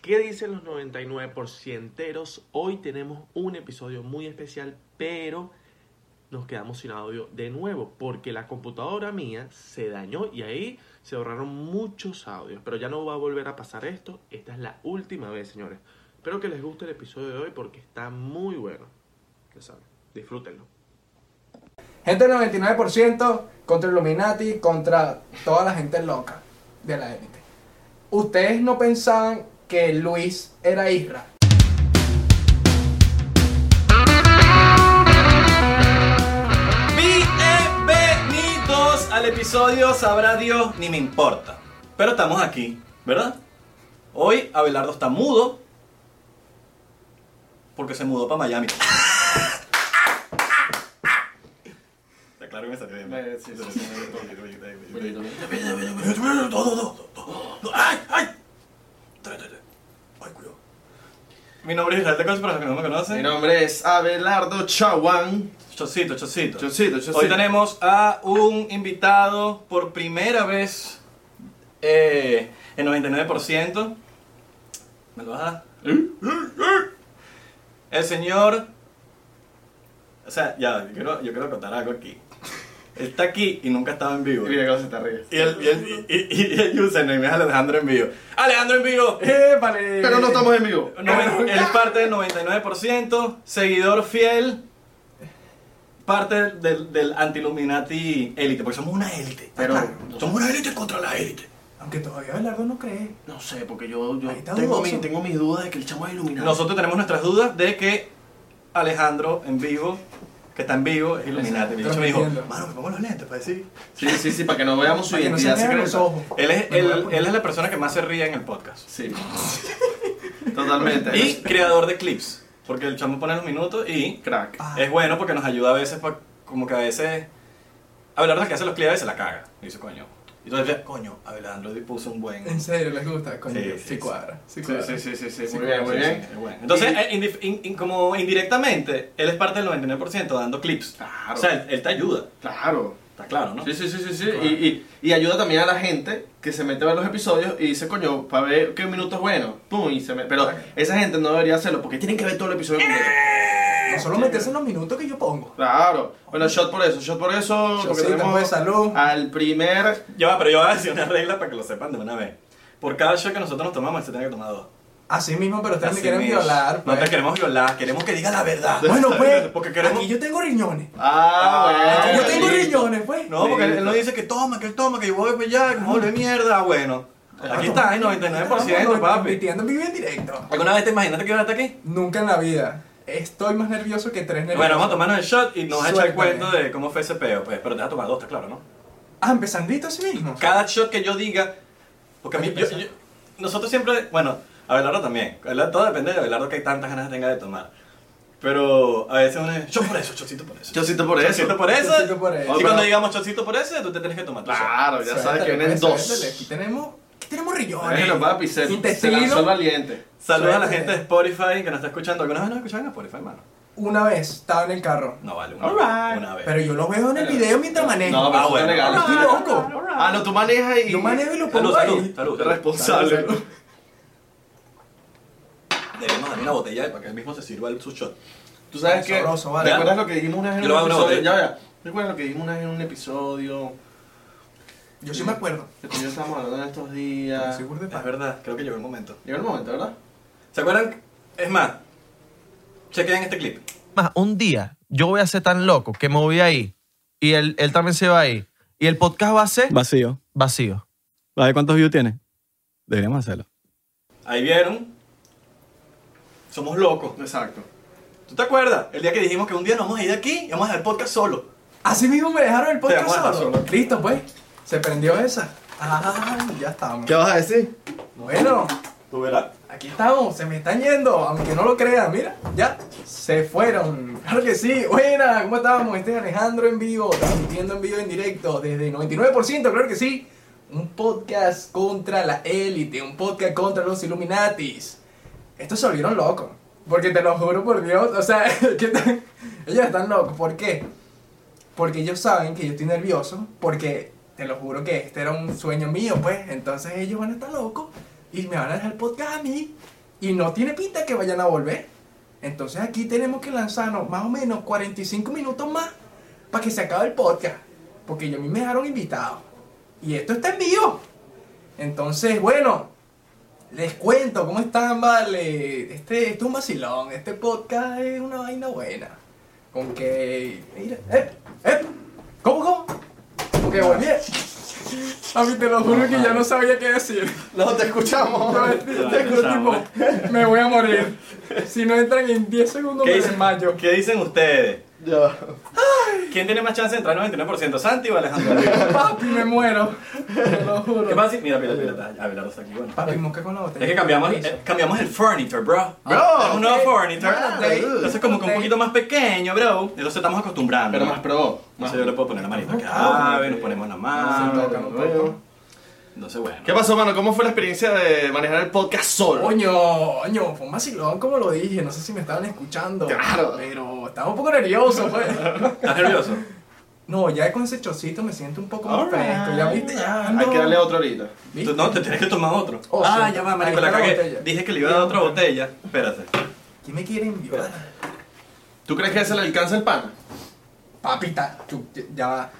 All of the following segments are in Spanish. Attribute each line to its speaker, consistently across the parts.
Speaker 1: ¿Qué dicen los 99%eros? Hoy tenemos un episodio muy especial, pero nos quedamos sin audio de nuevo, porque la computadora mía se dañó y ahí se ahorraron muchos audios. Pero ya no va a volver a pasar esto. Esta es la última vez, señores. Espero que les guste el episodio de hoy porque está muy bueno. Ya saben, disfrútenlo.
Speaker 2: Gente del 99% contra Illuminati, contra toda la gente loca de la élite. Ustedes no pensaban que Luis era Isra.
Speaker 3: Bienvenidos al episodio Sabrá Dios ni me importa. Pero estamos aquí, ¿verdad? Hoy Abelardo está mudo porque se mudó para Miami. Está claro que me salió bien. ¿verdad? No, no, no, no, no. ¡Ay, ay! Trae, trae, trae. Ay, cuidado. Mi nombre es Israel Tecos, para los que no me
Speaker 4: Mi
Speaker 3: conocen.
Speaker 4: nombre es Abelardo Chaguán.
Speaker 3: Chocito, chocito.
Speaker 4: Chocito, chocito.
Speaker 3: Hoy tenemos a un invitado por primera vez eh, en 99%. ¿Me lo vas a dar?
Speaker 4: ¿Eh?
Speaker 3: El señor. O sea, ya, yo quiero, yo quiero contar algo aquí. Él está aquí y nunca estaba en vivo.
Speaker 4: Y mira cómo se te ríe.
Speaker 3: Y el, y el, y, y- y el username es Alejandro en vivo. ¡Alejandro en vivo!
Speaker 2: ¡Épale!
Speaker 4: Pero no estamos en vivo.
Speaker 3: Noven- Él es parte del 99%, seguidor fiel, parte del, del anti-Illuminati élite, porque somos una élite.
Speaker 4: Pero-
Speaker 3: somos una élite contra la élite.
Speaker 2: Aunque todavía Abelardo no cree.
Speaker 4: No sé, porque yo, yo
Speaker 2: Ahí está
Speaker 4: tengo,
Speaker 2: dudoso.
Speaker 4: mi- tengo mis dudas de que el chamo es iluminado.
Speaker 3: Nosotros tenemos nuestras dudas de que Alejandro en vivo, que está en vivo, es Illuminati. El bicho me dijo,
Speaker 2: Transmitiendo.
Speaker 3: mano, me pongo los lentes para decir.
Speaker 4: Sí, sí, sí, para que no veamos su
Speaker 2: Para que no se
Speaker 4: identidad
Speaker 2: vean
Speaker 4: secreta.
Speaker 2: los ojos.
Speaker 3: Él es,
Speaker 2: Me voy a
Speaker 3: él-
Speaker 2: poner-
Speaker 3: él es la persona que más se ríe en el podcast.
Speaker 4: Sí. Totalmente.
Speaker 3: Y creador de clips, porque el chamo pone los minutos y
Speaker 4: crack.
Speaker 2: Ah.
Speaker 3: Es bueno porque nos ayuda a veces, pa- como que a veces. Abelardo es el que hace los clips y se la caga. Y dice, coño. Y entonces, coño, Abelardo puso un buen.
Speaker 2: En serio, les gusta. Coño,
Speaker 3: Sí,
Speaker 2: sí,
Speaker 3: sí, sí.
Speaker 2: cuadra. Sí,
Speaker 4: Sí,
Speaker 2: cuadra.
Speaker 4: sí, sí, sí, sí,
Speaker 3: Sí,
Speaker 4: muy bien,
Speaker 3: sí,
Speaker 4: muy
Speaker 3: sí,
Speaker 4: bien.
Speaker 3: es bueno. Entonces,
Speaker 4: Y-
Speaker 3: eh, indif- in- in- como indirectamente, él es parte del 99% dando clips.
Speaker 4: Ah, Claro.
Speaker 3: O sea, él, él te ayuda,
Speaker 4: Claro.
Speaker 3: está claro, ¿no?
Speaker 4: Sí, sí, sí, sí, sí.
Speaker 3: Claro.
Speaker 4: Y, y- y ayuda también a la gente que se mete a ver los episodios y dice, coño, para ver qué minuto es bueno. Pum, y se me... Pero esa gente no debería hacerlo porque tienen que ver todo el episodio completo.
Speaker 2: No solo meterse en los minutos que yo pongo.
Speaker 4: Claro. Bueno, shot por eso, shot por eso, porque
Speaker 2: Shotcito, pues,
Speaker 4: tenemos
Speaker 2: salud.
Speaker 4: al primer...
Speaker 3: Ya va, pero yo voy a decir una regla para que lo sepan de una vez. Por cada shot que nosotros nos tomamos, él se tiene que tomar dos.
Speaker 2: Así mismo, pero ustedes me
Speaker 3: Así
Speaker 2: quieren
Speaker 3: mismo.
Speaker 2: violar.
Speaker 3: No
Speaker 2: pues.
Speaker 3: te queremos violar, queremos que diga la verdad.
Speaker 2: Bueno, pues.
Speaker 3: Porque queremos-
Speaker 2: Aquí yo tengo riñones.
Speaker 4: Ah,
Speaker 3: Ah,
Speaker 2: Aquí yo
Speaker 3: bueno,
Speaker 2: tengo
Speaker 3: listo.
Speaker 2: riñones, pues.
Speaker 3: No, porque él, él no dice que toma, que él toma, que yo voy para allá, que me vuelve mierda. Bueno, aquí está, el 99%, papi.
Speaker 2: Transmitiendo en vivo y en directo.
Speaker 3: ¿Alguna vez te imaginaste que ibas hasta aquí?
Speaker 2: Nunca en la vida. Estoy más nervioso que tres nerviosos.
Speaker 3: Bueno, vamos a tomarnos el shot y nos vas a echar el
Speaker 2: Suéltame.
Speaker 3: cuento de cómo fue ese peo, pues. Pero te vas a tomar dos, está claro, ¿no?
Speaker 2: Ah, empezandito así mismo.
Speaker 3: Cada shot que yo diga, porque a mí, yo- yo- nosotros siempre, bueno, Abelardo también. Abelardo- todo depende de Abelardo que hay tantas ganas que tenga de tomar. Pero a veces uno es, shot por eso, shotcito por eso.
Speaker 4: Chocito por eso.
Speaker 3: Shotcito por eso.
Speaker 2: Shotcito por eso.
Speaker 3: Y cuando digamos shotcito por eso, tú te tienes que tomar tu shot.
Speaker 4: Claro, ya sabes que vienen
Speaker 2: Suéltale,
Speaker 4: dos.
Speaker 2: suéltale. Aquí tenemos, aquí tenemos riñones.
Speaker 4: Bueno, papi, se, se
Speaker 2: Intestino.
Speaker 4: lanzó el valiente.
Speaker 3: Saludos a la
Speaker 2: Suéltale.
Speaker 3: gente de Spotify que nos está escuchando. ¿Alguna vez nos escucharon en Spotify, mano?
Speaker 2: Una vez estaba en el carro,
Speaker 3: No vale, una,
Speaker 4: Alright.
Speaker 3: una vez.
Speaker 2: pero yo lo veo en el video mientras manejo.
Speaker 4: No, pero
Speaker 3: Ah,
Speaker 4: eso
Speaker 3: bueno.
Speaker 4: está legal.
Speaker 2: Estoy loco.
Speaker 4: Ah, no, tú manejas y...
Speaker 2: Yo manejo y lo
Speaker 3: Salud,
Speaker 2: pongo
Speaker 3: salud,
Speaker 2: ahí.
Speaker 3: salud, salud.
Speaker 4: Responsable.
Speaker 2: Salud, salud.
Speaker 3: Debemos darle una botella para que él mismo se sirva el su shot.
Speaker 4: Tú sabes que...
Speaker 2: Sabroso, vale.
Speaker 4: ¿Recuerdas lo que dijimos una vez
Speaker 3: Yo
Speaker 4: en
Speaker 3: lo
Speaker 4: un
Speaker 3: hago una
Speaker 4: episodio?
Speaker 3: botella.
Speaker 4: Ya, ya. ¿Recuerdas lo que dijimos una vez en un episodio?
Speaker 2: Yo sí me acuerdo.
Speaker 4: Que tú y yo estábamos hablando en estos
Speaker 2: Pero
Speaker 4: días.
Speaker 2: soy burda de
Speaker 3: Es
Speaker 2: paja.
Speaker 3: verdad, creo que llegó el momento.
Speaker 4: Llegó el momento, ¿verdad?
Speaker 3: ¿Se acuerdan? Es más, chequen este clip.
Speaker 5: más, un día yo voy a ser tan loco que me voy a ir y él, él también se va a ir y el podcast va a ser
Speaker 6: Vacío.
Speaker 5: vacío.
Speaker 6: A ver cuántos views tiene. Deberíamos hacerlo.
Speaker 3: Ahí vieron. Somos locos.
Speaker 4: Exacto.
Speaker 3: ¿Tú te acuerdas? El día que dijimos que un día nos vamos a ir de aquí y vamos a dejar el podcast solo.
Speaker 2: Así mismo me dejaron el
Speaker 3: Te
Speaker 2: podcast
Speaker 3: voy a dejar
Speaker 2: solo.
Speaker 3: solo.
Speaker 2: Listo, pues. Se prendió esa. Ah, ya estamos.
Speaker 6: vas a decir?
Speaker 2: Bueno,
Speaker 3: Tú verás.
Speaker 2: aquí estamos. Se me están yendo, aunque no lo crean. Mira, ya se fueron. Claro que sí. Buena, ¿cómo estamos? Este es Alejandro en vivo, transmitiendo en vivo y en directo desde 99%, claro que sí. Un podcast contra la élite, un podcast contra los Illuminatis. Estos se volvieron locos. Porque te lo juro por Dios, o sea, que están- ellos están locos. ¿Por qué? Porque ellos saben que yo estoy nervioso, porque te lo juro que este era un sueño mío, pues. Entonces ellos van a estar locos. y me van a dejar el podcast a mí y no tiene pinta que vayan a volver. Entonces aquí tenemos que lanzarnos más o menos 45 minutos más para que se acabe el podcast. Porque ellos a mí me dejaron invitado. Y esto está en vivo. Entonces, bueno, les cuento cómo están, vale. Este, este es un vacilón. Este podcast es una vaina buena. Con que. Mira, ¡ep! ¡ep! ¿Cómo, cómo? Con que volví. A mí te lo juro que ya no sabía qué decir.
Speaker 4: No, te escuchamos.
Speaker 2: Yo, este- este grupo, me voy a morir. Si no entran en 10 segundos,
Speaker 3: ¿Qué
Speaker 2: me
Speaker 3: dicen,
Speaker 2: desmayo.
Speaker 3: ¿Qué dicen ustedes?
Speaker 4: Yo.
Speaker 3: ¿Quién tiene más chance de entrar al 99%? ¿Santi o Alejandro?
Speaker 2: Papi, me muero. Te lo juro.
Speaker 3: ¿Qué pasa? si- Mira, mira, mira. está- Abelardo está aquí, bueno.
Speaker 2: Papi, mosca con la botella.
Speaker 3: Es que cambiamos, eh, cambiamos el furniture, bro.
Speaker 4: Bro,
Speaker 3: es un nuevo
Speaker 2: ok.
Speaker 3: furniture.
Speaker 2: Ah,
Speaker 4: ok.
Speaker 3: Entonces, como que un poquito más pequeño, bro. Entonces, estamos acostumbrando.
Speaker 4: Pero más probó.
Speaker 3: Entonces, yo le puedo poner la manita que abre, nos ponemos la
Speaker 2: Ah, Se
Speaker 3: mano.
Speaker 2: toca un poco.
Speaker 3: Entonces, bueno.
Speaker 4: ¿Qué pasó, mano? ¿Cómo fue la experiencia de manejar el podcast solo?
Speaker 2: Coño, coño, fue un vacilón como lo dije. No sé si me estaban escuchando.
Speaker 4: Claro.
Speaker 2: Pero estaba un poco nervioso, pues.
Speaker 3: ¿Estás nervioso?
Speaker 2: No, ya con ese chocito me siento un poco más
Speaker 3: Alright.
Speaker 2: fresco. Ya viste, ya.
Speaker 4: Hay
Speaker 2: ando-
Speaker 4: que darle otro ahorita.
Speaker 2: ¿Viste?
Speaker 3: Tú- no, te tienes que tomar otro.
Speaker 2: Oh,
Speaker 3: ah,
Speaker 2: sí.
Speaker 3: ya va, marico,
Speaker 2: Ahí
Speaker 3: la
Speaker 2: está la
Speaker 3: cagué.
Speaker 2: botella.
Speaker 3: Dije que le iba a dar otra botella. Espérate.
Speaker 2: ¿Quién me quiere enviar?
Speaker 4: ¿Tú crees que se le alcanza el pan?
Speaker 2: Papita, tú, ya va.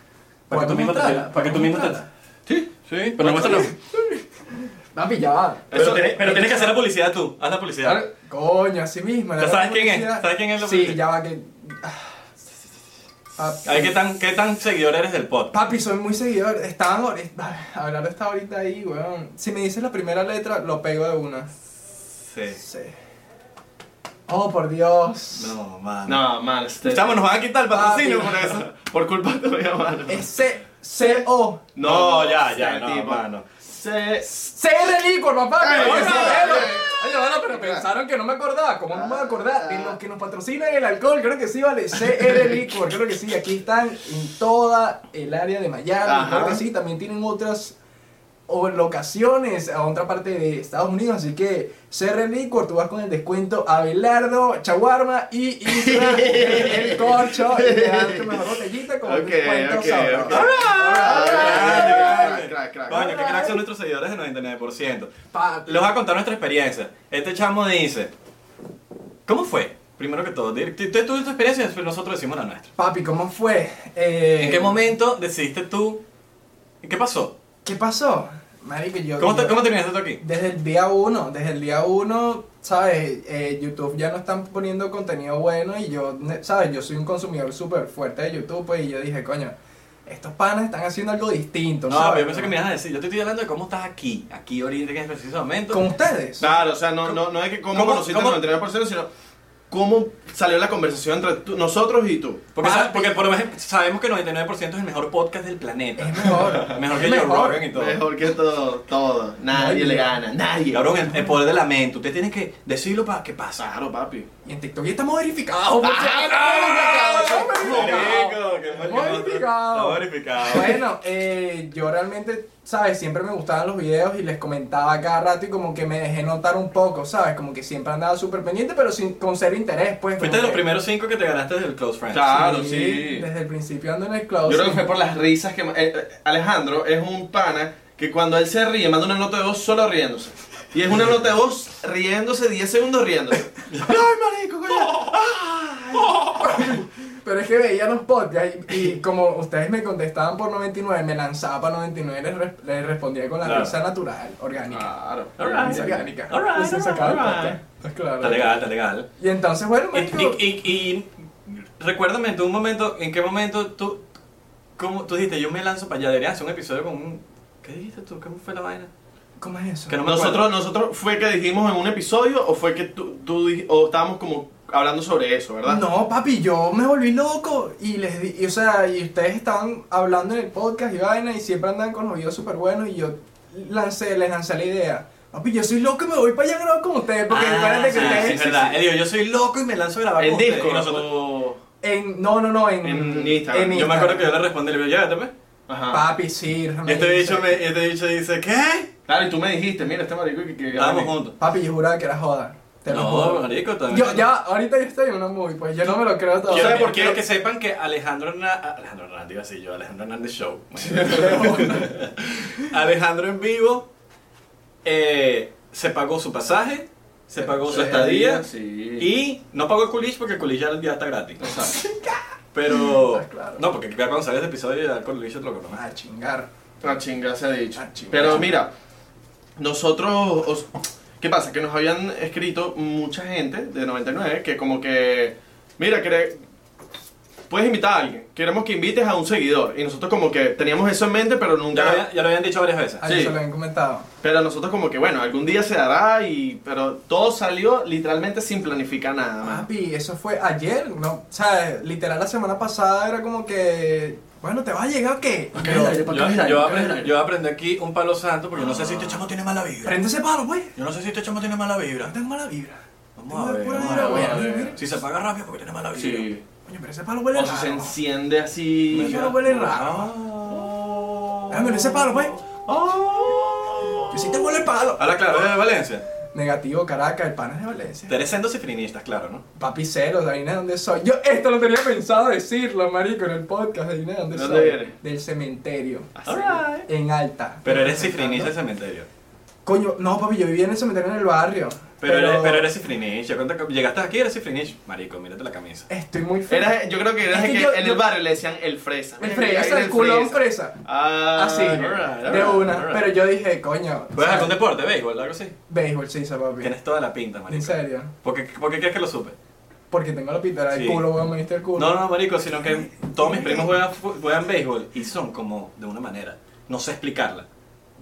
Speaker 3: Para que tú
Speaker 2: ¿Podemos
Speaker 3: mismo te-
Speaker 2: mostrarla?
Speaker 3: para que tú mismo te-
Speaker 2: ¿Podemos mostrarla?
Speaker 3: Sí, sí. Pero muéstralo.
Speaker 2: Papi, ya va.
Speaker 3: Pero, tiene- pero tienes que hacer la publicidad tú. Haz la publicidad.
Speaker 4: Ahora-
Speaker 2: Coño, así mismo.
Speaker 3: ¿Ya sabes quién es? ¿Sabes quién es la
Speaker 2: Sí,
Speaker 3: publicidad?
Speaker 2: ya va que. Ah,
Speaker 3: A ver qué tan, qué tan seguidor eres del pod.
Speaker 2: Papi, soy muy seguidor. Estaban. ahor- est- Hablar está ahorita ahí, weón. Si me dices la primera letra, lo pego de una.
Speaker 3: Sí.
Speaker 2: Sí. Oh, por Dios.
Speaker 3: No, man.
Speaker 4: No, man. Este...
Speaker 3: Chamo, nos van a quitar el patrocinio
Speaker 2: Papi.
Speaker 3: por eso.
Speaker 4: Por culpa tuya, mano.
Speaker 2: Es C. C. O.
Speaker 3: No, ya,
Speaker 4: este
Speaker 3: ya, no,
Speaker 4: tipo.
Speaker 3: mano.
Speaker 4: Se...
Speaker 2: C de licor, papá.
Speaker 4: Ay,
Speaker 2: coño,
Speaker 4: ay,
Speaker 2: sí,
Speaker 4: ay,
Speaker 2: bueno.
Speaker 4: ay.
Speaker 2: Oye, bueno, pero pensaron que no me acordaba. ¿Cómo no me voy a acordar? De los que nos patrocinan el alcohol, creo que sí, vale. CR Liquor, creo que sí. Aquí están en toda el área de Miami.
Speaker 4: Ajá.
Speaker 2: Creo que sí. También tienen otras o- locaciones a otra parte de Estados Unidos. Así que CR Liquor, tú vas con el descuento Abelardo, Chaguarma y Isra, el corcho. Y te dan tu mejor botellita con
Speaker 4: Ok,
Speaker 2: descuento
Speaker 4: ok,
Speaker 2: sabroso.
Speaker 4: ok.
Speaker 3: Grande, grande.
Speaker 4: Crack, crack,
Speaker 3: Coño, qué
Speaker 2: crack.
Speaker 3: crack son nuestros seguidores del 99%.
Speaker 2: Papi.
Speaker 3: Les voy a contar nuestra experiencia. Este chamo dice, ¿cómo fue? Primero que todo, di- tú tú tuviste tu experiencia y después nosotros decimos la nuestra.
Speaker 2: Papi, ¿cómo fue? Eh,
Speaker 3: ¿En qué momento decidiste tú? ¿Qué pasó?
Speaker 2: ¿Qué pasó? Marico, yo...
Speaker 3: ¿Cómo, te-
Speaker 2: yo-
Speaker 3: cómo terminaste tú aquí?
Speaker 2: Desde el día uno, desde el día uno, ¿sabes? Eh, YouTube ya no están poniendo contenido bueno y yo, ne- ¿sabes? Yo soy un consumidor súper fuerte de YouTube pues, y yo dije, coño, estos panas están haciendo algo distinto,
Speaker 3: No,
Speaker 2: ¿sabes?
Speaker 3: pero yo pensé que me ibas a decir, yo te estoy hablando de cómo estás aquí, aquí ahorita en este preciso momento.
Speaker 2: Con ustedes.
Speaker 4: Claro, o sea, no, no, no es que cómo,
Speaker 3: ¿Cómo-
Speaker 4: conociste
Speaker 3: cómo-
Speaker 4: el 99%, sino cómo salió la conversación entre tú- nosotros y tú.
Speaker 3: Porque, sa- porque por lo menos sabemos que el 99% es el mejor podcast del planeta.
Speaker 2: Es mejor.
Speaker 3: Mejor que
Speaker 2: Es
Speaker 3: Joe
Speaker 2: mejor.
Speaker 3: Rogan y todo.
Speaker 4: Mejor que todo, todo. Nadie
Speaker 2: Nadie.
Speaker 4: le gana, nadie.
Speaker 3: Cabrón, el, el poder de la mente. Usted tiene que decirlo para que pasa.
Speaker 4: Claro, papi.
Speaker 2: Y en TikTok ya estamos verificados. por cierto. Estamos verificados. Modificado. Ah, Bueno, eh, yo realmente, ¿sabes? Siempre me gustaban los videos y les comentaba cada rato y como que me dejé notar un poco, ¿sabes? Como que siempre andaba súper pendiente, pero sin, con cero interés, pues.
Speaker 3: Fuiste de
Speaker 2: como
Speaker 3: los
Speaker 2: que-
Speaker 3: primeros cinco que te ganaste del Close Friends.
Speaker 4: Claro.
Speaker 2: Desde el principio ando en el closet.
Speaker 4: Yo creo que fue por las risas que... eh, eh, Alejandro es un pana que cuando él se ríe, manda una nota de voz solo riéndose. Y es una nota de voz riéndose, 10 segundos riéndose. ¡Ay, marico, coño!
Speaker 2: Pero es que veía los podcasts y, y como ustedes me contestaban por 99, me lanzaba para 99 y les, res- les respondía con la
Speaker 3: Claro.
Speaker 2: risa natural, orgánica.
Speaker 4: Claro.
Speaker 2: Es
Speaker 3: Alright.
Speaker 2: orgánica.
Speaker 3: Alright,
Speaker 2: Y se sacaba el
Speaker 3: alright.
Speaker 2: podcast. Pues claro.
Speaker 3: Está legal, está legal.
Speaker 2: Y entonces, bueno,
Speaker 3: Y,
Speaker 2: marico,
Speaker 3: y, y- y recuérdame tú un momento, ¿en qué momento tú, cómo, tú dijiste, yo me lanzo para allá? Deberías hacer un episodio con un... ¿Qué dijiste tú? ¿Cómo fue la vaina?
Speaker 2: ¿cómo es eso?
Speaker 3: Que no me acuerdo.
Speaker 4: Nosotros, nosotros fue que dijimos en un episodio o fue que tú, tú di- o estábamos como hablando sobre eso, ¿verdad?
Speaker 2: No, papi, yo me volví loco y les di, y, o sea, y ustedes estaban hablando en el podcast y vaina y siempre andan con los videos súper buenos y yo lancé, les lancé la idea. Papi, yo soy loco y me voy para allá a grabar con ustedes porque
Speaker 3: Ah,
Speaker 2: acuérdate que
Speaker 3: sí,
Speaker 2: ustedes
Speaker 3: sí, es verdad. Él dijo, yo soy loco y me lanzo a grabar
Speaker 4: En
Speaker 3: con ustedes".
Speaker 4: Discord,
Speaker 3: Y nosotros-
Speaker 4: o-
Speaker 2: en no, no, no, en,
Speaker 4: En Instagram.
Speaker 2: en
Speaker 3: Yo me acuerdo
Speaker 2: Instagram.
Speaker 3: que yo le respondí, le digo, llévate, pues".
Speaker 4: Ajá.
Speaker 2: papi, sí,
Speaker 3: Y
Speaker 2: realmente.
Speaker 3: este bicho, me, y este bicho dice, ¿qué?
Speaker 4: Claro, y tú me dijiste, mira, este marico que, que
Speaker 3: Estábamos juntos.
Speaker 2: Papi, yo juraba que era joda. Te lo
Speaker 3: No,
Speaker 2: juro.
Speaker 3: marico, también.
Speaker 2: Yo ya ahorita yo estoy en una movie, pues yo no me lo creo
Speaker 3: Quiero,
Speaker 2: todavía.
Speaker 4: por qué?
Speaker 3: quiero que sepan que Alejandro Hernández, Alejandro Hernández, iba a decir yo, Alejandro Hernández Show. Alejandro en vivo eh, se pagó su pasaje, se pagó su
Speaker 4: Su
Speaker 3: estadía,
Speaker 4: estadía, sí.
Speaker 3: y no pagó el culiche porque el culiche ya el día está gratis. ¿no sabes? Pero,
Speaker 2: Ah, claro. Ah.
Speaker 3: no, porque ya cuando sale este episodio ya el culiche te lo conoces.
Speaker 2: A chingar.
Speaker 4: Ah, chinga, se ha dicho.
Speaker 2: Ah, chinga.
Speaker 4: Pero mira, nosotros. os- ¿Qué pasa? Que nos habían escrito mucha gente de 99 que, como que. Mira, quere- puedes invitar a alguien. Queremos que invites a un seguidor. Y nosotros, como que teníamos eso en mente, pero
Speaker 3: Ya, lo
Speaker 4: nunca.
Speaker 3: habían- ya lo habían dicho varias veces.
Speaker 2: Ah,
Speaker 4: Sí.
Speaker 2: eso lo habían comentado.
Speaker 4: Pero nosotros, como que bueno, algún día se dará. y Pero todo salió literalmente sin planificar nada más.
Speaker 2: Papi, eso fue ayer, ¿no? O sea, literal la semana pasada era como que. Bueno, ¿te va a llegar o qué? Pero,
Speaker 3: Yo, yo aprendí, yo aprendí aquí un palo santo porque no sé
Speaker 2: Ah.
Speaker 3: si este chamo tiene mala vibra.
Speaker 2: Prende ese palo, pues.
Speaker 3: Yo no sé si este chamo tiene mala vibra.
Speaker 2: Tengo mala vibra.
Speaker 3: Vamos
Speaker 2: Tengo
Speaker 3: a ver,
Speaker 2: pura
Speaker 3: vamos
Speaker 2: vibra
Speaker 3: a ver,
Speaker 2: buena,
Speaker 4: vamos a
Speaker 2: mira,
Speaker 4: ver.
Speaker 2: mira.
Speaker 3: Si se apaga rápido porque tiene mala vibra.
Speaker 4: Sí.
Speaker 2: Coño, pero ese palo huele
Speaker 4: O si se
Speaker 2: raro.
Speaker 4: enciende así.
Speaker 2: Eso Ah, no huele raro.
Speaker 3: Ah.
Speaker 2: Dámelo ese palo, pues.
Speaker 3: Oh.
Speaker 2: Yo sí te huele el palo.
Speaker 3: Ahora claro, es de Valencia.
Speaker 2: Negativo, Caracas, el pan es de Valencia.
Speaker 3: Te eres siendo cifrinistas, claro, ¿no?
Speaker 2: Papi cero, de Adivina dónde soy. Yo esto lo tenía pensado decirlo, marico, en el podcast de Adivina dónde soy.
Speaker 4: ¿Dónde viene?
Speaker 2: Del cementerio.
Speaker 3: Alright.
Speaker 2: En alta.
Speaker 3: Ah, Pero eres cifrinista del cementerio.
Speaker 2: Coño, no, papi, yo vivía en el cementerio en el barrio.
Speaker 3: Pero, eres, pero eres cifrinista. ¿Cuánto ca- Llegaste aquí y eres cifrinista. Marico, mírate la camisa.
Speaker 2: Estoy muy feo.
Speaker 4: Era, yo creo que era
Speaker 2: Es que
Speaker 4: que
Speaker 2: yo-
Speaker 4: en
Speaker 2: yo-
Speaker 4: el barrio le decían el fresa.
Speaker 2: el
Speaker 4: Mira,
Speaker 2: fresa,
Speaker 4: ahí
Speaker 2: el culo de un
Speaker 4: fresa.
Speaker 2: fresa.
Speaker 4: Ah,
Speaker 2: Así,
Speaker 3: alright,
Speaker 2: de
Speaker 3: alright,
Speaker 2: una.
Speaker 3: alright.
Speaker 2: Pero yo dije, coño.
Speaker 3: ¿Juegas algún deporte, béisbol, algo así?
Speaker 2: Béisbol, sí, esa, papi.
Speaker 3: Tienes toda la pinta, marico.
Speaker 2: ¿En serio?
Speaker 3: ¿Por qué, por qué crees que lo supe?
Speaker 2: Porque tengo la pintura del
Speaker 3: Sí.
Speaker 2: culo, weón, me diste el culo.
Speaker 3: No, no, marico, sino que todos mis primos juegan, fu- juegan béisbol y son como de una manera. No sé explicarla.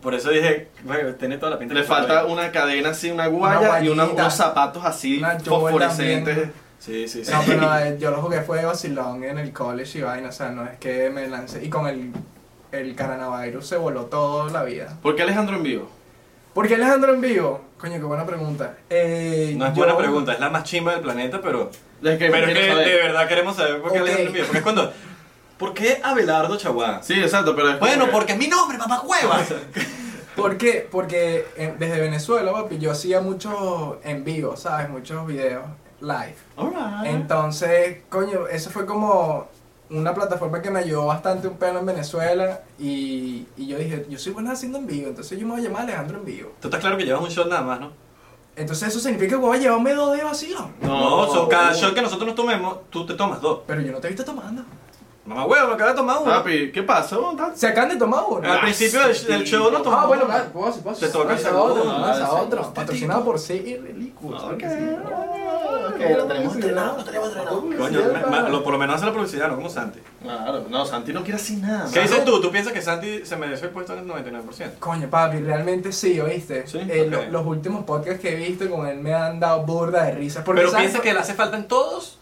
Speaker 3: Por eso dije, bueno, tiene toda la pinta.
Speaker 4: Le
Speaker 3: que juega
Speaker 4: falta
Speaker 3: béisbol.
Speaker 4: una cadena así, una guaya
Speaker 2: Una
Speaker 4: y una-
Speaker 2: guayita.
Speaker 4: unos zapatos así
Speaker 2: Una yola
Speaker 4: fosforescentes.
Speaker 2: también.
Speaker 3: Sí, sí, sí.
Speaker 2: No, pero eh, yo lo jugué fue de vacilón en el college y vaina, o sea, no es que me lancé. Y con el, el coronavirus se voló toda la vida.
Speaker 4: ¿Por qué Alejandro en vivo?
Speaker 2: ¿Por qué Alejandro en vivo? Coño, qué buena pregunta. Eh,
Speaker 3: No es
Speaker 2: yo-
Speaker 3: buena pregunta, es la más chimba del planeta, pero.
Speaker 4: Es que
Speaker 3: Pero es
Speaker 4: quiero
Speaker 3: que
Speaker 4: saber.
Speaker 3: de verdad queremos saber por qué
Speaker 2: Ok.
Speaker 3: Alejandro Mío. Porque es cuando. ¿Por qué Abelardo Chaguán?
Speaker 4: Sí, exacto, pero es como
Speaker 3: Bueno,
Speaker 4: que-
Speaker 3: porque mi nombre, mamá hueva.
Speaker 2: ¿Por qué? Porque eh, desde Venezuela, papi, yo hacía muchos en vivo, ¿sabes? Muchos videos live. Entonces, coño, eso fue como una plataforma que me ayudó bastante un pelo en Venezuela y, y yo dije, yo soy bueno haciendo en vivo, entonces yo me voy a llamar Alejandro en vivo.
Speaker 3: Tú estás claro que llevas un shot nada más, ¿no?
Speaker 2: Entonces eso significa que voy a llevarme dos de vacío.
Speaker 3: No,
Speaker 4: No,
Speaker 3: son cada shot que nosotros nos tomemos, tú te tomas dos.
Speaker 2: Pero yo no te he visto tomando.
Speaker 3: Mamá hueva, me acabas de tomar uno.
Speaker 4: Papi, ¿qué pasó? Tal-
Speaker 2: Se acaban de tomar uno.
Speaker 3: Al principio del, del show no tomamos.
Speaker 2: Ah, bueno, claro, puedo hacer, puedo
Speaker 3: Ah, Te
Speaker 2: hacer.
Speaker 3: toca Ah,
Speaker 2: Pasa
Speaker 3: hacer
Speaker 2: a otro,
Speaker 3: uno,
Speaker 2: pasa a
Speaker 3: hacer
Speaker 2: otro.
Speaker 3: uno.
Speaker 2: Patrocinado por sí,
Speaker 3: Ah,
Speaker 2: Reliquos.
Speaker 4: Ok, ok,
Speaker 2: E. Ah, lo
Speaker 4: lo tenemos entrenado, lo tenemos entrenado.
Speaker 3: Coño, me- me- lo- por lo menos hace la publicidad, no como Santi.
Speaker 4: Claro, no, Santi no quiere así nada.
Speaker 3: ¿Qué
Speaker 4: mano.
Speaker 3: dices tú? ¿Tú piensas que Santi se merece el puesto en el 99%?
Speaker 2: Coño, papi, realmente sí, ¿oíste?
Speaker 3: Sí,
Speaker 2: Eh,
Speaker 3: ok.
Speaker 2: lo- los últimos podcasts que he visto con él me han dado burda de risa. Porque,
Speaker 3: ¿Pero
Speaker 2: ¿sabes?
Speaker 3: piensas que le hace falta en todos?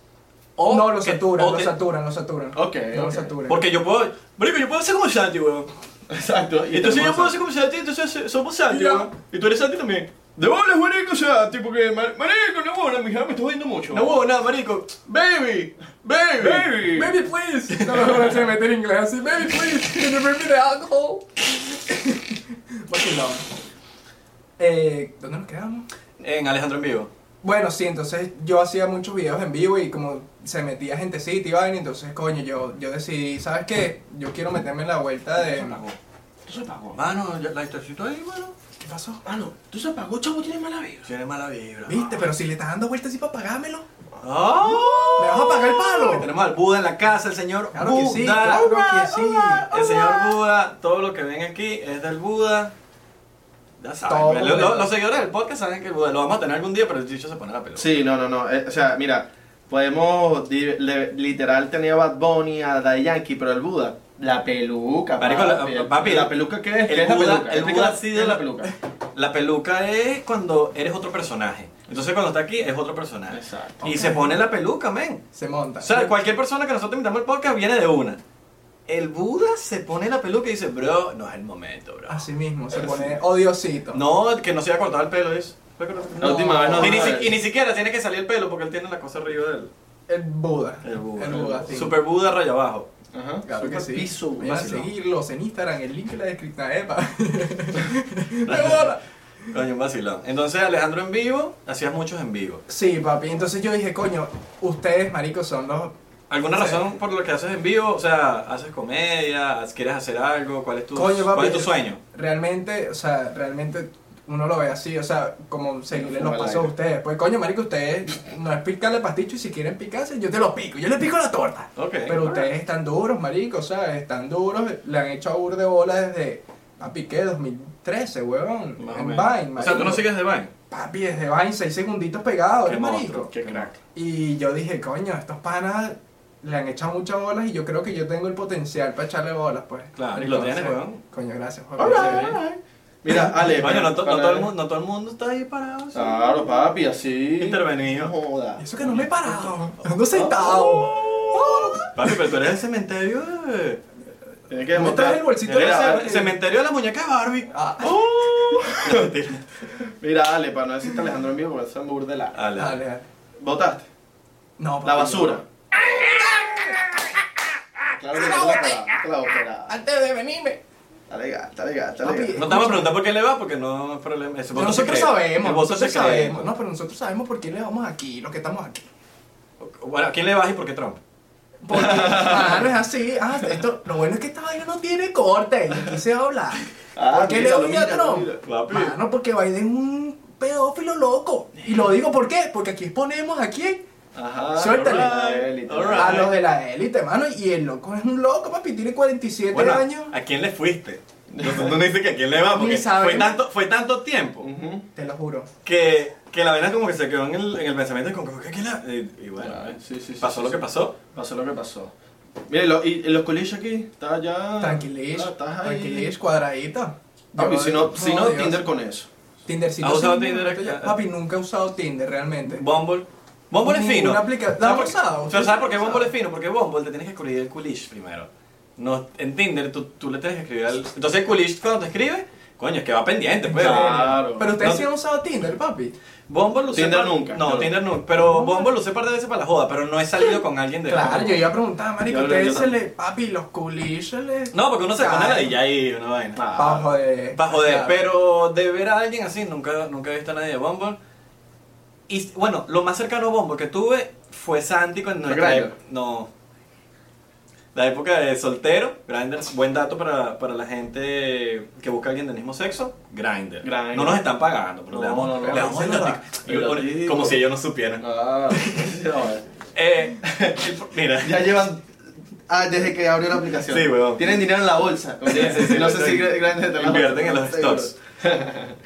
Speaker 2: No, lo
Speaker 3: que-
Speaker 2: saturan,
Speaker 3: o
Speaker 2: lo
Speaker 3: te-
Speaker 2: saturan, lo saturan.
Speaker 4: Ok,
Speaker 2: No lo
Speaker 4: ok.
Speaker 2: saturan.
Speaker 3: Porque yo puedo... Marico, yo puedo ser como Santi, weón.
Speaker 4: Exacto. y
Speaker 3: Entonces yo
Speaker 4: tenemos
Speaker 3: puedo
Speaker 4: a-
Speaker 3: ser como Santi, entonces eh, somos Santi,
Speaker 2: Ya.
Speaker 3: weón. Y tú eres Santi también.
Speaker 4: De bolas, marico, o sea, tipo que. mar- Marico, no bolas, mi hija me está jodiendo mucho.
Speaker 3: No huevo, nada, marico.
Speaker 4: Baby, baby, baby.
Speaker 2: Baby, please. No me voy a meter en inglés así. Baby, please. Can you bring me the alcohol? Vacilón. Eh, ¿Dónde nos quedamos?
Speaker 3: En Alejandro en vivo.
Speaker 2: Bueno, sí, entonces yo hacía muchos videos en vivo y como se metía gentecita y vaina, entonces, coño, yo, yo decidí, ¿sabes qué? Yo quiero meterme en la vuelta de...
Speaker 4: Tú se apagó.
Speaker 3: Oh, Mano, ya- la historicita ahí, bueno.
Speaker 2: ¿Qué pasó?
Speaker 4: Mano, tú se apagó, chavo, tienes mala vibra.
Speaker 3: Tiene mala vibra.
Speaker 2: ¿Viste? Pero si le estás dando vueltas así para pagármelo.
Speaker 3: ¡Ah!
Speaker 2: ¿Me vas a pagar el palo?
Speaker 3: Tenemos al Buda en la casa, el señor
Speaker 2: Claro
Speaker 3: Buda.
Speaker 2: que sí, claro que sí.
Speaker 3: El señor Buda, todo lo que ven aquí es del Buda. Ya
Speaker 2: Todo.
Speaker 3: saben, lo- lo- los seguidores del podcast saben que el Buda lo vamos a tener algún día, pero el dicho se pone la pelota.
Speaker 4: Sí, no, no, no. eh, o sea, mira, podemos. di- le- literal tenía a Bad Bunny, a Daddy Yankee, pero el Buda. La peluca,
Speaker 3: Marico, la-
Speaker 4: papi, el-
Speaker 3: papi,
Speaker 4: ¿La peluca qué es?
Speaker 3: el
Speaker 4: ¿Qué es la
Speaker 3: Buda-
Speaker 4: peluca?
Speaker 3: el
Speaker 4: Explica
Speaker 3: Buda sí
Speaker 4: qué
Speaker 3: de
Speaker 4: es
Speaker 3: la- La peluca es cuando eres otro personaje. Entonces cuando está aquí es otro personaje.
Speaker 4: Exacto.
Speaker 3: Y se pone la peluca, men.
Speaker 2: Se monta.
Speaker 3: O sea, cualquier persona que nosotros invitamos al podcast viene de una. El Buda se pone la peluca y dice, bro, no es el momento, bro.
Speaker 2: Así mismo, se pone odiosito.
Speaker 3: No, que no se iba a cortar el pelo, es.
Speaker 4: La última vez no.
Speaker 3: y, ni, si- y ni siquiera tiene que salir el pelo porque él tiene la cosa arriba del
Speaker 2: El Buda.
Speaker 3: el Buda.
Speaker 2: El Buda, sí.
Speaker 3: Super Buda raya abajo.
Speaker 4: Ajá.
Speaker 2: Claro que sí.
Speaker 3: Superpiso,
Speaker 2: Vayan a
Speaker 3: vacilón.
Speaker 2: seguirlos en Instagram, el link en la descripción. Ah, ¡Epa! ¡De bola!
Speaker 3: Coño, un vacilón. Entonces, Alejandro en vivo, hacías muchos en vivo.
Speaker 2: Sí, papi. Entonces yo dije, coño, ustedes, maricos, son los
Speaker 3: ¿Alguna
Speaker 2: Sí.
Speaker 3: razón por lo que haces en vivo? O sea, ¿haces comedia? ¿Quieres hacer algo? ¿Cuál es tu,
Speaker 2: Coño, papi,
Speaker 3: ¿cuál es tu
Speaker 2: yo-
Speaker 3: sueño?
Speaker 2: Realmente, o sea, realmente uno lo ve así, o sea, como seguirle los pasos a ustedes. Pues coño, marico, ustedes no es picarle pasticho y si quieren picarse, yo te lo pico, yo le pico la torta.
Speaker 3: Ok,
Speaker 2: Pero ustedes están duros, marico, o sea, están duros, le han hecho a Ur de bola desde, papi, ¿qué? 2013, huevón,
Speaker 3: Más o
Speaker 2: en Vine,
Speaker 3: menos.
Speaker 2: marico.
Speaker 3: O sea, tú no sigues de Vine.
Speaker 2: Papi, desde Vine, seis segunditos pegados,
Speaker 3: Qué
Speaker 2: ¿eh, marico.
Speaker 3: monstruo, qué crack.
Speaker 2: Y yo dije, coño, estos panas le han echado muchas bolas y yo creo que yo tengo el potencial para echarle bolas, pues.
Speaker 3: Claro, y lo tienes,
Speaker 2: Entonces,
Speaker 3: weón.
Speaker 2: Coño, gracias, weón.
Speaker 4: Mira, Ale.
Speaker 3: ¿eh? Coño, no, to- no
Speaker 4: para-
Speaker 3: todo el mundo, no todo el mundo está ahí parado. así.
Speaker 4: Claro, papi, así.
Speaker 3: Intervenido.
Speaker 4: Joda.
Speaker 2: Y Eso que no me he parado.
Speaker 3: Oh.
Speaker 2: Ando sentado.
Speaker 3: Papi, pero tú eres el cementerio de...
Speaker 4: Tienes que
Speaker 2: ¿Me traes
Speaker 4: demostrar.
Speaker 2: el bolsito de
Speaker 3: Era el
Speaker 2: ese?
Speaker 3: cementerio de la muñeca de Barbie.
Speaker 2: Ah,
Speaker 3: No, mentira.
Speaker 4: Mira, Ale, para no decirte Alejandro en vivo, porque eso es muy burdelada.
Speaker 3: Ala.
Speaker 2: dale, dale.
Speaker 4: ¿Votaste?
Speaker 2: No,
Speaker 4: La
Speaker 2: papi,
Speaker 4: basura. Claro que no, la operada, la operada.
Speaker 2: Antes de venirme.
Speaker 4: Está legal, está legal, está
Speaker 2: Papi,
Speaker 4: legal.
Speaker 3: No te vamos a preguntar por qué le va, porque no es problema. Ese
Speaker 2: Pero
Speaker 3: voto
Speaker 2: nosotros
Speaker 3: secreto.
Speaker 2: sabemos.
Speaker 3: El voto
Speaker 2: Nosotros
Speaker 3: secreto.
Speaker 4: pues.
Speaker 2: sabemos. No, pero nosotros sabemos por qué le vamos aquí, los que estamos aquí.
Speaker 3: Bueno, ¿a quién le vas y por qué Trump?
Speaker 2: Porque, claro, es así. Ah, esto, lo bueno es que esta vaina no tiene corte. Yo quise hablar.
Speaker 4: Ah,
Speaker 2: ¿Por qué le
Speaker 4: míralo,
Speaker 2: doy a
Speaker 4: míralo,
Speaker 2: Trump?
Speaker 4: míralo.
Speaker 3: Papi.
Speaker 2: Mano, porque Biden es un pedófilo loco. Y lo digo por qué. Porque aquí exponemos a quién.
Speaker 4: Ajá.
Speaker 2: Suéltale.
Speaker 4: alright, alright.
Speaker 2: A los de la élite, mano. Y el loco es un loco, papi. Tiene 47
Speaker 3: Bueno,
Speaker 2: años.
Speaker 3: ¿a quién le fuiste? No, no dice que a quién le va, porque
Speaker 2: Ni saben.
Speaker 3: fue tanto, fue tanto tiempo
Speaker 4: Ujú.
Speaker 2: Te lo juro.
Speaker 3: que, que la vaina como que se quedó en el, en el pensamiento y como que ¿qué, quién la? Y, y bueno, eh,
Speaker 4: Claro, sí, sí, sí,
Speaker 3: pasó
Speaker 4: sí,
Speaker 3: lo
Speaker 4: sí.
Speaker 3: que pasó.
Speaker 4: Pasó lo que pasó. Mira, y, lo- y- y los colillos aquí, está ya.
Speaker 2: Tranquilis.
Speaker 4: Ah, estás ahí.
Speaker 2: Tranquilis, cuadradito.
Speaker 4: Papi,
Speaker 2: Yo-
Speaker 4: si no, si no
Speaker 2: Dios.
Speaker 4: Tinder con eso.
Speaker 2: Tinder, si
Speaker 3: ¿Has
Speaker 2: no,
Speaker 3: usado
Speaker 2: sí,
Speaker 3: Tinder?
Speaker 2: no, ya. Papi, nunca he usado Tinder realmente.
Speaker 3: Bumble. Bumble es fino.
Speaker 2: Una aplica- ¿La has
Speaker 3: ¿Sabes por qué-
Speaker 2: usado?
Speaker 3: Pero
Speaker 2: Sí,
Speaker 3: ¿sabes por qué
Speaker 2: la he
Speaker 3: Bumble es
Speaker 2: usado.
Speaker 3: fino? Porque Bumble te tienes que escribir el coolish primero. No, en Tinder tú, tú le tienes que escribir al... Entonces el coolish cuando te escribe, coño, es que va pendiente, pues.
Speaker 4: Claro.
Speaker 2: Pero ustedes
Speaker 3: No-
Speaker 2: sí han usado Tinder, papi.
Speaker 3: Bumble lo usé
Speaker 4: Tinder
Speaker 3: par-
Speaker 4: nunca.
Speaker 3: No,
Speaker 4: Pero-
Speaker 3: Tinder nunca. Pero Bumble lo usé par de veces para la joda, pero no he salido con alguien de
Speaker 2: Claro, yo iba a preguntar, marico,
Speaker 4: Yo- yo
Speaker 2: ustedes se
Speaker 4: también.
Speaker 2: le. Papi, los coolish se le.
Speaker 3: No, porque uno se pone
Speaker 2: Claro.
Speaker 3: la DJ y una vaina.
Speaker 4: Ah,
Speaker 2: Pa' joder.
Speaker 3: Pa' joder,
Speaker 2: Claro.
Speaker 3: pero de ver a alguien así, nunca, nunca he visto a nadie de Bumble. Y bueno, lo más cercano a Bumble que tuve fue Santi cuando...
Speaker 4: ¿Fue Grindr?
Speaker 3: No. La época de soltero, Grindr, buen dato para, para la gente que busca a alguien del mismo sexo, Grindr.
Speaker 4: Grindr.
Speaker 3: No nos están pagando, pero
Speaker 4: No,
Speaker 3: le damos,
Speaker 4: no, no,
Speaker 3: le damos
Speaker 2: eso
Speaker 3: el
Speaker 2: no
Speaker 3: datico.
Speaker 4: da.
Speaker 3: Y
Speaker 4: El
Speaker 3: bueno,
Speaker 4: datico.
Speaker 3: Como si ellos no supieran.
Speaker 4: Ah, no.
Speaker 3: Eh, mira,
Speaker 4: Ya llevan. Ah, desde que abrió la aplicación.
Speaker 3: Sí, weón.
Speaker 4: Tienen dinero en la bolsa.
Speaker 3: sí, sí,
Speaker 4: no
Speaker 3: sí.
Speaker 4: sé si grandes de la
Speaker 3: Invierten en los
Speaker 4: seguro.
Speaker 3: stocks.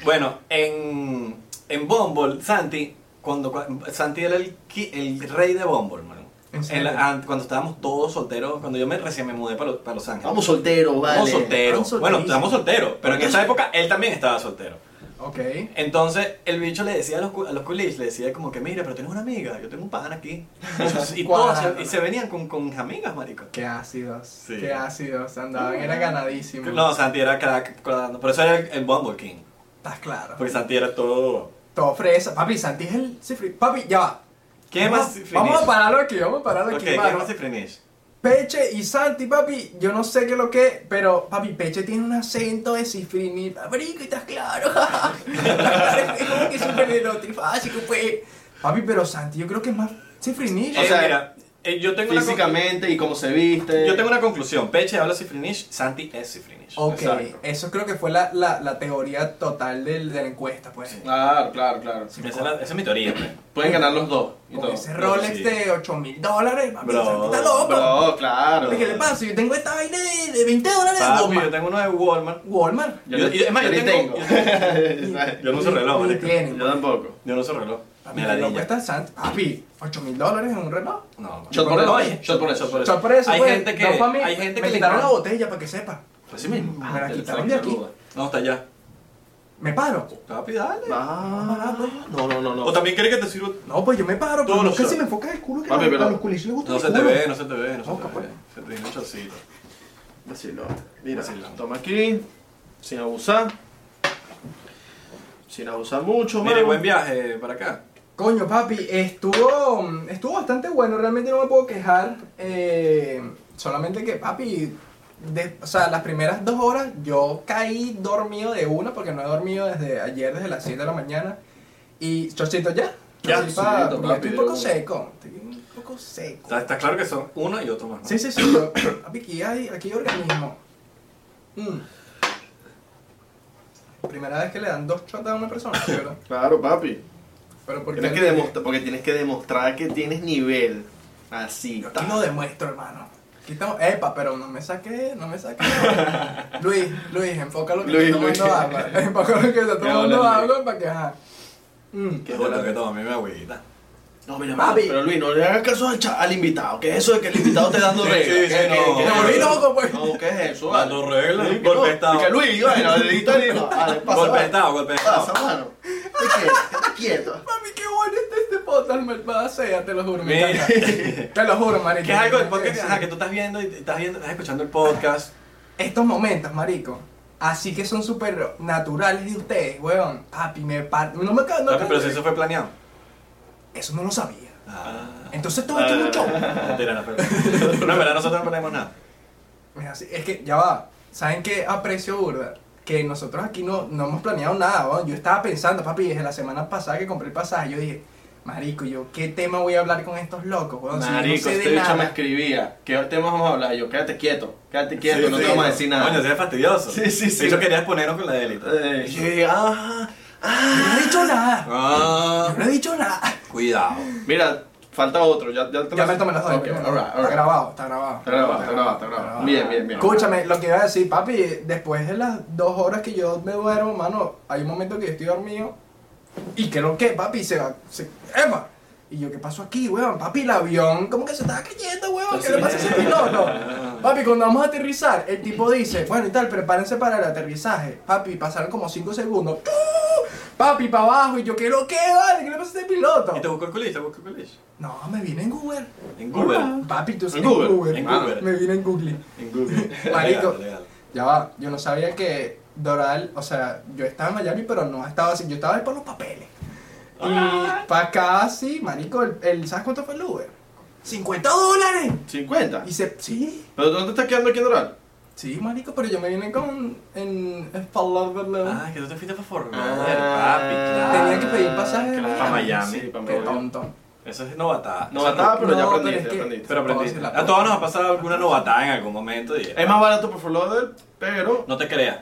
Speaker 3: Bueno, en, en Bumble, Santi, cuando, cua- Santi era el, qui- el rey de Bumble, mano.
Speaker 2: ¿En
Speaker 3: En
Speaker 2: serio?
Speaker 3: la- an- cuando estábamos todos solteros, cuando yo me, recién me mudé para, Lo- para Los Ángeles.
Speaker 4: Vamos soltero, vale.
Speaker 3: Estábamos solteros.
Speaker 2: Vamos
Speaker 3: Bueno,
Speaker 2: solterísimo.
Speaker 3: estábamos solteros, pero en esa época él también estaba soltero.
Speaker 2: Ok.
Speaker 3: Entonces, el bicho le decía a los, cu- a los coolish, le decía como que, mira, pero tienes una amiga, yo tengo un pan aquí. Y, todos se, y se venían con, con amigas, marico.
Speaker 2: Qué ácidos.
Speaker 3: Sí.
Speaker 2: Qué ácidos. Andaban, era ganadísimo.
Speaker 3: No, Santi era crack, crack. por eso era el, el Bumble King.
Speaker 2: Estás claro.
Speaker 3: Porque Santi era todo...
Speaker 2: Todo fresa. Papi, Santi es el cifri. Papi, ya va.
Speaker 3: ¿Qué
Speaker 2: Vamos-
Speaker 3: más finish?
Speaker 2: Vamos a pararlo aquí, vamos a pararlo
Speaker 3: Ok,
Speaker 2: aquí.
Speaker 3: ¿qué
Speaker 2: mano.
Speaker 3: más finish?
Speaker 2: Peche y Santi, papi, yo no sé qué es lo que, es, pero papi, Peche tiene un acento de cifrinita, marico, estás claro. es como que súper de lo trifásico, pues. Papi, pero Santi, yo creo que es más cifrinita.
Speaker 4: O
Speaker 3: O
Speaker 4: sea,
Speaker 3: sea, mira, eh, yo, tengo una conclu-
Speaker 4: Físicamente y cómo se viste.
Speaker 3: yo tengo una conclusión. Peche habla Sifrinish, Santi es Sifrinish.
Speaker 2: ok,
Speaker 4: exacto.
Speaker 2: eso creo que fue la, la, la teoría total del, de la encuesta, pues.
Speaker 4: Claro, claro, claro.
Speaker 3: Esa, es la- esa es mi teoría, pues.
Speaker 4: Pueden ganar los dos. y
Speaker 2: Con
Speaker 4: todo.
Speaker 2: ese Rolex
Speaker 3: sí.
Speaker 2: de 8 mil dólares, papi,
Speaker 3: Bro,
Speaker 2: Santi está loco.
Speaker 4: Bro, claro.
Speaker 2: ¿Qué le pasa? Yo tengo esta vaina de, de 20 dólares de
Speaker 3: Papi, yo
Speaker 2: Walmart.
Speaker 3: tengo uno de Walmart.
Speaker 2: Walmart.
Speaker 4: Yo,
Speaker 3: Yo-
Speaker 4: no-
Speaker 3: yo- es más, yo
Speaker 4: ni
Speaker 3: tengo- Yo no uso reloj,
Speaker 2: Ni- ni
Speaker 3: marico.
Speaker 2: tienen,
Speaker 4: yo tampoco.
Speaker 3: Yo no uso reloj.
Speaker 2: Papi,
Speaker 3: Me
Speaker 2: la
Speaker 3: la
Speaker 2: loca
Speaker 3: di.
Speaker 2: está Santi. Papi, 8 mil dólares en un reloj.
Speaker 3: No,
Speaker 4: Shot por
Speaker 3: no,
Speaker 4: eso.
Speaker 3: oye, Shot por eso. por eso.
Speaker 2: Shot por eso,
Speaker 3: Hay
Speaker 2: pues.
Speaker 3: gente que.
Speaker 2: No, pa' mí,
Speaker 3: hay gente
Speaker 2: me
Speaker 3: que le
Speaker 2: quitaron la
Speaker 3: encanta-
Speaker 2: botella para que sepa.
Speaker 4: Pues sí mismo.
Speaker 2: Me Ah, la
Speaker 4: te- te
Speaker 2: quitaron
Speaker 4: saqué
Speaker 2: de aquí.
Speaker 4: la duda.
Speaker 3: No, está allá.
Speaker 2: ¿Me paro?
Speaker 3: Papi, dale.
Speaker 4: Ah, no, no, no, no.
Speaker 3: O también quiere que te sirva.
Speaker 2: No, pues yo me paro,
Speaker 3: Todos
Speaker 2: pero
Speaker 3: los
Speaker 2: nunca
Speaker 3: shots.
Speaker 2: se me enfoca el culo que
Speaker 4: Papi,
Speaker 2: a-
Speaker 4: pero-
Speaker 2: a los culis les gusta
Speaker 3: No
Speaker 2: el
Speaker 3: se te
Speaker 2: culo.
Speaker 3: ve, no se te ve, no
Speaker 2: Ojo,
Speaker 3: se te ve.
Speaker 2: pues.
Speaker 3: Se te viene un chocito.
Speaker 4: Vacilón. Mira,
Speaker 3: Vacilón.
Speaker 4: toma aquí, sin abusar. Sin abusar mucho,
Speaker 3: Mire,
Speaker 4: mano.
Speaker 3: buen viaje para acá.
Speaker 2: Coño, papi, estuvo, estuvo bastante bueno, realmente no me puedo quejar. eh, solamente que, papi, de- o sea, las primeras dos horas yo caí dormido de una porque no he dormido desde ayer, desde las 7 de la mañana. Y chocito ya.
Speaker 4: Ya,
Speaker 2: Así pa-
Speaker 4: chocito,
Speaker 2: porque
Speaker 4: papi,
Speaker 2: estoy un
Speaker 4: de
Speaker 2: poco
Speaker 4: una.
Speaker 2: seco, estoy un poco seco.
Speaker 3: Está, está claro que son uno y otro más. ¿no?
Speaker 2: Sí, sí, sí, yo- papi, aquí hay, aquí hay organismo. Mm. Hmm. Primera vez que le dan dos shots a una persona, pero,
Speaker 4: Claro, papi.
Speaker 2: pero porque
Speaker 4: Tienes que demostrar, porque tienes que demostrar que tienes nivel. Así.
Speaker 2: Yo aquí
Speaker 4: ta.
Speaker 2: no demuestro, hermano. Aquí estamos, epa, pero no me saqué, no me saqué. Luis, Luis, enfoca lo que
Speaker 4: Luis,
Speaker 2: está
Speaker 4: Luis.
Speaker 2: tomando agua. Enfoca lo que está tomando
Speaker 3: habla, Luis.
Speaker 2: agua para que, ajá. Mm.
Speaker 3: Qué bueno que tomé mi agüita.
Speaker 4: No, mira,
Speaker 2: Papi.
Speaker 4: Pero Luis, no le hagas caso al, cha- al invitado. ¿Qué es eso de que el invitado te dando
Speaker 3: Sí,
Speaker 4: reglas?
Speaker 3: sí, sí,
Speaker 4: ¿Qué-
Speaker 3: no.
Speaker 4: qué- qué-
Speaker 3: Me
Speaker 2: volví
Speaker 4: no,
Speaker 2: loco, pues.
Speaker 4: No, ¿qué es eso? vale?
Speaker 3: Dando reglas.
Speaker 4: Sí, que
Speaker 3: Golpe
Speaker 4: no,
Speaker 3: de estado.
Speaker 4: y que Luis, bueno, el dedito ahí, no, vale, "Ah, pasa,
Speaker 3: Golpe de
Speaker 4: vale.
Speaker 3: estado, golpe de
Speaker 4: Pasa,
Speaker 3: estado.
Speaker 4: mano. Te quieto, te quieto.
Speaker 2: Mami, qué bueno está este podcast, malvada sea, te lo juro, me
Speaker 3: Mira.
Speaker 2: encanta. Te lo juro, marico.
Speaker 3: Que es algo del
Speaker 2: Sí.
Speaker 3: podcast ajá, que tú estás viendo y estás, viendo, estás escuchando el podcast.
Speaker 2: Estos momentos, marico. Así que son súper naturales de ustedes, weón. Papi, me par... No me ca- no
Speaker 3: Papi,
Speaker 2: ca-
Speaker 3: pero si eso fue planeado.
Speaker 2: Eso no lo sabía.
Speaker 3: Ah,
Speaker 2: Entonces todo esto es un show.
Speaker 4: Ah.
Speaker 3: mentira, no, pero. No, en verdad, nosotros no planeamos nada.
Speaker 2: Mira, sí, es que ya va. ¿Saben qué aprecio, burda? Que nosotros aquí no, no hemos planeado nada, weón. Yo estaba pensando, papi, desde la semana pasada que compré el pasaje, yo dije, marico, yo qué tema voy a hablar con estos locos, weón. Si yo Ah, no
Speaker 4: Marico,
Speaker 2: sé de
Speaker 4: este bicho
Speaker 2: nada.
Speaker 4: me escribía. ¿Qué temas vamos a hablar? Yo, quédate quieto, quédate quieto,
Speaker 3: Sí,
Speaker 4: no
Speaker 3: sí,
Speaker 4: te vamos a decir nada.
Speaker 3: Coño, sería fastidioso.
Speaker 4: Sí, sí, sí.
Speaker 3: De hecho, querías ponernos con la delita.
Speaker 4: Eh, yo dije, ah, ah.
Speaker 2: Yo No he dicho nada.
Speaker 3: Ah,
Speaker 2: Yo no he dicho nada.
Speaker 3: cuidado.
Speaker 4: Mira, falta otro. Ya, ya, te
Speaker 2: Ya
Speaker 4: lo-
Speaker 2: me tomé las dos.
Speaker 4: Ok,
Speaker 2: primero.
Speaker 4: all right, all
Speaker 2: Está
Speaker 4: right.
Speaker 2: grabado, está grabado.
Speaker 4: Está grabado, está grabado, está grabado. Bien, bien, bien.
Speaker 2: Escúchame, lo que iba a decir, papi, después de las dos horas que yo me duermo, mano, hay un momento que yo estoy dormido y que lo que, papi, se va, se, ¡epa! Y yo, ¿qué pasó aquí, weón? Papi, el avión, ¿cómo que se estaba cayendo, weón? ¿Qué le pasa a ese piloto? Papi, cuando vamos a aterrizar, el tipo dice, bueno y tal, prepárense para el aterrizaje. Papi, pasaron como 5 segundos. ¡Chu! Papi, para abajo, y yo, ¿qué lo que, vale? ¿Qué le pasa a este piloto?
Speaker 3: ¿Y te buscó el culish? ¿Te buscó el culish?
Speaker 2: No, me vine en Google.
Speaker 4: Ah.
Speaker 3: En Google.
Speaker 2: Papi, tú
Speaker 4: En Google,
Speaker 3: en
Speaker 2: Ah,
Speaker 3: Google.
Speaker 2: Me vine en Google.
Speaker 3: En Google.
Speaker 2: Marico.
Speaker 3: Legal, legal.
Speaker 2: Ya va, yo no sabía que Doral, o sea, yo estaba en Miami, pero no estaba así, yo estaba ahí por los papeles. Y para acá, sí, marico, el, el- ¿sabes cuánto fue el Uber? ¡50 dólares!
Speaker 4: 50.
Speaker 2: Y se, sí,
Speaker 4: ¿Pero tú no te estás quedando aquí en Doral?
Speaker 2: sí, marico, pero yo me vine con, en, en Fort Lauderdale.
Speaker 3: Ah, que tú te fuiste para Fort
Speaker 4: Ah,
Speaker 3: Lauderdale, papi, claro.
Speaker 2: Tenía que pedir pasaje de
Speaker 4: claro.
Speaker 3: Pa' Miami.
Speaker 4: Sí, pa'
Speaker 2: Qué
Speaker 4: Miami.
Speaker 2: tonto.
Speaker 3: Eso es novatada.
Speaker 4: No, estaba, pero ya
Speaker 2: No,
Speaker 4: aprendiste,
Speaker 2: pero es que-
Speaker 4: aprendiste.
Speaker 3: Pero aprendiste.
Speaker 2: Todo se la
Speaker 3: A todos nos ha pasado alguna novatada en algún momento. Y, eh,
Speaker 4: Es más barato por Fort Lauderdale, pero...
Speaker 3: no te creas.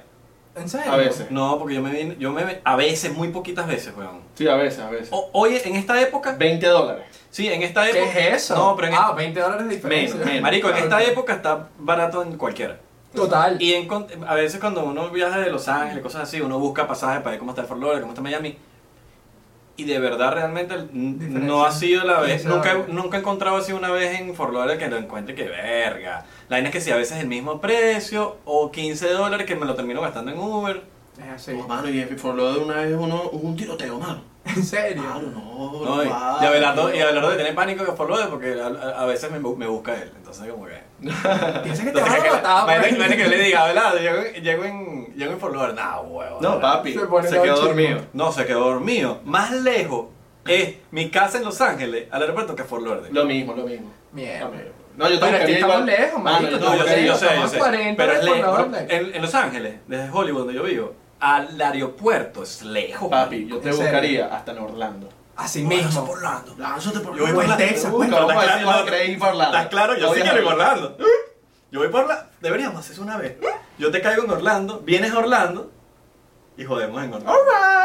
Speaker 2: ¿En serio?
Speaker 4: A veces.
Speaker 3: No, porque yo me vine, yo me a veces, muy poquitas veces, weón.
Speaker 4: Sí, a veces, a veces.
Speaker 3: O- hoy, en esta época,
Speaker 4: 20 dólares.
Speaker 3: sí, en esta
Speaker 2: ¿Qué
Speaker 3: época.
Speaker 2: es eso?
Speaker 3: No, pero en este,
Speaker 2: ah, 20 dólares de diferencia.
Speaker 4: Menos, menos.
Speaker 3: Marico, en esta
Speaker 2: Claro.
Speaker 3: época está barato en cualquiera.
Speaker 2: Total.
Speaker 3: Y en con- a veces cuando uno viaja de Los Ángeles, cosas así, uno busca pasajes para ver cómo está el Fort Lauderdale, cómo está Miami. Y de verdad, realmente, el- n- no ha sido la vez.
Speaker 2: Diferencia.
Speaker 3: Nunca, he- nunca he encontrado así una vez en Fort Lauderdale que lo encuentre que verga. La vaina es que si a veces el mismo precio o 15 dólares que me lo termino gastando en Uber.
Speaker 2: Es así.
Speaker 4: No, mano, y en Fort Lauderdale una vez uno, hubo un tiroteo, mano.
Speaker 2: ¿En serio?
Speaker 4: Claro, no.
Speaker 3: No, y,
Speaker 4: papi.
Speaker 3: y Abelardo, y Abelardo le tiene pánico que Fort Lauderdale porque a, a- a veces me, bu- me busca él. Entonces, como que.
Speaker 2: Piensa que te
Speaker 3: Entonces,
Speaker 2: van a
Speaker 3: que-
Speaker 2: matar,
Speaker 3: vaina-
Speaker 2: pues.
Speaker 3: vaina que yo le diga, Abelardo, llego, llego en, llego en Fort Lauderdale. Nah, huevo.
Speaker 4: No,
Speaker 3: Abelardo.
Speaker 4: papi,
Speaker 2: Se pone
Speaker 4: se, quedó
Speaker 2: loco.
Speaker 4: dormido.
Speaker 3: No, se quedó dormido. Más lejos es mi casa en Los Ángeles al aeropuerto que Fort Lauderdale.
Speaker 4: Lo mismo, lo mismo.
Speaker 2: Mierda.
Speaker 4: Lo mismo. No, yo
Speaker 2: Pero
Speaker 4: tengo
Speaker 2: es que
Speaker 4: que
Speaker 2: estamos lejos, marico,
Speaker 3: No, yo sé, yo sé, yo
Speaker 2: Estamos
Speaker 3: sé.
Speaker 2: 40
Speaker 3: Pero es
Speaker 2: de Fort
Speaker 3: lejos.
Speaker 2: Lauderdale.
Speaker 3: En, en Los Ángeles, desde Hollywood donde yo vivo, al aeropuerto es lejos.
Speaker 4: Papi, yo
Speaker 2: ¿En
Speaker 4: te
Speaker 2: serio?
Speaker 4: buscaría hasta en Orlando.
Speaker 2: Así
Speaker 3: Yo
Speaker 2: mismo.
Speaker 3: por Orlando.
Speaker 4: Lánzate por
Speaker 3: Yo voy por Orlando.
Speaker 2: Texas,
Speaker 4: Texas,
Speaker 2: pues.
Speaker 4: Vamos a
Speaker 3: Estás
Speaker 4: decir, no
Speaker 3: claro,
Speaker 4: creí por Orlando.
Speaker 3: ¿Estás claro? Yo sí
Speaker 4: Obviamente.
Speaker 3: quiero ir a Orlando. Yo voy por Orlando. Deberíamos hacer eso una vez. Yo te caigo en Orlando, vienes a Orlando y jodemos en Orlando.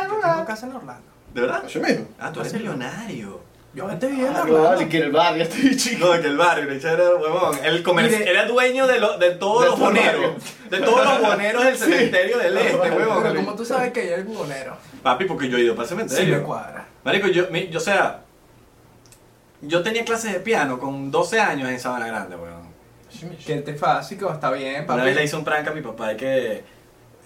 Speaker 2: Yo tengo casa en Orlando.
Speaker 3: ¿De verdad?
Speaker 4: Yo mismo.
Speaker 3: Ah, tú eres millonario.
Speaker 2: Yo estoy viviendo
Speaker 4: Ah,
Speaker 2: en
Speaker 4: no, ni
Speaker 2: Orlando.
Speaker 4: que el barrio, estoy
Speaker 3: No,
Speaker 4: chico.
Speaker 3: de que el barrio, el era huevón. El comer-
Speaker 2: Y de-
Speaker 3: era dueño de, lo- de todos
Speaker 4: de
Speaker 3: los
Speaker 4: todo el
Speaker 3: boneros. De todos los boneros del cementerio del este,
Speaker 2: Pero
Speaker 3: huevón.
Speaker 2: como tú sabes que yo el bugonero.
Speaker 3: Papi, porque yo he ido para el
Speaker 2: Sí, me
Speaker 3: cementerio.
Speaker 2: cuadra.
Speaker 3: Marico, yo, mi- yo, o sea, yo tenía clases de piano con 12 años en Sabana Grande, huevón.
Speaker 2: Que el trifásico está bien,
Speaker 3: Una
Speaker 2: papi.
Speaker 3: vez le hice un prank a mi papá de que.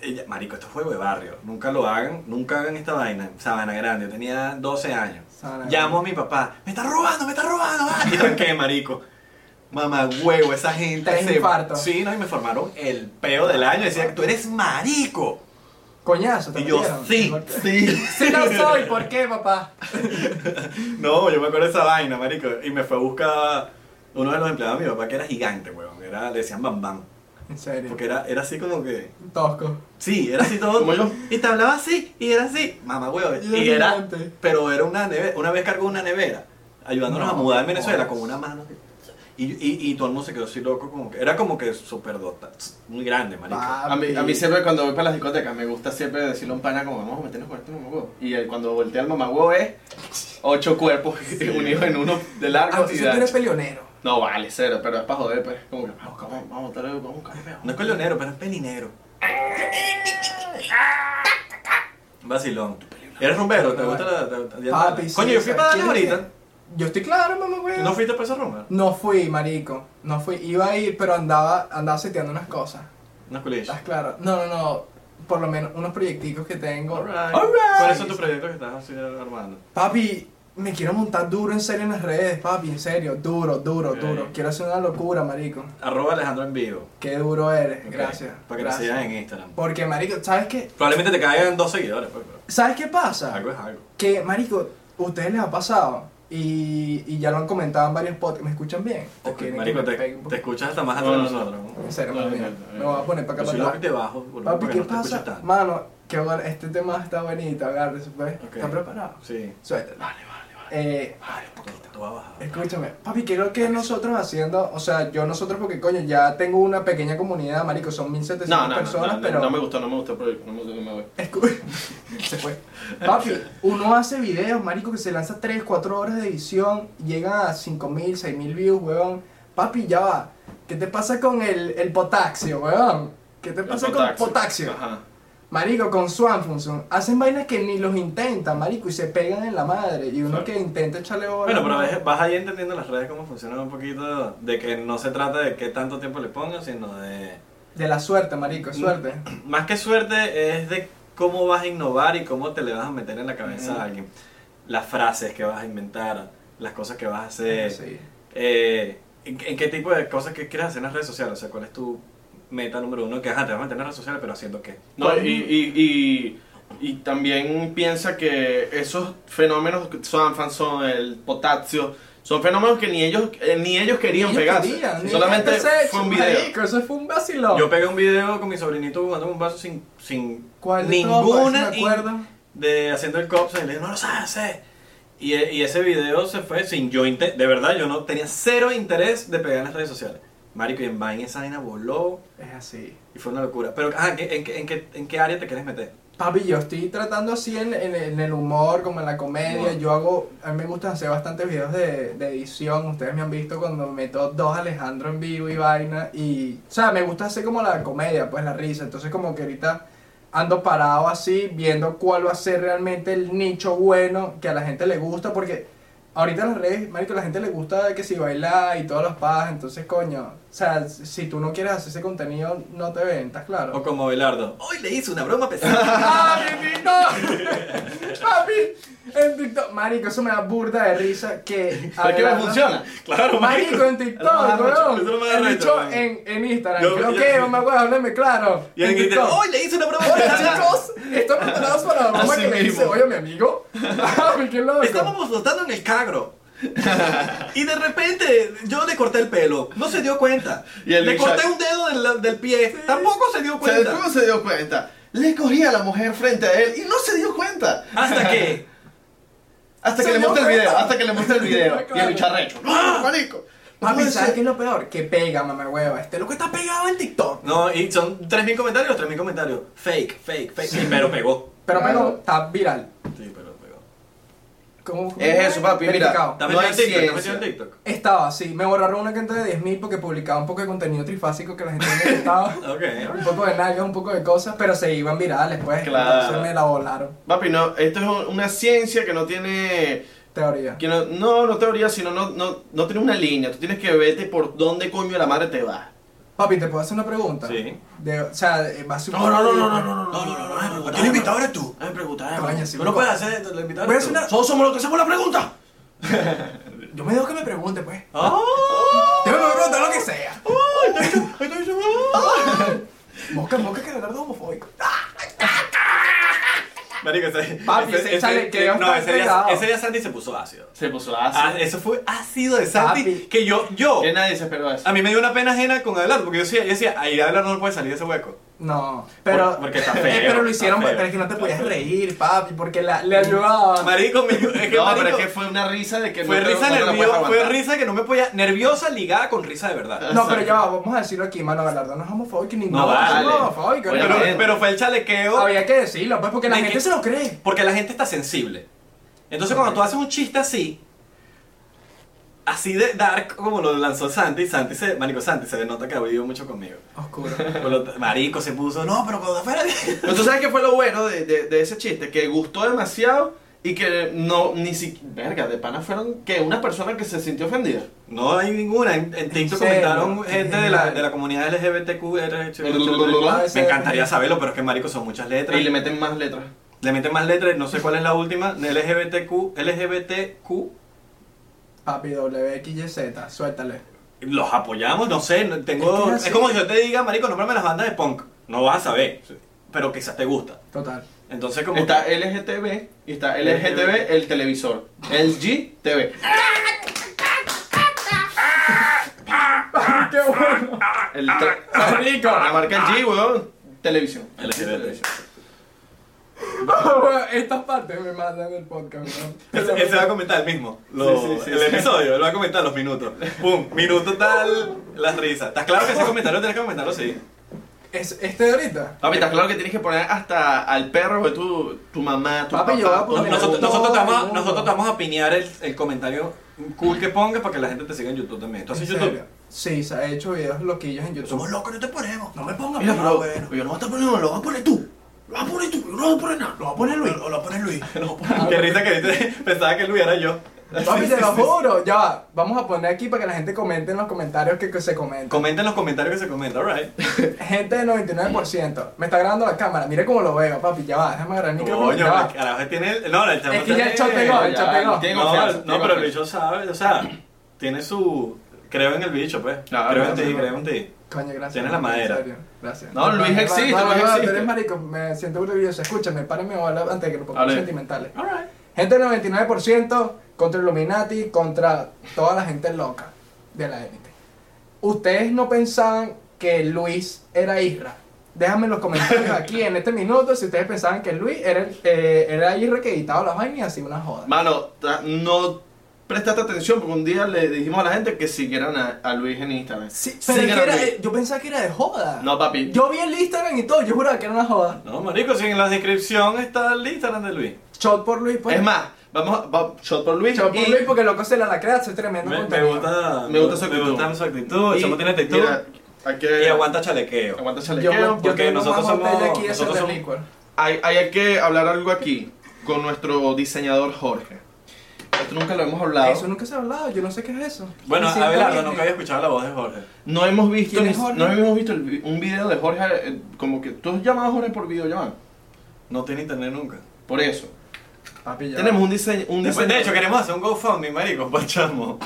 Speaker 3: ella- Marico, esto es juego de barrio. Nunca lo hagan, nunca hagan esta vaina. en Sabana Grande, yo tenía 12 años.
Speaker 2: Sabana
Speaker 3: Llamo a mi papá, me está robando, me está robando. va". ¿Y yo qué, marico? Mamá, huevo, esa gente.
Speaker 2: Tres infartos.
Speaker 3: Sí, no, y me formaron el peo del año. Decían, tú eres marico.
Speaker 2: Coñazo, te
Speaker 3: Y yo,
Speaker 2: metieron.
Speaker 3: sí, sí.
Speaker 2: Sí, no soy. ¿Por qué, papá?
Speaker 3: No, yo me acuerdo de esa vaina, marico. Y me fue a buscar uno de los empleados de mi papá que era gigante, huevón. Era, le decían Bam Bam.
Speaker 2: En serio.
Speaker 3: Porque era, era así como que.
Speaker 2: Tosco.
Speaker 3: Sí, era así todo.
Speaker 4: Como yo.
Speaker 3: Y te hablaba así, y era así. Mamá, huevo.
Speaker 2: Y era
Speaker 3: Y era.
Speaker 2: gigante.
Speaker 3: Pero era una nevera. Una vez cargó una nevera, ayudándonos
Speaker 2: No,
Speaker 3: a mudar en
Speaker 2: no
Speaker 3: Venezuela
Speaker 2: jodas.
Speaker 3: con una mano. Y, y, y todo el mundo se quedó así loco, como que era como que superdota, muy grande, marico.
Speaker 2: Ah.
Speaker 4: A mí, a mí siempre cuando voy para las discotecas me gusta siempre decirle a un pana como vamos a meternos con este mamagüevo. Y él, cuando voltea al mamagüevo es ocho cuerpos unidos en uno de largo
Speaker 2: Aunque
Speaker 4: y
Speaker 2: Ah, tú
Speaker 4: de
Speaker 2: eres
Speaker 4: ancho.
Speaker 2: peleonero.
Speaker 4: No vale, cero, pero es para joder, pues. Como que vamos, vamos, vamos, dale, vamos, vamos, vamos.
Speaker 3: No es colonero, pero es pelinegro. Vacilón. ¿Eres rumbero? ¿Te gusta la.? te- te-
Speaker 2: Papi, sí,
Speaker 3: Coño, yo fui
Speaker 2: ¿sabes
Speaker 3: para darle
Speaker 2: quién es?
Speaker 3: ahorita.
Speaker 2: Yo estoy claro, mamá, güey.
Speaker 3: ¿Tú no fuiste para esa rumba?
Speaker 2: No fui, marico. No fui. Iba a ir, pero andaba, andaba seteando unas cosas.
Speaker 3: No colegio.
Speaker 2: ¿Estás Ah, claro? No, no, no. Por lo menos unos proyecticos que tengo.
Speaker 3: Alright.
Speaker 2: Alright.
Speaker 3: ¿Cuáles son tus proyectos que estás así armando?
Speaker 2: Papi, me quiero montar duro en serio en las redes, papi. En serio, duro, duro,
Speaker 3: Ok.
Speaker 2: duro. Quiero hacer una locura, marico.
Speaker 3: Arroba Alejandro en vivo.
Speaker 2: Qué duro eres.
Speaker 3: Ok,
Speaker 2: Gracias.
Speaker 3: Para que te
Speaker 2: gracias.
Speaker 3: sigas en Instagram.
Speaker 2: Porque, marico, ¿sabes qué?
Speaker 3: Probablemente te caigan dos seguidores, pues, pero
Speaker 2: ¿Sabes qué pasa?
Speaker 3: algo es algo.
Speaker 2: Que, marico, a ustedes les ha pasado y, y ya lo han comentado en varios podcasts. ¿Me escuchan bien? ¿O quieren que
Speaker 3: Marico,
Speaker 2: me
Speaker 3: te,
Speaker 2: pegue un
Speaker 3: te
Speaker 2: poco?
Speaker 3: escuchas hasta más atrás de
Speaker 4: No, no, no.
Speaker 3: nosotros. ¿no?
Speaker 2: En serio,
Speaker 4: No,
Speaker 2: mami,
Speaker 4: no,
Speaker 2: mira,
Speaker 4: no,
Speaker 2: me voy a poner para
Speaker 3: Yo
Speaker 2: acá para
Speaker 3: soy lo que
Speaker 2: atrás.
Speaker 3: te bajo, boludo,
Speaker 2: Papi,
Speaker 3: porque
Speaker 2: ¿qué
Speaker 3: no te escuchas
Speaker 2: pasa?
Speaker 3: tanto.
Speaker 2: Mano, qué bueno, este tema está bonito, agárrese, pues.
Speaker 3: Ok.
Speaker 2: ¿Están preparados?
Speaker 3: Sí.
Speaker 2: Suéltalo.
Speaker 3: Vale, vale, vale.
Speaker 2: Eh,
Speaker 3: Vale, un poquito. Tú vas a bajar.
Speaker 2: Escúchame, papi, ¿qué es lo que nosotros haciendo? O sea, yo nosotros porque coño, ya tengo una pequeña comunidad, marico, son 1700
Speaker 4: No, no, no,
Speaker 2: personas,
Speaker 4: no,
Speaker 2: pero...
Speaker 4: no me gustó, no me gustó el proyecto, no me gustó, no me voy.
Speaker 2: Escu- Se fue. Papi, uno hace videos, marico, que se lanza 3, 4 horas de edición, llega a 5000, 6000 views, weón. Papi, ya va. ¿Qué te pasa con el, el potaxio, weón? ¿Qué te pasa con potaxio?
Speaker 4: Ajá.
Speaker 2: Marico, con Swanfunson. Hacen vainas que ni los intentan, marico, y se pegan en la madre. Y uno
Speaker 3: Claro.
Speaker 2: que intenta echarle bola.
Speaker 3: Bueno, pero ves- vas ahí entendiendo las redes cómo funcionan un poquito, de que no se trata de qué tanto tiempo le pongas, sino de...
Speaker 2: De la suerte, marico, suerte.
Speaker 3: Más que suerte es de cómo vas a innovar y cómo te le vas a meter en la cabeza a alguien. Las frases que vas a inventar, las cosas que vas a hacer,
Speaker 2: Sí.
Speaker 3: eh, en, en qué tipo de cosas que quieres hacer en las redes sociales, o sea, cuál es tu meta número uno, que ajá, te vas a mantener en las redes sociales, pero haciendo qué.
Speaker 4: No,
Speaker 2: Pues,
Speaker 4: y,
Speaker 2: mm.
Speaker 4: y, y, y también piensa que esos fenómenos, Swanfanson, el potasio, son fenómenos que ni ellos, eh, ni ellos querían
Speaker 2: Ellos
Speaker 4: pegarse.
Speaker 2: querían, ni
Speaker 4: Solamente
Speaker 2: ellos se
Speaker 4: fue
Speaker 2: echan,
Speaker 4: un video.
Speaker 2: marico, eso fue un vacilón.
Speaker 3: Yo pegué un video con mi sobrinito jugando con un vaso sin, sin
Speaker 2: ¿Cuál de todos?
Speaker 3: ninguna
Speaker 2: Pues, me acuerdo.
Speaker 3: de haciendo el cops y le dije, no lo sabes hacer. Y, e- y ese video se fue sin yo inte- de verdad yo no tenía cero interés de pegar en las redes sociales. Marico y en Vine esa vaina voló
Speaker 2: Es así.
Speaker 3: y fue una locura. Pero ajá, ¿qué- en, qué, en, qué, en qué área te quieres meter?
Speaker 2: Papi, yo estoy tratando así en, en- en el humor, como en la comedia.
Speaker 3: Humor.
Speaker 2: Yo hago, a mí me gusta hacer bastantes videos de, de edición. Ustedes me han visto cuando meto dos Alejandro en vivo y vaina. Y, o sea, me gusta hacer como la comedia, pues la risa. Entonces, como que ahorita ando parado así, viendo cuál va a ser realmente el nicho bueno que a la gente le gusta. Porque ahorita en las redes, marico, a la gente le gusta que si baila y todas las pajas. Entonces, coño, o sea, si tú no quieres hacer ese contenido, no te ven, ¿estás claro?
Speaker 3: O como Belardo, hoy le hice una broma pesada.
Speaker 2: ¡Papi, no! ¡Papi! En TikTok, marico, eso me da burda de risa que...
Speaker 4: ¿Sabes qué me
Speaker 2: Abelardo-
Speaker 4: funciona?
Speaker 3: claro,
Speaker 2: Marico, en TikTok,
Speaker 3: Eso no
Speaker 2: weón.
Speaker 3: me da
Speaker 2: El
Speaker 3: recho,
Speaker 2: bicho
Speaker 3: weón.
Speaker 2: en, en Instagram.
Speaker 3: Yo-
Speaker 2: Creo
Speaker 3: yo-
Speaker 2: que, mamá, weón, háblame claro.
Speaker 3: Y alguien grita,
Speaker 2: TikTok.
Speaker 3: hoy le hice una broma
Speaker 2: Hola,
Speaker 3: pesada.
Speaker 2: chicos. Estamos preparados para la broma
Speaker 4: Así
Speaker 2: que le dice
Speaker 4: mismo.
Speaker 2: hoy a mi amigo. Papi, qué loco.
Speaker 3: Estábamos flotando en el cagro. y de repente yo le corté el pelo. No se dio cuenta.
Speaker 4: Y el
Speaker 3: le
Speaker 4: bicho-
Speaker 3: corté un dedo del, del pie. Tampoco se dio
Speaker 4: O sea,
Speaker 3: cuenta.
Speaker 4: ¿Cómo se dio cuenta? Le cogí a la mujer frente a él y no se dio cuenta.
Speaker 3: Hasta que.
Speaker 4: Hasta
Speaker 2: ¿Se
Speaker 4: que le
Speaker 2: dio
Speaker 4: mostré el video,
Speaker 2: cuenta?
Speaker 4: hasta que le mostré el video.
Speaker 2: Claro.
Speaker 4: Y el bicharrecho. ¡No, marico!
Speaker 2: Papi,
Speaker 4: Puede
Speaker 2: ¿sabes
Speaker 4: ser.
Speaker 2: qué es lo peor? Que pega, mamá, weón. Este loco está pegado en TikTok.
Speaker 3: No, y son 3.000 comentarios, 3.000 comentarios. Fake, fake, fake. Sí, pero pegó.
Speaker 2: Pero,
Speaker 4: Claro.
Speaker 2: pero, está viral.
Speaker 3: Sí, pero pegó.
Speaker 2: ¿Cómo- cómo
Speaker 4: Es eso, papi,
Speaker 2: Verificado.
Speaker 4: mira.
Speaker 3: ¿Estás metido
Speaker 4: No hay
Speaker 3: en TikTok? ¿Estás
Speaker 4: ciencia.
Speaker 3: metido en TikTok?
Speaker 2: Estaba, sí. Me borraron una cantidad de 10.000 porque publicaba un poco de contenido trifásico que la gente no le gustaba.
Speaker 3: Ok.
Speaker 2: un poco de nalgas, un poco de cosas, pero se iban virales, pues.
Speaker 4: Claro.
Speaker 2: Entonces me la volaron.
Speaker 4: Papi, no, esto es un- una ciencia que no tiene.
Speaker 2: Teoría.
Speaker 4: Que no, no, no teoría, sino no, no, no tiene una línea. Tú tienes que verte por dónde coño la madre te va.
Speaker 2: Papi, ¿te puedo hacer una pregunta?
Speaker 3: Sí.
Speaker 2: De- o sea, eh, va a ser un-
Speaker 3: No, no, no, no, no. El invitado eres tú. No me preguntas.
Speaker 2: Coño, sí,
Speaker 3: Tú no
Speaker 2: papá.
Speaker 3: puedes hacer el invitado.
Speaker 2: Voy a
Speaker 3: eres
Speaker 2: hacer
Speaker 3: tú.
Speaker 2: una-
Speaker 3: Todos somos los que hacemos la pregunta.
Speaker 2: Yo me dejo que me pregunte, pues.
Speaker 3: ¡Oh!
Speaker 2: Yo me voy a preguntar lo que sea.
Speaker 3: ¡Ay, te he dicho- ay, te he dicho- ¡Ah!
Speaker 2: Mosca, mosca, que Leonardo es homofóbico.
Speaker 3: Marico, ese,
Speaker 2: Papi, ese chale quedó
Speaker 3: no, ese día,
Speaker 2: pegado.
Speaker 3: ese día Sandy se puso ácido.
Speaker 4: Se puso
Speaker 3: Ah,
Speaker 4: ácido.
Speaker 3: eso fue ácido de Sandy
Speaker 2: Papi.
Speaker 3: que yo, yo,
Speaker 4: Que nadie se esperó eso.
Speaker 3: a mí me dio una pena ajena con Adelardo, porque yo decía, yo decía, ahí Adelardo no puede salir de ese hueco.
Speaker 2: No, pero,
Speaker 3: Por- porque está
Speaker 2: eh,
Speaker 3: feo,
Speaker 2: pero lo
Speaker 3: está
Speaker 2: hicieron,
Speaker 3: feo,
Speaker 2: pero es que no te
Speaker 3: está
Speaker 2: podías
Speaker 3: feo.
Speaker 2: reír, papi, porque la, le ayudaba.
Speaker 3: Marico, me- es que, marico,
Speaker 4: No, pero es que fue una risa de que
Speaker 3: fue
Speaker 4: no te-
Speaker 3: risa
Speaker 4: no te la
Speaker 3: nerviosa,
Speaker 4: puedes
Speaker 3: fue
Speaker 4: aguantar.
Speaker 3: risa que no me podía, nerviosa ligada con risa de verdad.
Speaker 2: No, pero ya va, vamos a decirlo aquí, mano Galardo, no es homofóbico ni
Speaker 3: No, vale.
Speaker 2: no es homofóbico.
Speaker 3: Pero,
Speaker 4: Obviamente.
Speaker 3: pero fue el chalequeo
Speaker 2: Había que decirlo, pues, porque la
Speaker 3: De
Speaker 2: gente
Speaker 3: que-
Speaker 2: se lo cree.
Speaker 3: porque la gente está sensible. Entonces cuando tú haces un chiste así, así de dark como lo lanzó Santi, Santi se, marico Santi se nota que ha vivido mucho conmigo.
Speaker 2: Oscuro.
Speaker 3: Por lo t- Marico se puso, no, pero cuando fuera de-".
Speaker 4: Pero tú sabes qué fue lo bueno de, de- de ese chiste, que gustó demasiado y que no, ni siquiera, verga, de pana fueron que una persona que se sintió ofendida.
Speaker 3: No hay ninguna. En, en TikTok
Speaker 2: serio?
Speaker 3: comentaron gente de la,
Speaker 2: Genial.
Speaker 3: de la comunidad LGBTQ.
Speaker 4: Blablabla.
Speaker 3: Me encantaría saberlo, pero es que marico son muchas letras.
Speaker 4: Y le meten más letras.
Speaker 3: Le meten más letras, no sé cuál es la última. LGBTQ, LGBTQ.
Speaker 2: Papi, WXYZ, suéltale.
Speaker 3: Los apoyamos, no sé. no-
Speaker 2: Es
Speaker 3: Tengo,
Speaker 2: que
Speaker 3: es,
Speaker 2: así.
Speaker 3: como si yo te diga, marico, nómbrame las bandas de punk. No vas a saber, pero quizás te gusta.
Speaker 2: Total.
Speaker 3: Entonces, como.
Speaker 4: Está LGTB y está LGTB el televisor. LGTB.
Speaker 2: ¡Qué bueno!
Speaker 4: El te-
Speaker 3: Ah,
Speaker 2: rico!
Speaker 4: La marca G, weón. Televisión.
Speaker 3: LGBT.
Speaker 2: Estas partes me matan el podcast, weón.
Speaker 3: Ese, ese va a comentar el mismo. lo-
Speaker 4: Sí, sí, sí,
Speaker 3: el
Speaker 4: sí.
Speaker 3: episodio, lo va a comentar los minutos. Pum, minuto tal, las risas. ¿Estás claro que ese comentario tienes que comentarlo? Sí.
Speaker 2: Es- este de ahorita.
Speaker 4: Papi, está claro que tienes que poner hasta al perro de tu, tu mamá, tu
Speaker 2: Papi, yo
Speaker 4: papá.
Speaker 2: voy a
Speaker 3: Nos-
Speaker 2: poner-
Speaker 3: Nosotros, nosotros, te vamos, a-
Speaker 2: No.
Speaker 3: nosotros te vamos a pinear el, el comentario cool que pongas para que la gente te siga en YouTube también. Entonces,
Speaker 2: ¿En
Speaker 3: YouTube.
Speaker 2: serio? Sí, se ha hecho videos loquillos en YouTube.
Speaker 3: Somos locos, no te ponemos.
Speaker 2: No me pongas
Speaker 4: Mira,
Speaker 2: mal,
Speaker 4: pero
Speaker 2: Ah, bueno.
Speaker 4: yo no voy a estar poniendo, lo vas a poner tú. Lo vas a poner tú, yo no voy a poner nada.
Speaker 2: Lo va a poner Luis.
Speaker 3: Lo va a poner Luis. Lo va a poner- Qué risa que viste. Pensaba que Luis era yo.
Speaker 2: Papi, te lo juro. Ya va. Vamos a poner aquí para que la gente comente en los comentarios que, que se comenta.
Speaker 3: Comenten los comentarios que se comentan, alright.
Speaker 2: Gente del 99%. Me está grabando la cámara. Mira cómo lo veo, papi. Ya va. Déjame agarrar el micrófono.
Speaker 3: Coño,
Speaker 2: ya va.
Speaker 3: a la vez tiene el. No, el chamo
Speaker 2: Es que ya el
Speaker 3: tiene-
Speaker 2: chamo pegó, el
Speaker 4: ya,
Speaker 2: chamo pegó.
Speaker 4: tiene
Speaker 3: No,
Speaker 4: confianza,
Speaker 3: no,
Speaker 4: tiene
Speaker 3: pero el
Speaker 4: confianza.
Speaker 3: bicho sabe, o sea, tiene su. Creo en el bicho, pues.
Speaker 4: Claro,
Speaker 3: creo en
Speaker 4: claro,
Speaker 3: ti,
Speaker 2: claro.
Speaker 3: creo en ti.
Speaker 2: Coño, gracias.
Speaker 3: Tienes la
Speaker 2: papi, en
Speaker 3: madera.
Speaker 2: serio. Gracias.
Speaker 4: No, Luis
Speaker 2: Va,
Speaker 4: existe,
Speaker 2: va, va,
Speaker 4: Luis
Speaker 2: va,
Speaker 4: existe.
Speaker 2: Tú eres marico. Me siento orgulloso. Escúchame, párame bola antes de que nos pongamos
Speaker 4: Dale.
Speaker 2: sentimentales.
Speaker 3: Alright.
Speaker 2: Gente del 99% contra Illuminati, contra toda la gente loca de la élite. ¿Ustedes no pensaban que Luis era Isra? Déjame en los comentarios aquí en este minuto si ustedes pensaban que Luis era, el- eh, era Isra que editaba las vainas y hacía una joda.
Speaker 4: Mano, ta- no prestaste atención porque un día le dijimos a la gente que siguieran a, a Luis en Instagram.
Speaker 2: Sí, pero es
Speaker 4: Sigan
Speaker 2: que
Speaker 4: a
Speaker 2: era-
Speaker 4: Luis.
Speaker 2: eh, yo pensaba que era de joda.
Speaker 4: No, papi.
Speaker 2: Yo vi el Instagram y todo, yo juraba que era una joda.
Speaker 3: No, marico, si en la descripción está el Instagram de Luis.
Speaker 2: Shot por Luis, pues.
Speaker 4: es más, vamos a va- shot por Luis.
Speaker 2: Shot por
Speaker 4: y-
Speaker 2: Luis porque loco se la la crea, es tremendo.
Speaker 3: Me, me
Speaker 2: contenido.
Speaker 3: gusta,
Speaker 4: Me gusta su actitud.
Speaker 3: Me gusta su actitud, el
Speaker 4: y-
Speaker 3: chamo tiene actitud.
Speaker 4: mira, hay que-
Speaker 3: y aguanta chalequeo.
Speaker 4: Aguanta
Speaker 2: Yo,
Speaker 4: chalequeo.
Speaker 2: me- yo
Speaker 3: porque
Speaker 2: tengo
Speaker 3: nosotros
Speaker 2: más botella
Speaker 3: somos-
Speaker 2: aquí de
Speaker 3: nosotros
Speaker 2: Cerveza
Speaker 3: somos-
Speaker 2: Liquor.
Speaker 4: Hay, hay que hablar algo aquí con nuestro diseñador Jorge. Esto nunca lo hemos hablado.
Speaker 2: Eso nunca se ha hablado, yo no sé qué es eso.
Speaker 3: Bueno,
Speaker 2: Me siento
Speaker 3: Abelardo,
Speaker 2: bien.
Speaker 3: nunca había escuchado la voz de Jorge.
Speaker 4: No hemos visto,
Speaker 2: ¿Quién
Speaker 4: ni-
Speaker 2: es Jorge?
Speaker 4: no hemos visto el vi- un video de Jorge, eh, como que tú has llamado a Jorge por videollamada.
Speaker 3: No tiene internet nunca.
Speaker 4: Por eso.
Speaker 2: Papi, ya.
Speaker 4: Tenemos un diseño, un
Speaker 3: Después, de
Speaker 4: diseñador.
Speaker 3: hecho, queremos hacer un GoFundMe, marico, para el chamo.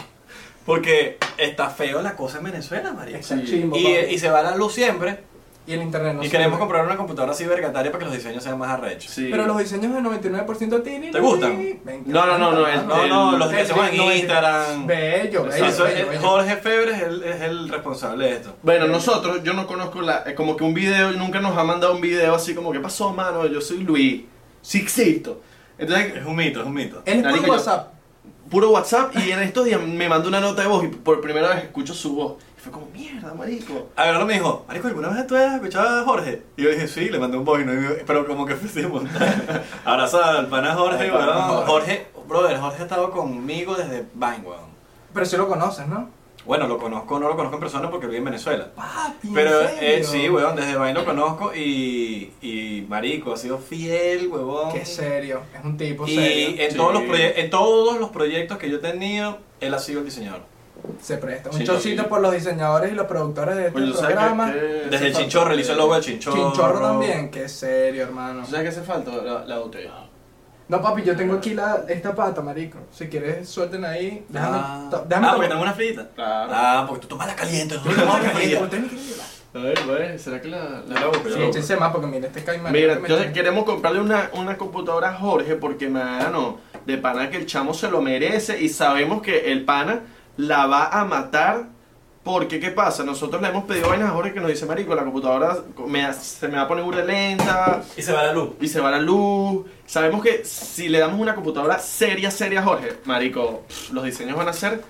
Speaker 3: Porque está feo la cosa en Venezuela, marico.
Speaker 2: Está
Speaker 4: Sí.
Speaker 2: chimbo,
Speaker 3: Y,
Speaker 2: papi.
Speaker 3: y se va la luz siempre.
Speaker 2: Y el internet no
Speaker 3: y
Speaker 2: sirve.
Speaker 3: queremos comprar una computadora así vergataria para que los diseños sean más arrechos.
Speaker 4: Sí.
Speaker 2: Pero los diseños del 99% tienen.
Speaker 3: ¿Te gustan?
Speaker 4: No, no, no, no, el-
Speaker 3: No, no, los que hacemos en Instagram.
Speaker 2: Bello, bello.
Speaker 3: Eso es-
Speaker 2: bello, bello.
Speaker 3: Jorge Febre es el, es el responsable de esto.
Speaker 4: Bueno, nosotros, yo no conozco la, eh, como que un video, y nunca nos ha mandado un video así como, ¿qué pasó, mano? Yo soy Luis, sí existo. Entonces,
Speaker 3: Es un mito, es un mito.
Speaker 2: Él es
Speaker 4: Marico,
Speaker 2: por
Speaker 4: yo-
Speaker 2: WhatsApp.
Speaker 4: puro WhatsApp y en estos días me mandó una nota de voz y por primera vez escucho su voz. Y fue como, mierda, marico.
Speaker 3: A ver, me dijo, Marico, ¿alguna vez tú has escuchado a Jorge? Y yo dije, sí, le mandé un voice, note, y me dijo, pero como que fuimos. Abrazado al pana Jorge,
Speaker 2: Al pana
Speaker 3: weón.
Speaker 2: Jorge.
Speaker 3: Jorge, brother, Jorge ha estado conmigo desde Vine, weón.
Speaker 2: Pero si lo conoces, ¿no?
Speaker 3: Bueno, lo conozco, no lo conozco en persona porque vive en Venezuela.
Speaker 2: Papi. ¿en
Speaker 3: Pero
Speaker 2: serio?
Speaker 3: eh, sí, weón, desde Vine lo conozco y, y Marico ha sido fiel, weón.
Speaker 2: Qué serio. Es un tipo
Speaker 3: Y eh,
Speaker 2: serio.
Speaker 3: en,
Speaker 4: Sí.
Speaker 3: todos los proye- en todos los proyectos que yo he tenido, él ha sido el diseñador.
Speaker 2: Se presta. Un
Speaker 3: Sí,
Speaker 2: chocito
Speaker 3: sí.
Speaker 2: por los diseñadores y los productores de este
Speaker 4: Oye, ¿tú sabes
Speaker 2: programa.
Speaker 4: qué- qué hace
Speaker 3: Desde el
Speaker 4: falta?
Speaker 3: chinchorro, él hizo el logo del chinchorro.
Speaker 2: Chinchorro también. Qué serio, hermano.
Speaker 4: ¿Tú sabes qué hace falta? La, la botella.
Speaker 2: No, papi, yo tengo aquí la, esta pata, marico. Si quieres, suelten ahí. Déjame.
Speaker 3: Ah,
Speaker 2: to-
Speaker 3: ah,
Speaker 2: déjame
Speaker 3: porque
Speaker 2: tomar.
Speaker 3: tengo una frita.
Speaker 4: Claro.
Speaker 3: Ah, porque tú tomas la caliente, tú
Speaker 2: Yo
Speaker 3: tomas
Speaker 2: tengo
Speaker 3: la
Speaker 2: que pedir,
Speaker 3: caliente.
Speaker 2: ustedes me quieren llevar.
Speaker 4: A ver, güey, ¿será que la,
Speaker 3: Yo la busco, yo
Speaker 2: Sí,
Speaker 3: la busco.
Speaker 2: échense más porque mira este caimán. que
Speaker 4: Mira,
Speaker 2: me
Speaker 4: entonces
Speaker 2: está-
Speaker 4: queremos comprarle una, una computadora a Jorge porque, mano, de pana que el chamo se lo merece y sabemos que el pana la va a matar Porque, ¿qué pasa? Nosotros le hemos pedido vainas a Jorge que nos dice, marico, la computadora me ha- se me va a poner burda lenta
Speaker 7: Y se va la luz.
Speaker 4: y se va la luz. Sabemos que si le damos una computadora seria, seria a Jorge, marico, pff, los diseños van a ser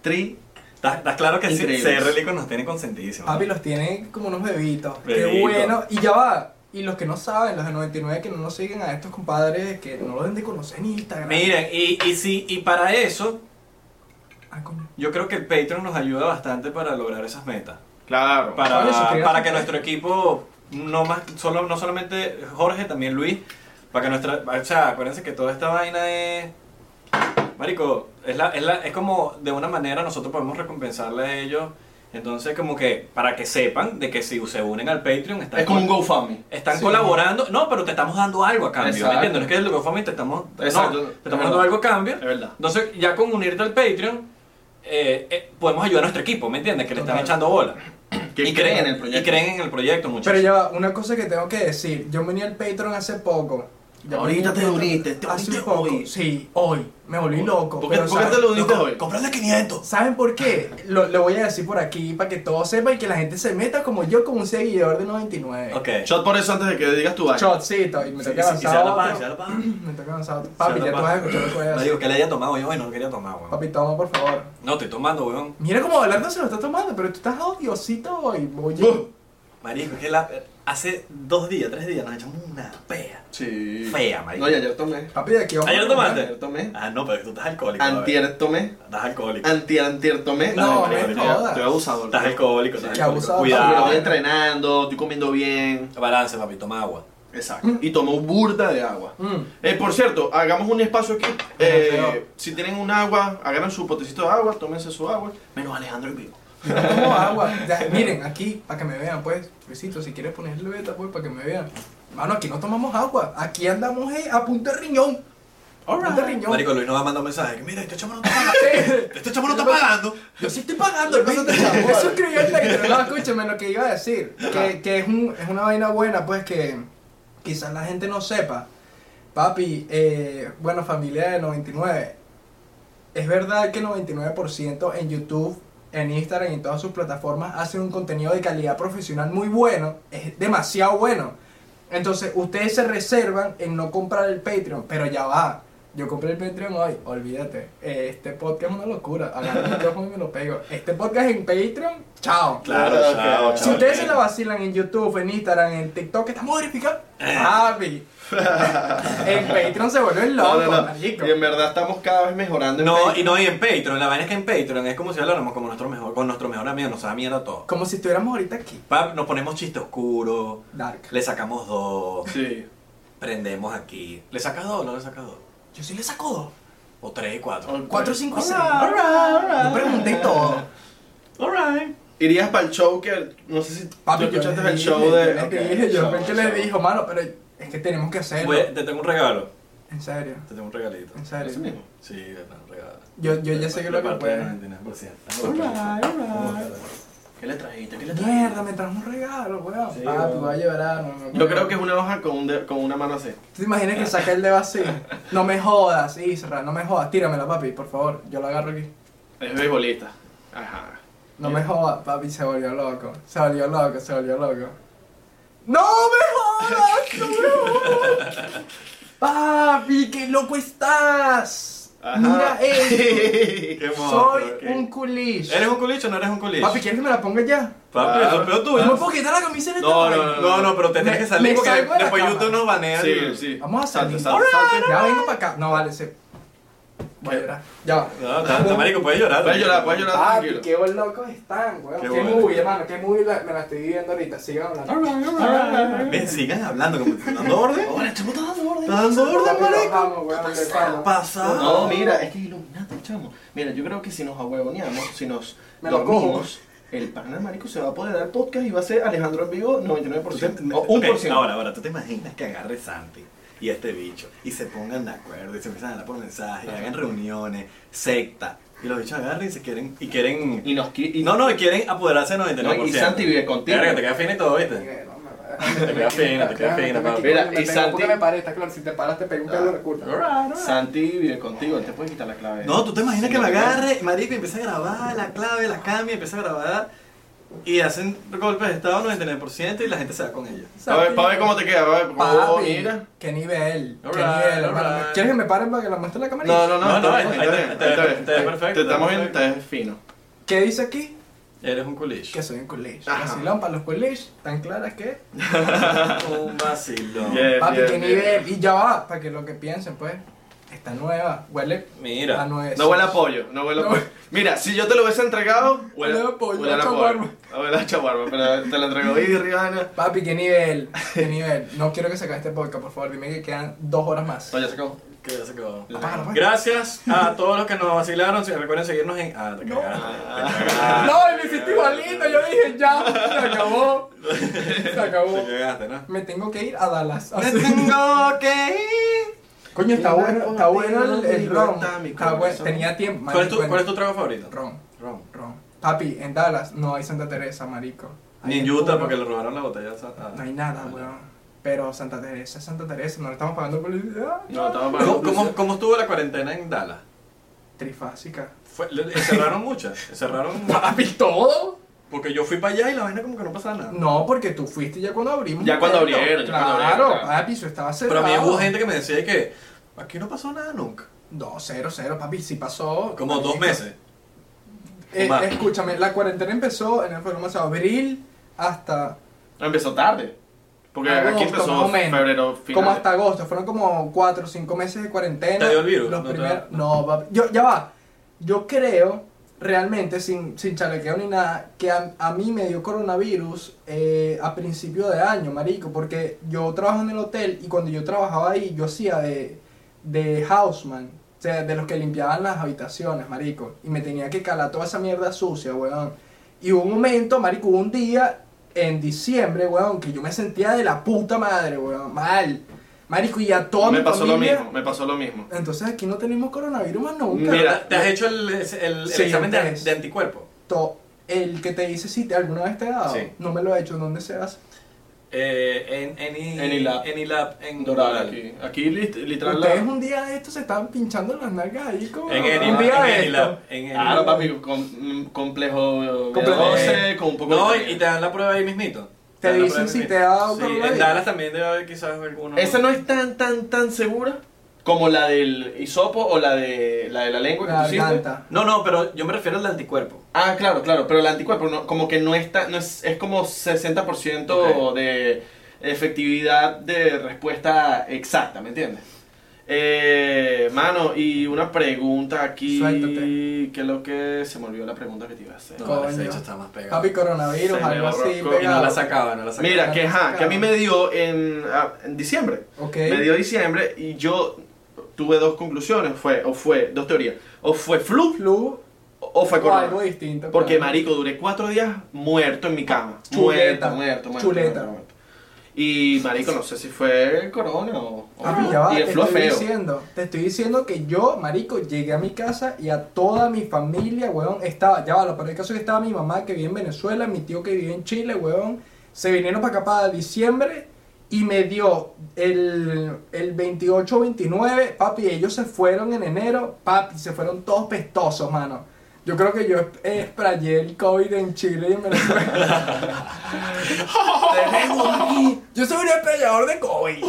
Speaker 4: tri...
Speaker 3: Estás estás claro que sí,
Speaker 4: Increíbles.
Speaker 3: CR Lico nos tiene consentidísimos.
Speaker 2: Papi, los tiene como unos bebitos. Qué
Speaker 3: Bebitos.
Speaker 2: bueno. Y ya va. Y los que no saben, los de 99 que no nos siguen a estos compadres, que no los den de conocer en Instagram.
Speaker 7: Miren, y, y, si, y para eso,
Speaker 2: Ah, coño.
Speaker 3: Yo creo que el Patreon nos ayuda bastante para lograr esas metas.
Speaker 4: Claro.
Speaker 3: Para,
Speaker 2: Vale, suscríbete.
Speaker 3: para que nuestro equipo, no, más, solo, no solamente Jorge, también Luis, para que nuestra... O sea, acuérdense que toda esta vaina es... Marico, es, la, es, la, es como de una manera nosotros podemos recompensarle a ellos. Entonces, como que para que sepan de que si se unen al Patreon, están,
Speaker 4: Es como un
Speaker 3: col-
Speaker 4: GoFundMe.
Speaker 3: están
Speaker 2: Sí.
Speaker 3: colaborando. No, pero te estamos dando algo a cambio.
Speaker 4: Exacto.
Speaker 3: ¿Me entiendes? No es que el GoFundMe te estamos, no,
Speaker 4: Exacto.
Speaker 3: te estamos dando algo a cambio.
Speaker 4: Es verdad.
Speaker 3: Entonces, ya con unirte al Patreon, eh, eh, podemos ayudar a nuestro equipo, ¿me entiendes? Que le están
Speaker 2: Total.
Speaker 3: echando bola.
Speaker 4: Que
Speaker 3: y
Speaker 4: creen en el proyecto.
Speaker 3: Y creen en el proyecto, muchachos.
Speaker 2: Pero ya va, una cosa que tengo que decir. Yo me uní al Patreon hace poco. Ya me
Speaker 4: Ahorita
Speaker 2: uní al
Speaker 4: te
Speaker 2: Patreon
Speaker 4: uniste, te
Speaker 2: hace
Speaker 4: uniste
Speaker 2: poco.
Speaker 4: hoy.
Speaker 2: Sí, hoy. Me volví loco.
Speaker 4: ¿Por qué,
Speaker 2: pero
Speaker 4: por qué
Speaker 2: ¿saben?
Speaker 4: te lo uniste hoy?
Speaker 3: ¡Comprale 500!
Speaker 2: ¿Saben por qué? Lo, lo voy a decir por aquí para que todos sepan y que la gente se meta como yo, como un seguidor de 99.
Speaker 3: Ok.
Speaker 4: Shot por eso antes de que digas tu vaina.
Speaker 2: Shotcito. Y me
Speaker 3: Sí,
Speaker 2: toca
Speaker 3: sí, y se
Speaker 2: avanzar
Speaker 3: da la
Speaker 2: otro.
Speaker 3: paz, se da la paz.
Speaker 2: Me toca avanzar otro. Papi,
Speaker 3: Se
Speaker 2: ya
Speaker 3: da
Speaker 2: tú vas
Speaker 3: la
Speaker 2: a
Speaker 3: paz.
Speaker 2: escuchar lo que voy a
Speaker 3: No
Speaker 2: decir.
Speaker 3: digo que le haya tomado, yo, bueno, no quería tomar, weón.
Speaker 2: Papi, toma, por favor.
Speaker 3: No, estoy tomando, weón.
Speaker 2: Mira cómo Abelardo se lo está tomando, pero tú estás odiosito hoy, oye.
Speaker 4: Uh.
Speaker 3: Marico, es que la, hace dos días, tres días nos echamos una pea.
Speaker 4: Sí.
Speaker 3: Fea, marico.
Speaker 4: No, y ayer tomé.
Speaker 2: Papi, de aquí vamos.
Speaker 3: ¿Ayer
Speaker 2: a
Speaker 3: tomaste?
Speaker 2: comer.
Speaker 4: Ayer tomé.
Speaker 3: Ah, no, pero tú estás alcohólico. bebé.
Speaker 4: Antier tomé.
Speaker 3: Estás alcohólico.
Speaker 4: Antier, antier tomé.
Speaker 2: No,
Speaker 4: Ay,
Speaker 2: me
Speaker 4: marico,
Speaker 2: jodas.
Speaker 4: estoy- Estoy abusador.
Speaker 3: Estás
Speaker 4: marico.
Speaker 3: alcohólico, estás
Speaker 2: Qué
Speaker 3: alcohólico.
Speaker 2: abusado.
Speaker 4: Porque
Speaker 3: Cuidado.
Speaker 4: estoy entrenando, estoy comiendo bien.
Speaker 3: Balance, papi, toma agua.
Speaker 4: Exacto. Y tomó burda de agua.
Speaker 2: Mm.
Speaker 4: Eh, por cierto, hagamos un espacio aquí. Eh,
Speaker 2: Demasiado.
Speaker 4: si tienen un agua, agarran su potecito de agua, tómense su agua. Menos Alejandro en vivo.
Speaker 2: Yo no tomo agua. Ya, miren, aquí, para que me vean, pues. Luisito, si quieres ponerle beta, pues, para que me vean. Mano, aquí no tomamos agua. Aquí andamos eh, a punta de riñón. A punta de riñón.
Speaker 3: Marico, Luis nos va a mandar un mensaje. que, Mira, este chamo no está pagando.
Speaker 2: Sí.
Speaker 3: este chamo no está pagando.
Speaker 2: Yo sí estoy pagando, el paso te chavo. Eso es creíble que no lo escúchame lo que iba a decir. Que, que es, un, es una vaina buena, pues que quizás la gente no sepa. Papi, eh, bueno, familia de 99. Es verdad que el 99% en YouTube, en Instagram y en todas sus plataformas hacen un contenido de calidad profesional muy bueno. Es demasiado bueno. Entonces, ustedes se reservan en no comprar el Patreon, pero ya va. Yo compré el Patreon hoy, olvídate. Eh, Este podcast es una locura. Agarro el micrófono y me lo pego. Este podcast en Patreon, chao.
Speaker 3: Claro,
Speaker 4: Claro,
Speaker 3: chao,
Speaker 4: que-
Speaker 3: chao.
Speaker 2: Si ustedes
Speaker 3: chao.
Speaker 2: se la vacilan en YouTube, en Instagram, en TikTok, estamos verificados. Papi. en Patreon se vuelve loco, marico.
Speaker 4: Y en verdad estamos cada vez mejorando. en
Speaker 3: No,
Speaker 4: Facebook.
Speaker 3: y no, y en Patreon, la vaina es que en Patreon es como si habláramos como nuestro mejor, con nuestro mejor amigo, nos da mierda todo.
Speaker 2: Como si estuviéramos ahorita aquí.
Speaker 3: Pap, nos ponemos chiste oscuro,
Speaker 2: Dark.
Speaker 3: le sacamos dos,
Speaker 4: Sí.
Speaker 3: prendemos aquí. ¿Le sacas dos o no le sacas dos?
Speaker 2: Yo sí le saco dos.
Speaker 3: O tres y cuatro.
Speaker 4: Ok.
Speaker 2: 4, 5 y 6.
Speaker 4: Alright, alright.
Speaker 2: Yo pregunté todo.
Speaker 3: Alright.
Speaker 4: Irías para el show que. No sé si.
Speaker 2: Papi,
Speaker 4: tú
Speaker 2: yo
Speaker 4: escuchaste
Speaker 2: le
Speaker 4: el
Speaker 2: dije,
Speaker 4: show de.
Speaker 2: Yo
Speaker 4: Ok,
Speaker 2: le dije, yo
Speaker 4: show,
Speaker 2: fue que
Speaker 4: show.
Speaker 2: le dijo, mano, pero es que tenemos que hacerlo.
Speaker 3: Voy- te tengo un regalo.
Speaker 2: En serio,
Speaker 3: Te tengo un regalito.
Speaker 2: en
Speaker 4: Ese
Speaker 2: serio.
Speaker 4: mismo.
Speaker 3: Sí, un regalo.
Speaker 2: Yo, yo ya sé que lo que puede.
Speaker 4: ¿Qué le trajiste? ¿Qué le trajiste?
Speaker 2: Mierda, me trajo un regalo, weón.
Speaker 3: Sí,
Speaker 2: Papi,
Speaker 3: weón.
Speaker 2: voy a llorar. no, no,
Speaker 4: Yo
Speaker 2: no.
Speaker 4: creo que es una hoja con, un de- con una mano así.
Speaker 2: ¿Tú te imaginas que saca el dedo así? No me jodas, Isra, no me jodas. Tíramela, papi, por favor. Yo la agarro aquí.
Speaker 4: Es beisbolista. Ajá.
Speaker 2: No me jodas, papi, se volvió loco. Se volvió loco, se volvió loco. ¡No me jodas! ¡No me jodas! ¡Papi, qué loco estás!
Speaker 4: Ajá.
Speaker 2: Mira esto.
Speaker 3: Qué
Speaker 2: Soy
Speaker 3: monstruo, ok.
Speaker 2: un culish.
Speaker 3: ¿Eres un culicho o no eres un culicho?
Speaker 2: Papi, ¿quieres que me la ponga ya?
Speaker 4: Ah.
Speaker 3: Papi, eso es peor
Speaker 2: No me
Speaker 3: tuyo.
Speaker 2: puedo quitar la camisa en este esta
Speaker 4: No, no,
Speaker 2: vaina.
Speaker 4: no,
Speaker 3: No, no, pero te tienes
Speaker 2: Me-
Speaker 3: que salir
Speaker 2: me
Speaker 3: porque
Speaker 2: salgo de la
Speaker 3: después
Speaker 2: cama.
Speaker 3: YouTube nos banea.
Speaker 4: Sí,
Speaker 3: el-
Speaker 4: sí.
Speaker 2: Vamos a
Speaker 4: Salte,
Speaker 2: salir.
Speaker 4: salte, salte.
Speaker 2: Ya vengo para acá. No, vale, se... Voy a llorar. Ya va.
Speaker 3: No, está- está marico, puedes llorar.
Speaker 4: Puedes llorar, puedes llorar.
Speaker 2: Ah,
Speaker 4: tranquilo.
Speaker 2: qué buen locos están, weón.
Speaker 3: Qué
Speaker 2: Qué,
Speaker 3: bueno.
Speaker 2: movie, hermano, qué movie la- me la estoy viviendo ahorita. Sigan hablando.
Speaker 3: Ven, sigan hablando, como que dando orden. Ahora, el chamo está dando orden. Está dando
Speaker 2: Papi,
Speaker 3: orden,
Speaker 2: los
Speaker 3: marico.
Speaker 2: amo, weón, los amo.
Speaker 3: Pasado.
Speaker 4: No, mira, es que es iluminante, chamo. Mira, yo creo que si nos ahuevoneamos, si nos
Speaker 2: Me lo
Speaker 4: dormimos, el pana marico se va a poder dar podcast y va a ser Alejandro en vivo 99%. O
Speaker 3: un
Speaker 4: 1%.
Speaker 3: Ahora, ahora, ¿tú te imaginas que agarre Santi y este bicho y se pongan de acuerdo y se empiezan a hablar por mensaje, y hagan reuniones, secta? Y los bichos agarran y se quieren. Y quieren
Speaker 4: Y nos qui-
Speaker 3: y no, no, y quieren apoderarse del 99%.
Speaker 4: No, y Santi vive contigo.
Speaker 3: Verga, te queda fino y todo, ¿viste?
Speaker 2: Miguel, no me-
Speaker 3: Te queda fina, te queda fina, papi.
Speaker 4: Mira,
Speaker 8: Mira,
Speaker 4: y
Speaker 8: y
Speaker 4: Santi-
Speaker 8: Santi. me paré, está claro. Si te paras, te pego un pedo de recuerdo.
Speaker 4: Santi vive contigo, él te puede quitar la clave.
Speaker 3: No, tú te imaginas
Speaker 4: Sí,
Speaker 3: que lo
Speaker 4: no,
Speaker 3: agarre, marico, y empieza a grabar la clave, la cambia, empieza a grabar y hacen golpes de estado 99% y la gente se va con ella.
Speaker 4: Para ver, pa' ver cómo te queda, pa' ver cómo oh,
Speaker 2: Papi,
Speaker 4: mira.
Speaker 2: qué nivel, qué
Speaker 3: Alright,
Speaker 2: nivel, hermano.
Speaker 3: alright.
Speaker 2: ¿Quieres que me paren para que la muestre la camarita?
Speaker 4: No, no, no,
Speaker 3: No,
Speaker 4: está
Speaker 3: no,
Speaker 4: bien,
Speaker 3: ahí
Speaker 4: está
Speaker 3: te-
Speaker 4: bien,
Speaker 3: te-
Speaker 4: está
Speaker 3: te-
Speaker 4: bien.
Speaker 3: te- perfecto,
Speaker 4: Te estamos
Speaker 3: perfecto.
Speaker 4: bien, te ves fino.
Speaker 2: ¿Qué dice aquí?
Speaker 3: Eres un coolish.
Speaker 2: Que soy un coolish.
Speaker 4: Ajá.
Speaker 2: Así van para los coolish, tan claras que...
Speaker 3: Un vacilón.
Speaker 4: Bien,
Speaker 2: Papi,
Speaker 4: bien,
Speaker 2: qué
Speaker 4: bien.
Speaker 2: nivel. Y ya va, para que lo que piensen, pues, está nueva, huele
Speaker 3: Mira.
Speaker 2: a nueve.
Speaker 4: No huele a pollo, no huele a
Speaker 2: No.
Speaker 4: pollo. Mira, si yo te lo hubiese entregado, huele,
Speaker 2: Huele a pollo,
Speaker 4: huele
Speaker 2: a
Speaker 4: pollo.
Speaker 2: chaguarma.
Speaker 4: Huele a chaguarma, pero te lo entregó y Rihanna.
Speaker 2: Papi, qué nivel, qué nivel. No quiero que se acabe este podcast, por favor, dime que quedan dos horas más.
Speaker 4: No, ya se acabó.
Speaker 3: Que ya se acabó.
Speaker 2: Apágalo, apágalo.
Speaker 3: Gracias a todos los que nos vacilaron. Si recuerden seguirnos en. Ah, te cagaste. te cagaste.
Speaker 2: No, y me hiciste igualito, yo dije ya, se acabó, se acabó.
Speaker 3: Te cagaste, ¿no?
Speaker 2: Me tengo que ir a Dallas.
Speaker 3: Me
Speaker 2: así.
Speaker 3: tengo que ir.
Speaker 2: Coño, está bueno, está bueno el, el ron.
Speaker 4: Libertad, mi
Speaker 2: Está bueno,
Speaker 4: corazón.
Speaker 2: tenía tiempo.
Speaker 3: ¿Cuál es tu,
Speaker 2: marico,
Speaker 3: cuál es tu trago favorito?
Speaker 2: Ron,
Speaker 3: Ron.
Speaker 2: ron. Papi, en Dallas no hay Santa Teresa, marico.
Speaker 3: Ni
Speaker 2: Ahí
Speaker 3: en
Speaker 2: es
Speaker 3: Utah
Speaker 2: puro.
Speaker 3: porque le robaron la botella. a-
Speaker 2: No hay nada, weón. Pero Santa Teresa es Santa Teresa, no le estamos pagando publicidad.
Speaker 4: No, estamos para.
Speaker 3: ¿Cómo, cómo, cómo estuvo la cuarentena en Dallas?
Speaker 2: Trifásica.
Speaker 3: Fue, le- le- cerraron muchas. Cerraron.
Speaker 2: Papi, todo.
Speaker 3: Porque yo fui para allá y la vaina como que no pasaba nada.
Speaker 2: No, porque tú fuiste ya cuando abrimos.
Speaker 4: Ya cuando
Speaker 2: Pero,
Speaker 4: abrieron, ya cuando
Speaker 2: Claro,
Speaker 4: abrieron, claro.
Speaker 2: papi, eso estaba
Speaker 3: Pero a
Speaker 2: cerrado.
Speaker 3: mí hubo gente que me decía que aquí no pasó nada nunca.
Speaker 2: No, cero, cero, papi, sí pasó.
Speaker 3: Como dos
Speaker 2: Marico.
Speaker 3: meses.
Speaker 2: Eh,
Speaker 3: Más.
Speaker 2: escúchame, la cuarentena empezó en el programa de abril hasta
Speaker 4: Empezó tarde. Porque
Speaker 2: Agosto,
Speaker 4: aquí empezó
Speaker 2: más o menos.
Speaker 4: febrero, final.
Speaker 2: Como hasta agosto, fueron como 4 o 5 meses de cuarentena.
Speaker 3: ¿Te dio el virus?
Speaker 2: Los
Speaker 3: No te-
Speaker 2: primer- No, papi. Yo, ya va. Yo creo, realmente, sin, sin chalequeo ni nada, que a, a mí me dio coronavirus eh, a principio de año, marico, porque yo trabajaba en el hotel y cuando yo trabajaba ahí, yo hacía de, de houseman, o sea, de los que limpiaban las habitaciones, marico, y me tenía que calar toda esa mierda sucia, weón. Y hubo un momento, marico, hubo un día en diciembre, weón, que yo me sentía de la puta madre, weón, mal. Marico, y a toda
Speaker 4: Me
Speaker 2: mi
Speaker 4: pasó lo
Speaker 2: familia-
Speaker 4: mismo, me pasó lo mismo.
Speaker 2: Entonces aquí no tenemos coronavirus más nunca.
Speaker 4: Mira,
Speaker 3: ¿Te has hecho el, el- el
Speaker 2: Sí,
Speaker 3: examen de,
Speaker 2: antes.
Speaker 3: de anticuerpo?
Speaker 2: To- el que te dice si te alguna vez te ha dado,
Speaker 3: Sí.
Speaker 2: no me lo ha hecho, ¿dónde se hace?
Speaker 3: Eh, en, en, I-
Speaker 4: En ILAB.
Speaker 3: En ILAB, en
Speaker 4: Dorada
Speaker 3: Doral.
Speaker 4: aquí. Aquí lit- literal. la-
Speaker 2: Ustedes un día de estos se estaban pinchando las nalgas ahí como...
Speaker 3: En
Speaker 4: Ah,
Speaker 2: un
Speaker 3: Enilab.
Speaker 2: día
Speaker 3: en
Speaker 2: de
Speaker 3: Enilab,
Speaker 2: estos.
Speaker 3: en
Speaker 4: Claro,
Speaker 3: Enilab.
Speaker 4: papi, con, mm, complejo. eh,
Speaker 2: Complejo.
Speaker 4: 12, con un poco
Speaker 3: No,
Speaker 4: de-
Speaker 3: y, y te dan la prueba ahí mismito.
Speaker 2: Te
Speaker 3: dan la
Speaker 2: dicen
Speaker 3: prueba ahí
Speaker 2: si
Speaker 3: mismito.
Speaker 2: te ha dado
Speaker 3: Sí,
Speaker 2: coronavirus.
Speaker 3: en Dallas también debe haber quizás alguno.
Speaker 4: Esa no es tan, tan, tan segura como la del hisopo o la de la, de la lengua que
Speaker 2: La
Speaker 4: tú hiciste.
Speaker 2: garganta.
Speaker 3: No, no, pero yo me refiero al de anticuerpo.
Speaker 4: Ah, claro, claro, pero el anticuerpo no- como que no está, no es, es como 60%
Speaker 3: Ok.
Speaker 4: de efectividad de respuesta exacta, ¿me entiendes? Eh, mano, y una pregunta aquí,
Speaker 2: Suéltate.
Speaker 4: que lo que se me olvidó la pregunta que te iba a hacer.
Speaker 3: No,
Speaker 2: Coño.
Speaker 3: ese bicho está más pegado.
Speaker 2: Papi,
Speaker 4: Se
Speaker 2: coronavirus,
Speaker 4: me
Speaker 2: algo
Speaker 4: borró,
Speaker 2: así,
Speaker 4: coño,
Speaker 3: Y no
Speaker 2: pegado.
Speaker 3: la sacaba, no la sacaba.
Speaker 4: Mira, que, ajá,
Speaker 2: Sacado.
Speaker 4: que a mí me dio en, ah, en diciembre.
Speaker 2: Ok.
Speaker 4: Me dio diciembre y yo tuve dos conclusiones, fue, o fue, dos teorías. O fue flu
Speaker 2: flu
Speaker 4: o fue
Speaker 2: o
Speaker 4: corona.
Speaker 2: algo distinto.
Speaker 4: Porque,
Speaker 2: claro.
Speaker 4: marico, duré cuatro días muerto en mi cama.
Speaker 2: Chuleta.
Speaker 4: Muerto, muerto, muerto.
Speaker 2: Chuleta.
Speaker 4: muerto, muerto. Y, marico, no sé si fue corona o... o
Speaker 2: Papi,
Speaker 4: no.
Speaker 2: Ah, pues ya va,
Speaker 4: y el
Speaker 2: te
Speaker 4: flu es
Speaker 2: estoy
Speaker 4: feo.
Speaker 2: diciendo, te estoy diciendo que yo, marico, llegué a mi casa y a toda mi familia, weón, estaba, ya va, lo peor del caso es que estaba mi mamá que vive en Venezuela, mi tío que vive en Chile, weón, se vinieron para acá para diciembre y me dio el, el 28 29, papi, ellos se fueron en enero, papi, se fueron todos pestosos, mano. Yo creo que yo esprayé el COVID en Chile y en Venezuela.
Speaker 4: Tenemos aquí.
Speaker 2: yo soy un esprayador de COVID.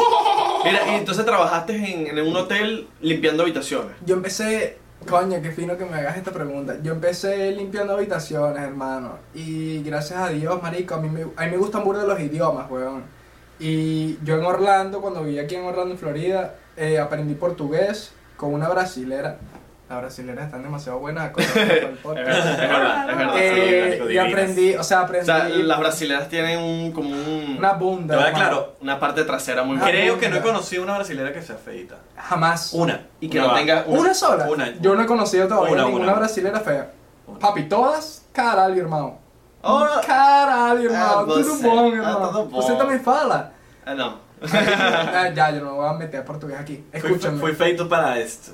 Speaker 4: Mira, y entonces trabajaste en, en un hotel limpiando habitaciones.
Speaker 2: Yo empecé, coño, qué fino que me hagas esta pregunta. Yo empecé limpiando habitaciones, hermano. Y gracias a Dios, marico, a mí me, a mí me gustan burda los idiomas, weón. Y yo en Orlando, cuando viví aquí en Orlando, en Florida, eh, aprendí portugués con una brasilera. Las brasileras están demasiado buenas. con- con el
Speaker 4: Es
Speaker 2: podcast.
Speaker 4: verdad, es verdad, es verdad.
Speaker 2: Eh, y aprendí, o sea,
Speaker 4: O
Speaker 2: aprendí
Speaker 4: sea, las brasileras tienen un, como un...
Speaker 2: una
Speaker 3: Te
Speaker 2: bunda.
Speaker 3: voy a
Speaker 2: hermano.
Speaker 3: claro.
Speaker 4: una parte trasera muy
Speaker 2: Ah,
Speaker 3: Creo
Speaker 2: mira.
Speaker 3: que no he conocido una brasilera que sea feita.
Speaker 2: Jamás.
Speaker 3: Una.
Speaker 4: Y que
Speaker 3: Una
Speaker 4: no
Speaker 3: va.
Speaker 4: tenga...
Speaker 2: ¿Una, sola?
Speaker 3: una.
Speaker 2: Yo no he conocido todavía
Speaker 3: Una,
Speaker 2: ninguna
Speaker 3: una.
Speaker 2: brasilera fea.
Speaker 3: Una.
Speaker 2: Papi, todas, caralho, irmão.
Speaker 4: Ora-
Speaker 2: caralho, irmão.
Speaker 4: Ah,
Speaker 2: tudo
Speaker 4: você.
Speaker 2: bom,
Speaker 4: Ah,
Speaker 2: irmão.
Speaker 4: tudo bom.
Speaker 2: Você também fala?
Speaker 4: Ah, no.
Speaker 2: Ah, ya, yo no voy a meter portugués aquí.
Speaker 3: Fui,
Speaker 2: Escúchame.
Speaker 3: fui feito para esto.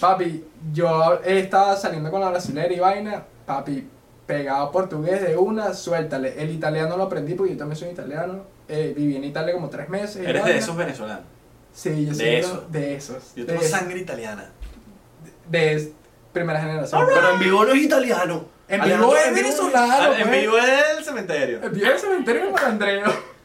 Speaker 2: Papi, yo estaba saliendo con la brasilera y vaina. Papi, pegado portugués de una, suéltale. El italiano lo aprendí porque yo también soy italiano. Eh, viví en Italia como tres meses. y
Speaker 3: Eres de
Speaker 2: vaina.
Speaker 3: esos venezolanos.
Speaker 2: Sí, yo soy
Speaker 3: de
Speaker 2: uno
Speaker 3: esos.
Speaker 2: De esos.
Speaker 3: Yo
Speaker 2: de
Speaker 3: tengo
Speaker 2: esos.
Speaker 3: sangre italiana.
Speaker 2: De es- primera generación.
Speaker 3: Pero en vivo no es italiano.
Speaker 2: En
Speaker 3: Alejandro,
Speaker 2: vivo es
Speaker 3: en vivo-
Speaker 2: venezolano,
Speaker 3: Ah, En
Speaker 2: pues.
Speaker 3: vivo es el cementerio.
Speaker 2: Vio el cementerio con Andreo.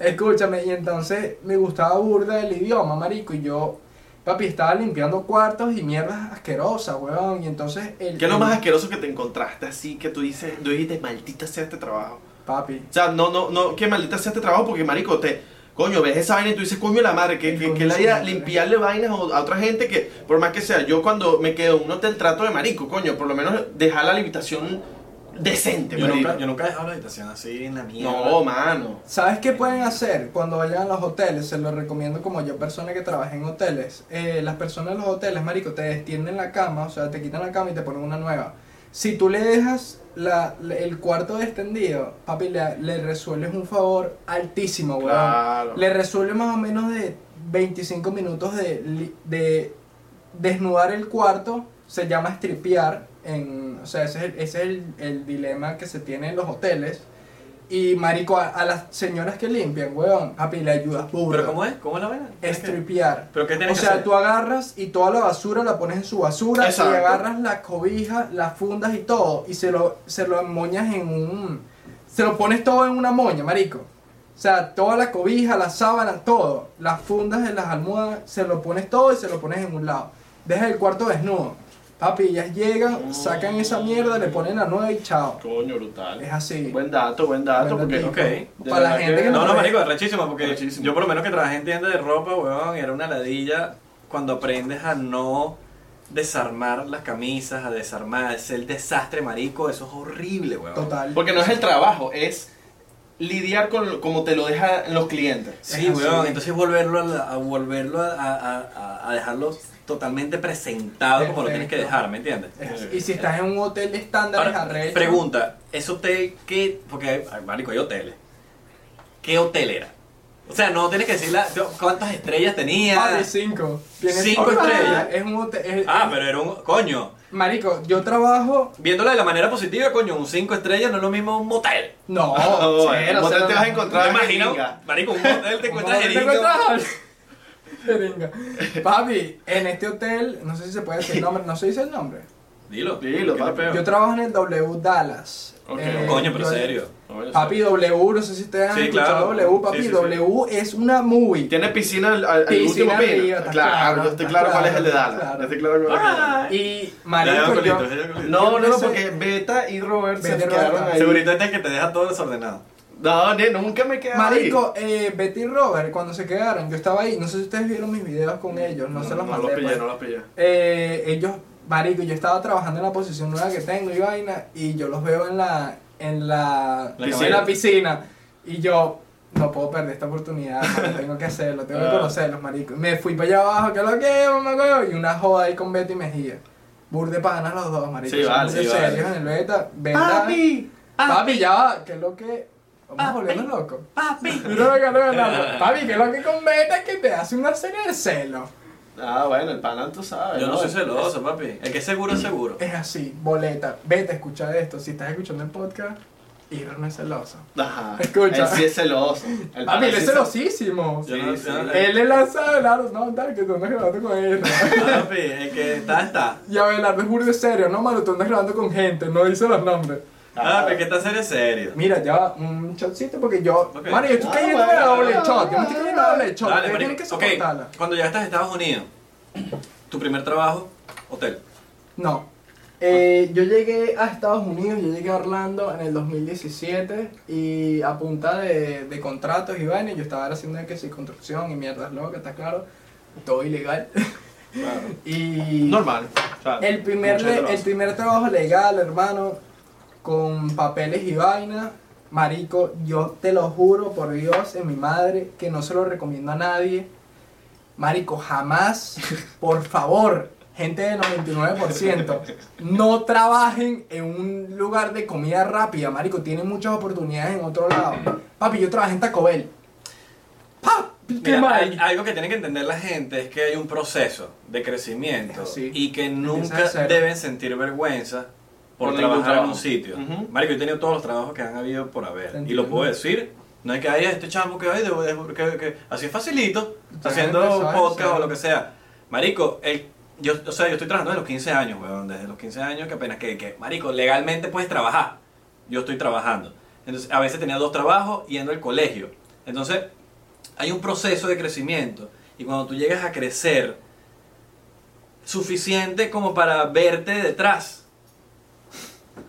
Speaker 2: Escúchame, y entonces me gustaba burda el idioma, marico, y yo, papi, estaba limpiando cuartos y mierdas asquerosas, weón, y entonces... El,
Speaker 4: ¿Qué es lo
Speaker 2: el-
Speaker 4: más asqueroso que te encontraste así que tú dices, tú dijiste, maldita sea este trabajo?
Speaker 2: Papi,
Speaker 4: O sea, no, no, no, que maldita sea este trabajo porque, marico, te, coño, ves esa vaina y tú dices, coño, la madre, que, que, que la idea, limpiarle vainas o- a otra gente que, por más que sea, yo cuando me quedo en un hotel trato de marico, coño, por lo menos dejar la limitación decente,
Speaker 3: Yo
Speaker 4: marico.
Speaker 3: nunca, yo nunca he dejado la habitación así en la mierda.
Speaker 4: No, mano.
Speaker 2: ¿sabes qué pueden hacer cuando vayan a los hoteles? Se los recomiendo como yo, persona que trabajé en hoteles. Eh, las personas en los hoteles, marico, te destienden la cama, o sea, te quitan la cama y te ponen una nueva. Si tú le dejas la, la- el cuarto extendido, papi, le, le resuelves un favor altísimo, weón.
Speaker 4: Claro.
Speaker 2: Le resuelve más o menos de 25 minutos de, li- de desnudar el cuarto. Se llama estripear. En, o sea, ese es, el, ese es el, el dilema que se tiene en los hoteles. Y marico, a, a las señoras que limpian, weón, papi, le ayudas burda.
Speaker 3: ¿Pero cómo es? ¿Cómo es la vaina?
Speaker 2: Estripear.
Speaker 3: ¿Pero qué
Speaker 2: Este, O
Speaker 3: tienes que
Speaker 2: sea,
Speaker 3: hacer?
Speaker 2: tú agarras y toda la basura la pones en su basura y
Speaker 4: Exacto.
Speaker 2: agarras la cobija, las fundas y todo y se lo, se lo moñas en un... Se lo pones todo en una moña, marico. O sea, toda la cobija, las sábanas, todo. Las fundas de las almohadas, se lo pones todo y se lo pones en un lado. Deja el cuarto desnudo. Papi, ellas llegan, sacan esa mierda, le ponen la nueva y chao.
Speaker 4: Coño, brutal.
Speaker 2: Es así.
Speaker 4: Buen dato, buen dato,
Speaker 2: Buen
Speaker 4: porque,
Speaker 2: datico.
Speaker 4: ok. de
Speaker 2: Para la
Speaker 4: verdad
Speaker 2: gente que
Speaker 3: No, no,
Speaker 2: Pero-
Speaker 3: marico, es rechísimo, porque
Speaker 4: Rechísimo.
Speaker 3: yo por lo menos que trabajé en tienda de ropa, weón, era una ladilla cuando aprendes a no desarmar las camisas, a desarmar, es el desastre, marico, eso es horrible, weón.
Speaker 2: Total.
Speaker 4: Porque no es el trabajo, es lidiar con lo- como te lo dejan los clientes.
Speaker 3: Sí,
Speaker 2: Es así.
Speaker 3: weón, entonces volverlo a, la- a volverlo a, a- a- a dejarlo totalmente presentado como lo tienes que
Speaker 2: Perfecto.
Speaker 3: dejar, ¿me entiendes?
Speaker 2: Es así. Y si estás en un hotel estándar, es
Speaker 3: Ahora,
Speaker 2: arrecho.
Speaker 3: pregunta, ¿es hotel qué? Porque, hay- ay, marico, hay hoteles. ¿Qué hotel era? O sea, no tienes que decir la- cuántas estrellas tenía.
Speaker 2: Vale, cinco. Tiene
Speaker 3: Ah, Cinco estrellas.
Speaker 2: Es un hotel. es-
Speaker 3: Ah, pero era un. Coño.
Speaker 2: Marico, yo trabajo.
Speaker 3: Viéndola de la manera positiva, coño, un 5 estrellas no es lo mismo un motel.
Speaker 2: No,
Speaker 3: Ah,
Speaker 4: No,
Speaker 2: cero,
Speaker 4: en un hotel
Speaker 2: cero,
Speaker 4: te vas a
Speaker 2: no.
Speaker 4: encontrar
Speaker 3: ¿Te
Speaker 4: en
Speaker 3: imaginas?
Speaker 4: jeringa.
Speaker 3: Marico, un motel te
Speaker 2: ¿Cómo
Speaker 3: encuentras
Speaker 2: te
Speaker 3: herido.
Speaker 2: encuentras? Jeringa. Papi, en este hotel, no sé si se puede decir el nombre, no se dice el nombre.
Speaker 3: Dilo.
Speaker 4: Dilo,
Speaker 3: ¿Qué te
Speaker 4: papi.
Speaker 3: peo?
Speaker 2: Yo trabajo en el W Dallas. Eh,
Speaker 4: Ok.
Speaker 3: Coño, pero
Speaker 2: yo-
Speaker 3: serio.
Speaker 2: Papi, W, no sé si ustedes han
Speaker 3: Sí,
Speaker 2: escuchado
Speaker 3: claro.
Speaker 2: W, papi.
Speaker 3: Sí, sí, sí.
Speaker 2: W es una movie.
Speaker 4: Tiene piscina al, al- al
Speaker 2: Piscina
Speaker 4: último
Speaker 2: arriba,
Speaker 4: pin.
Speaker 2: está
Speaker 4: Claro,
Speaker 2: claro,
Speaker 4: yo estoy
Speaker 2: está
Speaker 4: claro cuál es el de
Speaker 2: claro,
Speaker 4: Dallas.
Speaker 2: claro.
Speaker 4: yo estoy claro cuál es el de Dallas.
Speaker 2: Y,
Speaker 3: Ya, ya,
Speaker 2: marico, yo...
Speaker 3: colito, ya, colito.
Speaker 4: No, no, no,
Speaker 2: Ese-
Speaker 4: porque Beta y Robert se
Speaker 2: Beta y
Speaker 4: quedaron
Speaker 2: Robert.
Speaker 4: ahí.
Speaker 3: Segurito este es el que te deja todo desordenado.
Speaker 4: No, ne, nunca me quedé
Speaker 2: Marico, eh, Betty y Robert, cuando se quedaron, yo estaba ahí, no sé si ustedes vieron mis videos con ellos, no, se los mandé.
Speaker 4: los pillé,
Speaker 2: pues.
Speaker 4: no los pillé.
Speaker 2: Eh, ellos, marico, yo estaba trabajando en la posición nueva que tengo y vaina, y yo los veo en la, en la,
Speaker 3: La
Speaker 2: piscina.
Speaker 3: caballa.
Speaker 2: la piscina, y yo, no puedo perder esta oportunidad, mano, tengo que hacerlo, tengo que
Speaker 4: Ah.
Speaker 2: conocerlos, marico. Y Me fui para allá abajo, que lo que, mamá, coño, y una joda ahí con Betty Mejía. Burde panas los dos, marico.
Speaker 4: Sí,
Speaker 2: Son
Speaker 4: vale,
Speaker 2: muy
Speaker 3: sí, vale.
Speaker 2: serios en el beta, ¿verdad? Papi, ya va, que lo que. Vamos volviendo locos. Papi. No, no, no, no. Papi, que lo que con Beta es que te hace una serie de celos.
Speaker 4: Ah, bueno, el panal tú sabes.
Speaker 3: Yo no soy celoso, papi. El que es seguro es seguro.
Speaker 2: Es así, boleta. Beta, escucha esto. Si estás escuchando el podcast, Irra no es celoso.
Speaker 4: Ajá.
Speaker 2: Escucha.
Speaker 4: Él sí es celoso. El
Speaker 2: Papi,
Speaker 4: panal
Speaker 2: él
Speaker 4: sí
Speaker 2: es celosísimo.
Speaker 3: Yo no,
Speaker 4: Sí,
Speaker 3: yo no-
Speaker 2: Él le lanza a Abelardo, no, tal, que tú andas grabando con Irra.
Speaker 3: Papi, el que está, está.
Speaker 2: y Abelardo es burdo serio, no, mano, tú andas grabando con gente, no dice los nombres.
Speaker 3: Papi, el que está serio es serio.
Speaker 2: Mira, ya va, un shotcito porque yo.
Speaker 3: Ok.
Speaker 2: Mano, yo estoy
Speaker 4: Ah,
Speaker 2: cayendo en
Speaker 4: bueno,
Speaker 2: doble
Speaker 4: bueno,
Speaker 2: shot. Yo me estoy cayendo en doble shot.
Speaker 3: Dale,
Speaker 2: ustedes tienen
Speaker 3: marico.
Speaker 2: que
Speaker 3: Ok,
Speaker 2: soportarla.
Speaker 3: cuando ya estás en Estados Unidos, tu primer trabajo, hotel.
Speaker 2: No. Eh, yo llegué a Estados Unidos, yo llegué a Orlando en el 2017 y a punta de, de contratos y vainas, yo estaba haciendo que si construcción y mierdas locas, está claro, todo ilegal. y
Speaker 4: Normal. O sea,
Speaker 2: el primer,
Speaker 4: mucho
Speaker 2: le-
Speaker 4: celoso.
Speaker 2: el primer trabajo legal, hermano, con papeles y vaina, marico, yo te lo juro por Dios, en mi madre, que no se lo recomiendo a nadie. Marico, jamás, por favor, gente del 99%, no trabajen en un lugar de comida rápida, marico, tienen muchas oportunidades en otro lado. Papi, yo trabajé en Taco Bell. Papi, qué
Speaker 3: Mira,
Speaker 2: mal.
Speaker 3: hay- algo que tiene que entender la gente es que hay un proceso de crecimiento
Speaker 2: Es así.
Speaker 3: y que
Speaker 2: Empieza
Speaker 3: nunca
Speaker 2: de cero.
Speaker 3: deben sentir vergüenza por
Speaker 4: Por ningún
Speaker 3: trabajar en
Speaker 4: trabajo.
Speaker 3: un sitio.
Speaker 4: Ujú.
Speaker 3: Marico, yo he tenido todos los trabajos que han habido por haber. Y
Speaker 2: Entiendo.
Speaker 3: lo puedo decir. No es que haya este chamo que, ay, debo- debo- que, que- así es facilito, está
Speaker 2: Ajá,
Speaker 3: haciendo
Speaker 2: empezó,
Speaker 3: podcast
Speaker 2: sí.
Speaker 3: o lo que sea. Marico, el- yo, o sea, yo estoy trabajando desde los 15 años, weón. Desde los 15 años que apenas que, que, marico, legalmente puedes trabajar. Yo estoy trabajando. Entonces, a veces tenía dos trabajos yendo al colegio. Entonces, hay un proceso de crecimiento. Y cuando tú llegas a crecer, suficiente como para verte detrás.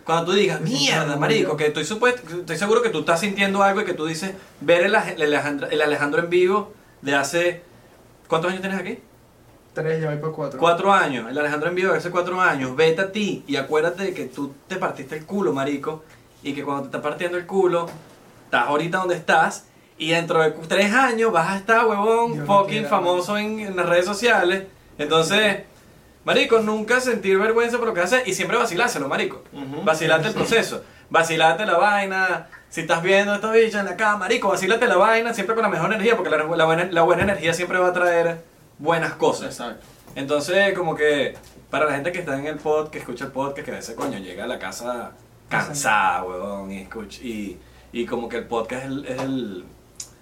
Speaker 3: Cuando tú digas, mierda, marico, que estoy, supuesto, estoy seguro que tú estás sintiendo algo y que tú dices, ver el, Aj- el Alejandro, el Alejandro en vivo de hace... ¿Cuántos años tienes aquí?
Speaker 2: Tres, ya voy por cuatro.
Speaker 3: Cuatro años. El Alejandro en vivo de hace cuatro años. Vete a ti y acuérdate de que tú te partiste el culo, marico. Y que cuando te estás partiendo el culo, estás ahorita donde estás. Y dentro de cu- tres años vas a estar, huevón,
Speaker 2: Dios no
Speaker 3: fucking
Speaker 2: quiera.
Speaker 3: famoso en, en las redes sociales. Entonces, marico, nunca sentir vergüenza por lo que haces. Y siempre vacilárselo, marico.
Speaker 4: Ujú.
Speaker 3: Vacilate el proceso. Vacilate la vaina. Si estás viendo a esta bicha en la cama, marico, vacilate la vaina siempre con la mejor energía. Porque la, la buena, la buena energía siempre va a traer buenas cosas.
Speaker 4: Exacto.
Speaker 3: Entonces, como que para la gente que está en el pod, que escucha el podcast, que a veces, coño, llega a la casa cansada, huevón, y, escucha, y, y como que el podcast es, el, es el-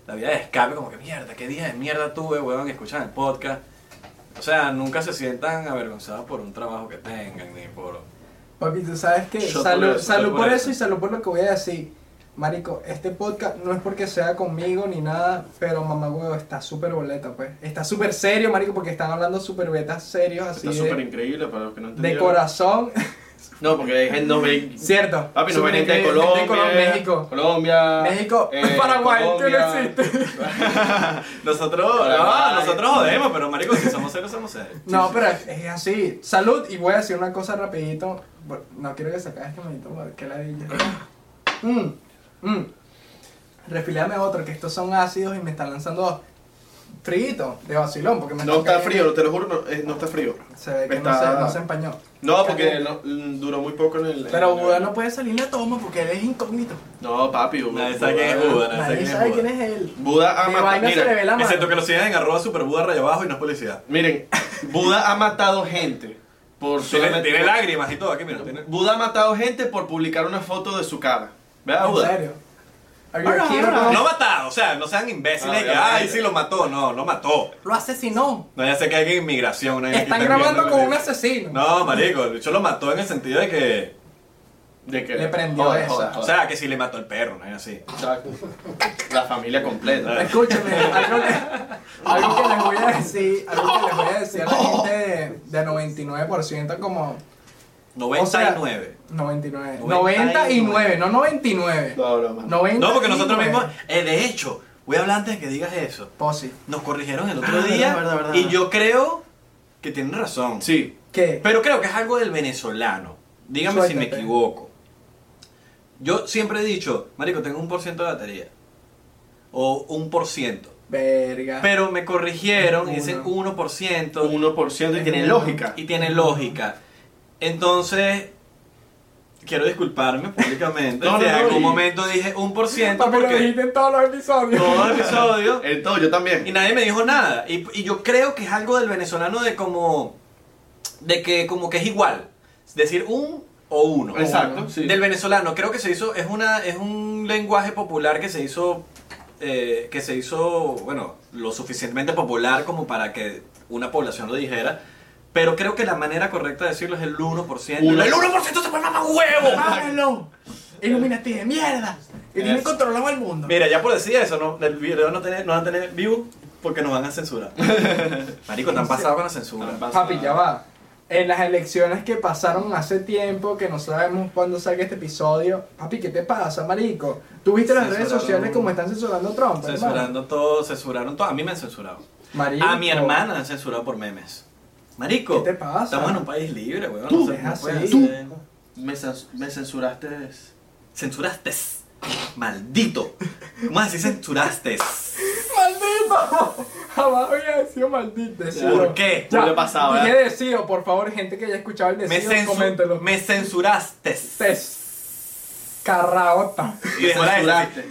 Speaker 3: la vida de escape, como que mierda, qué día de mierda tuve, huevón, y escuchan el podcast. O sea, nunca se sientan avergonzados por un trabajo que tengan, ni por...
Speaker 2: Papi, tú sabes que
Speaker 4: Yo
Speaker 2: salud,
Speaker 4: por eso,
Speaker 2: salud
Speaker 4: yo
Speaker 2: por,
Speaker 4: por
Speaker 2: eso.
Speaker 4: eso.
Speaker 2: y salud por lo que voy a decir. Marico, este podcast no es porque sea conmigo ni nada, pero mamá huevo está súper boleta, pues. Está súper serio, marico, porque están hablando súper betas serios, así
Speaker 4: Está súper
Speaker 2: de,
Speaker 4: increíble para los que no
Speaker 2: de
Speaker 4: entendieron.
Speaker 2: corazón.
Speaker 4: No, porque hay gente, no ve-
Speaker 2: Cierto.
Speaker 4: Papi, no
Speaker 2: Súper
Speaker 4: ven gente de
Speaker 2: increíble,
Speaker 4: Colombia.
Speaker 2: México.
Speaker 4: Colombia. eh,
Speaker 2: México, Paraguay, que no existe.
Speaker 3: Nosotros,
Speaker 4: Ay.
Speaker 3: no, nosotros jodemos, pero marico, si somos serios, somos serios.
Speaker 2: No, pero es- es así. Salud, y voy a decir una cosa rapidito. Bueno, No quiero que se acabe este maldito pod- que la dije. Mm, mm. Refileame otro, que estos son ácidos y me están lanzando frito de vacilón. Porque me
Speaker 4: No
Speaker 2: están
Speaker 4: está
Speaker 2: cayendo.
Speaker 4: frío, te lo juro, no, eh, no está frío.
Speaker 2: Se ve que no,
Speaker 4: Está-
Speaker 2: se, no se empañó.
Speaker 4: No, porque no- mm, duró muy poco en el.
Speaker 2: Pero
Speaker 4: en el-
Speaker 2: Buda no puede salir la toma porque él es incógnito.
Speaker 4: No, papi. Buda.
Speaker 3: Nadie sabe quién es Buda, nadie sabe
Speaker 2: Nadie
Speaker 3: quién es
Speaker 2: sabe
Speaker 3: Buda.
Speaker 2: quién es él.
Speaker 4: Buda ha
Speaker 2: De
Speaker 4: matado-
Speaker 2: vaina se
Speaker 4: Ah, mira,
Speaker 2: le ve la mano.
Speaker 3: Excepto que lo sigan en arroba superbuda raya abajo y no es publicidad.
Speaker 4: Miren, Buda ha matado gente. Por
Speaker 3: Tiene,
Speaker 4: solamente.
Speaker 3: tiene lágrimas y todo, aquí mira, tiene...
Speaker 4: Buda ha matado gente por publicar una foto de su cara. ¿Verdad,
Speaker 2: En
Speaker 4: Buda?
Speaker 2: serio. Are you kidding me?
Speaker 3: No matado, o sea, no sean imbéciles
Speaker 4: Ah,
Speaker 3: que,
Speaker 4: obviamente.
Speaker 3: ay, sí lo mató. No, lo mató.
Speaker 2: Lo asesinó.
Speaker 3: No, ya sé que hay inmigración. no hay- aquí
Speaker 2: Están grabando
Speaker 3: viendo,
Speaker 2: con un
Speaker 3: marico.
Speaker 2: asesino.
Speaker 3: No, marico, el bicho lo mató en el sentido de que...
Speaker 4: De que
Speaker 2: Le prendió
Speaker 4: Joder,
Speaker 2: esa.
Speaker 4: joder,
Speaker 3: O
Speaker 4: joder.
Speaker 3: sea, que sí le mató el perro, no es así.
Speaker 4: Exacto. La familia
Speaker 3: Ah.
Speaker 4: completa.
Speaker 2: Escúchame, algo que, algo que les voy a decir, algo que les voy a decir a la gente de, de 99% como
Speaker 3: 99.
Speaker 2: O sea, 99, 99,
Speaker 3: 99,
Speaker 2: no 99.
Speaker 4: No, no, man.
Speaker 2: 99.
Speaker 3: no, porque nosotros mismos... eh, de hecho, voy a hablar antes de que digas eso.
Speaker 2: Posi.
Speaker 3: Nos corrigieron el otro
Speaker 4: Ah,
Speaker 3: día
Speaker 4: verdad, verdad, verdad.
Speaker 3: y yo creo que tienen razón.
Speaker 4: Sí.
Speaker 2: ¿Qué?
Speaker 3: Pero creo que es algo del venezolano. Dígame si me
Speaker 2: Suéltate.
Speaker 3: equivoco. Yo siempre he dicho, marico, tengo un por ciento de batería. O un por ciento.
Speaker 2: Verga.
Speaker 3: Pero me corrigieron y dicen
Speaker 2: Uno.
Speaker 3: 1%.
Speaker 4: 1% y tiene
Speaker 2: Ujú.
Speaker 4: lógica.
Speaker 3: Y tiene lógica. Entonces, quiero disculparme públicamente.
Speaker 4: No, no,
Speaker 3: que en
Speaker 4: no,
Speaker 3: algún
Speaker 4: y-
Speaker 3: momento dije un por ciento
Speaker 2: Papi, lo
Speaker 3: porque
Speaker 2: dijiste en todos los episodios.
Speaker 3: todo el episodio.
Speaker 4: El Eh, todo, yo también.
Speaker 3: Y nadie me dijo nada. Y, y yo creo que es algo del venezolano de como. de que como que es igual. Decir un o uno.
Speaker 4: Exacto, sí.
Speaker 3: Del venezolano, creo que se hizo. Es una. es un lenguaje popular que se hizo. eh, que se hizo. bueno, lo suficientemente popular como para que una población lo dijera. Pero creo que la manera correcta de decirlo es el 1%.
Speaker 4: Uno.
Speaker 3: ¡El 1% se fue mamá huevo!
Speaker 2: ¡Mámalo! Illuminati de mierda. Y tienen
Speaker 3: Eso.
Speaker 2: controlado el mundo.
Speaker 3: Mira, ya por decir eso, no, el video no, tiene- no va a tener vivo porque nos van a censurar. Marico, te han pasado con la censura.
Speaker 2: Papi, ya va. En las elecciones que pasaron hace tiempo, que no sabemos cuándo salga este episodio. Papi, ¿qué te pasa, marico? ¿Tú viste las redes
Speaker 3: Censuraron-
Speaker 2: sociales como están censurando a Trump? hermano?
Speaker 3: Censurando todo, censuraron todo. A mí me han censurado.
Speaker 2: Marico.
Speaker 3: A mi hermana la han censurado por memes. Marico,
Speaker 2: ¿Qué te pasa?
Speaker 3: estamos en un país libre, weón.
Speaker 2: Tú,
Speaker 3: no sé, no
Speaker 2: es
Speaker 3: puede
Speaker 2: así.
Speaker 3: ser.
Speaker 4: Me, cens- me censuraste.
Speaker 3: Censuraste. Maldito. ¿Cómo así censuraste?
Speaker 2: ¡Maldito! Jamás había sido maldito.
Speaker 3: ¿Por qué?
Speaker 4: No le pasaba,
Speaker 2: Dije
Speaker 4: ¿verdad?
Speaker 2: deseo, por favor, gente que haya escuchado el
Speaker 3: Me,
Speaker 2: deseo,
Speaker 3: censu-
Speaker 2: coméntelo.
Speaker 3: me censuraste.
Speaker 2: Tes- Carraota.
Speaker 3: Y dejó la-
Speaker 4: Censuraste.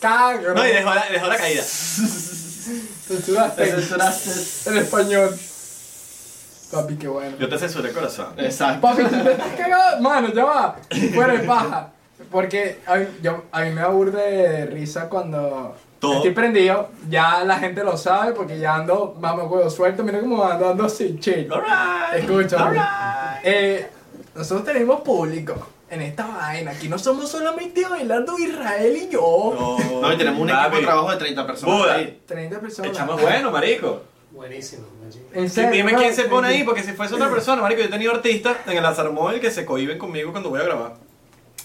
Speaker 2: Cagro.
Speaker 3: No, y dejó la, dejó la caída.
Speaker 2: Censuraste.
Speaker 4: Me censuraste.
Speaker 2: En español. Papi, qué bueno.
Speaker 3: Yo te censuré corazón.
Speaker 4: Exacto.
Speaker 2: Papi, tú te estás cagado. Mano, ya va. Fuera de paja. Porque a mí, yo- a mí me aburre de risa cuando
Speaker 3: Todo.
Speaker 2: estoy prendido. Ya la gente lo sabe porque ya ando, vamos, huevo suelto. Mira cómo ando, ando así, chill.
Speaker 3: Alright.
Speaker 2: Escucha.
Speaker 3: Alright.
Speaker 2: Eh, nosotros tenemos público en esta vaina. Aquí no somos solamente bailando Israel y yo.
Speaker 4: No, y tenemos un equipo de
Speaker 3: papi.
Speaker 4: trabajo de 30 personas.
Speaker 3: Buda.
Speaker 4: ahí.
Speaker 2: 30 personas.
Speaker 3: El chamo es bueno, marico.
Speaker 8: Buenísimo, buenísimo.
Speaker 2: En
Speaker 3: Sí,
Speaker 2: serio,
Speaker 3: dime
Speaker 2: bro.
Speaker 3: quién se pone ahí, porque si fuese otra persona, marico, yo he tenido artistas en el Azarmóvil que se cohiben conmigo cuando voy a grabar.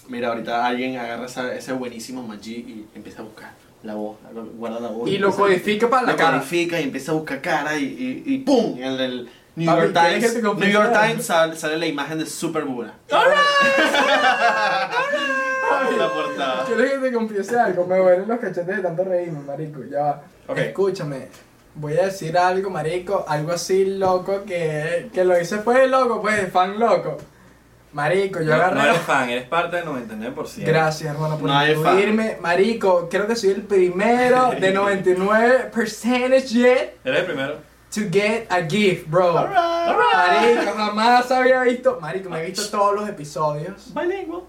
Speaker 4: Mira, ahorita alguien agarra esa- ese buenísimo Maggi y empieza a buscar la voz, guarda la voz.
Speaker 2: Y lo
Speaker 4: empieza-
Speaker 2: codifica para la
Speaker 4: lo
Speaker 2: cara.
Speaker 4: codifica y empieza a buscar cara y, y, y ¡pum! En el New
Speaker 2: Papi,
Speaker 4: York
Speaker 2: ¿quieres que
Speaker 4: Times,
Speaker 2: te
Speaker 4: New York
Speaker 2: confiese?
Speaker 4: Times sale, sale la imagen de Super Buda. La portada.
Speaker 2: Quiero que te confiese algo, me duelen los cachetes de tanto reírme, marico, ya va.
Speaker 3: Ok.
Speaker 2: Escúchame, voy a decir algo, marico, algo así loco que, que lo hice fue loco, pues, fan loco. Marico, yo
Speaker 3: No,
Speaker 2: agarré...
Speaker 3: no eres fan, eres parte del 99%.
Speaker 2: Gracias, hermano, por
Speaker 4: No hay fan.
Speaker 2: incluirme. Marico, creo que soy el primero de 99% yet
Speaker 3: Eres el primero.
Speaker 2: to get a gift, bro. Marico, jamás había visto... Marico, me he visto todos los episodios.
Speaker 3: Bilingüe.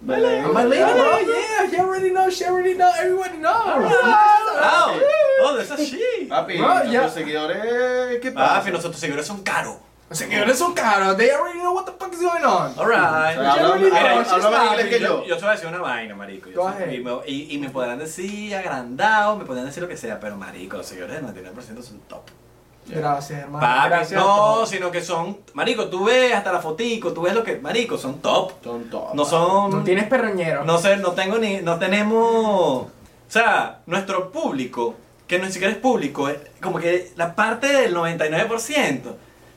Speaker 2: I'm a leader, bro, yeah, she already knows, she already knows, everybody knows.
Speaker 3: Oh, oh, that's a she.
Speaker 4: Papi,
Speaker 2: Bro,
Speaker 4: nuestros
Speaker 2: ya.
Speaker 4: seguidores, ¿qué pasa?
Speaker 3: Papi, nosotros seguidores son caros.
Speaker 2: Los seguidores son caros. They already know what the fuck is going on.
Speaker 3: Alright.
Speaker 2: Ya
Speaker 4: Habla-
Speaker 2: lo olvidó,
Speaker 4: habla-
Speaker 2: she's
Speaker 4: habla más
Speaker 2: happy.
Speaker 4: inglés que yo.
Speaker 3: Yo, yo te voy a decir una vaina, marico. Yo
Speaker 2: Go
Speaker 3: sé-
Speaker 2: ahead.
Speaker 3: y, me, y- y me podrán decir agrandado, me podrán decir lo que sea, pero marico, los seguidores del 99% son top.
Speaker 2: Gracias, hermano.
Speaker 3: Papi,
Speaker 2: Gracias. a
Speaker 3: no,
Speaker 2: todos.
Speaker 3: sino que son. Marico, tú ves hasta la fotico, tú ves lo que. Marico, son top.
Speaker 4: Tonto.
Speaker 3: No son.
Speaker 2: No tienes perroñero.
Speaker 3: No sé, no tengo ni. No tenemos. O sea, nuestro público, que ni siquiera es público, es como que la parte del 99%.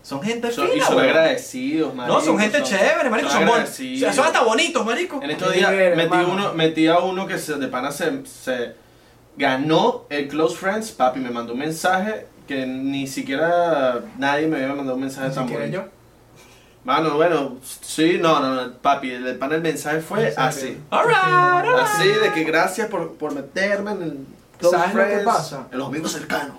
Speaker 3: Son gente
Speaker 4: Son- y
Speaker 3: fina,
Speaker 4: son
Speaker 3: weón.
Speaker 4: agradecidos, marico.
Speaker 3: No, son gente chévere, marico. Son, bonitos.
Speaker 4: agradecidos.
Speaker 3: son hasta bonitos, marico.
Speaker 4: En estos
Speaker 2: Qué
Speaker 4: días
Speaker 2: nivel,
Speaker 4: metí,
Speaker 2: hermano.
Speaker 4: uno, metí a uno que se- de pana se, se ganó el Close Friends. Papi, me mandó un mensaje que ni siquiera nadie me había mandado un mensaje
Speaker 2: Ni
Speaker 4: tan
Speaker 2: siquiera
Speaker 4: bonito.
Speaker 2: yo.
Speaker 4: Mano, bueno, sí, no, no, no, papi, el, pana el mensaje fue
Speaker 2: Mensaje.
Speaker 4: así.
Speaker 3: Alright, alright.
Speaker 4: Así de que gracias por, por meterme en el Close
Speaker 2: ¿Sabes lo que
Speaker 4: Friends.
Speaker 2: pasa?
Speaker 4: En los amigos cercanos.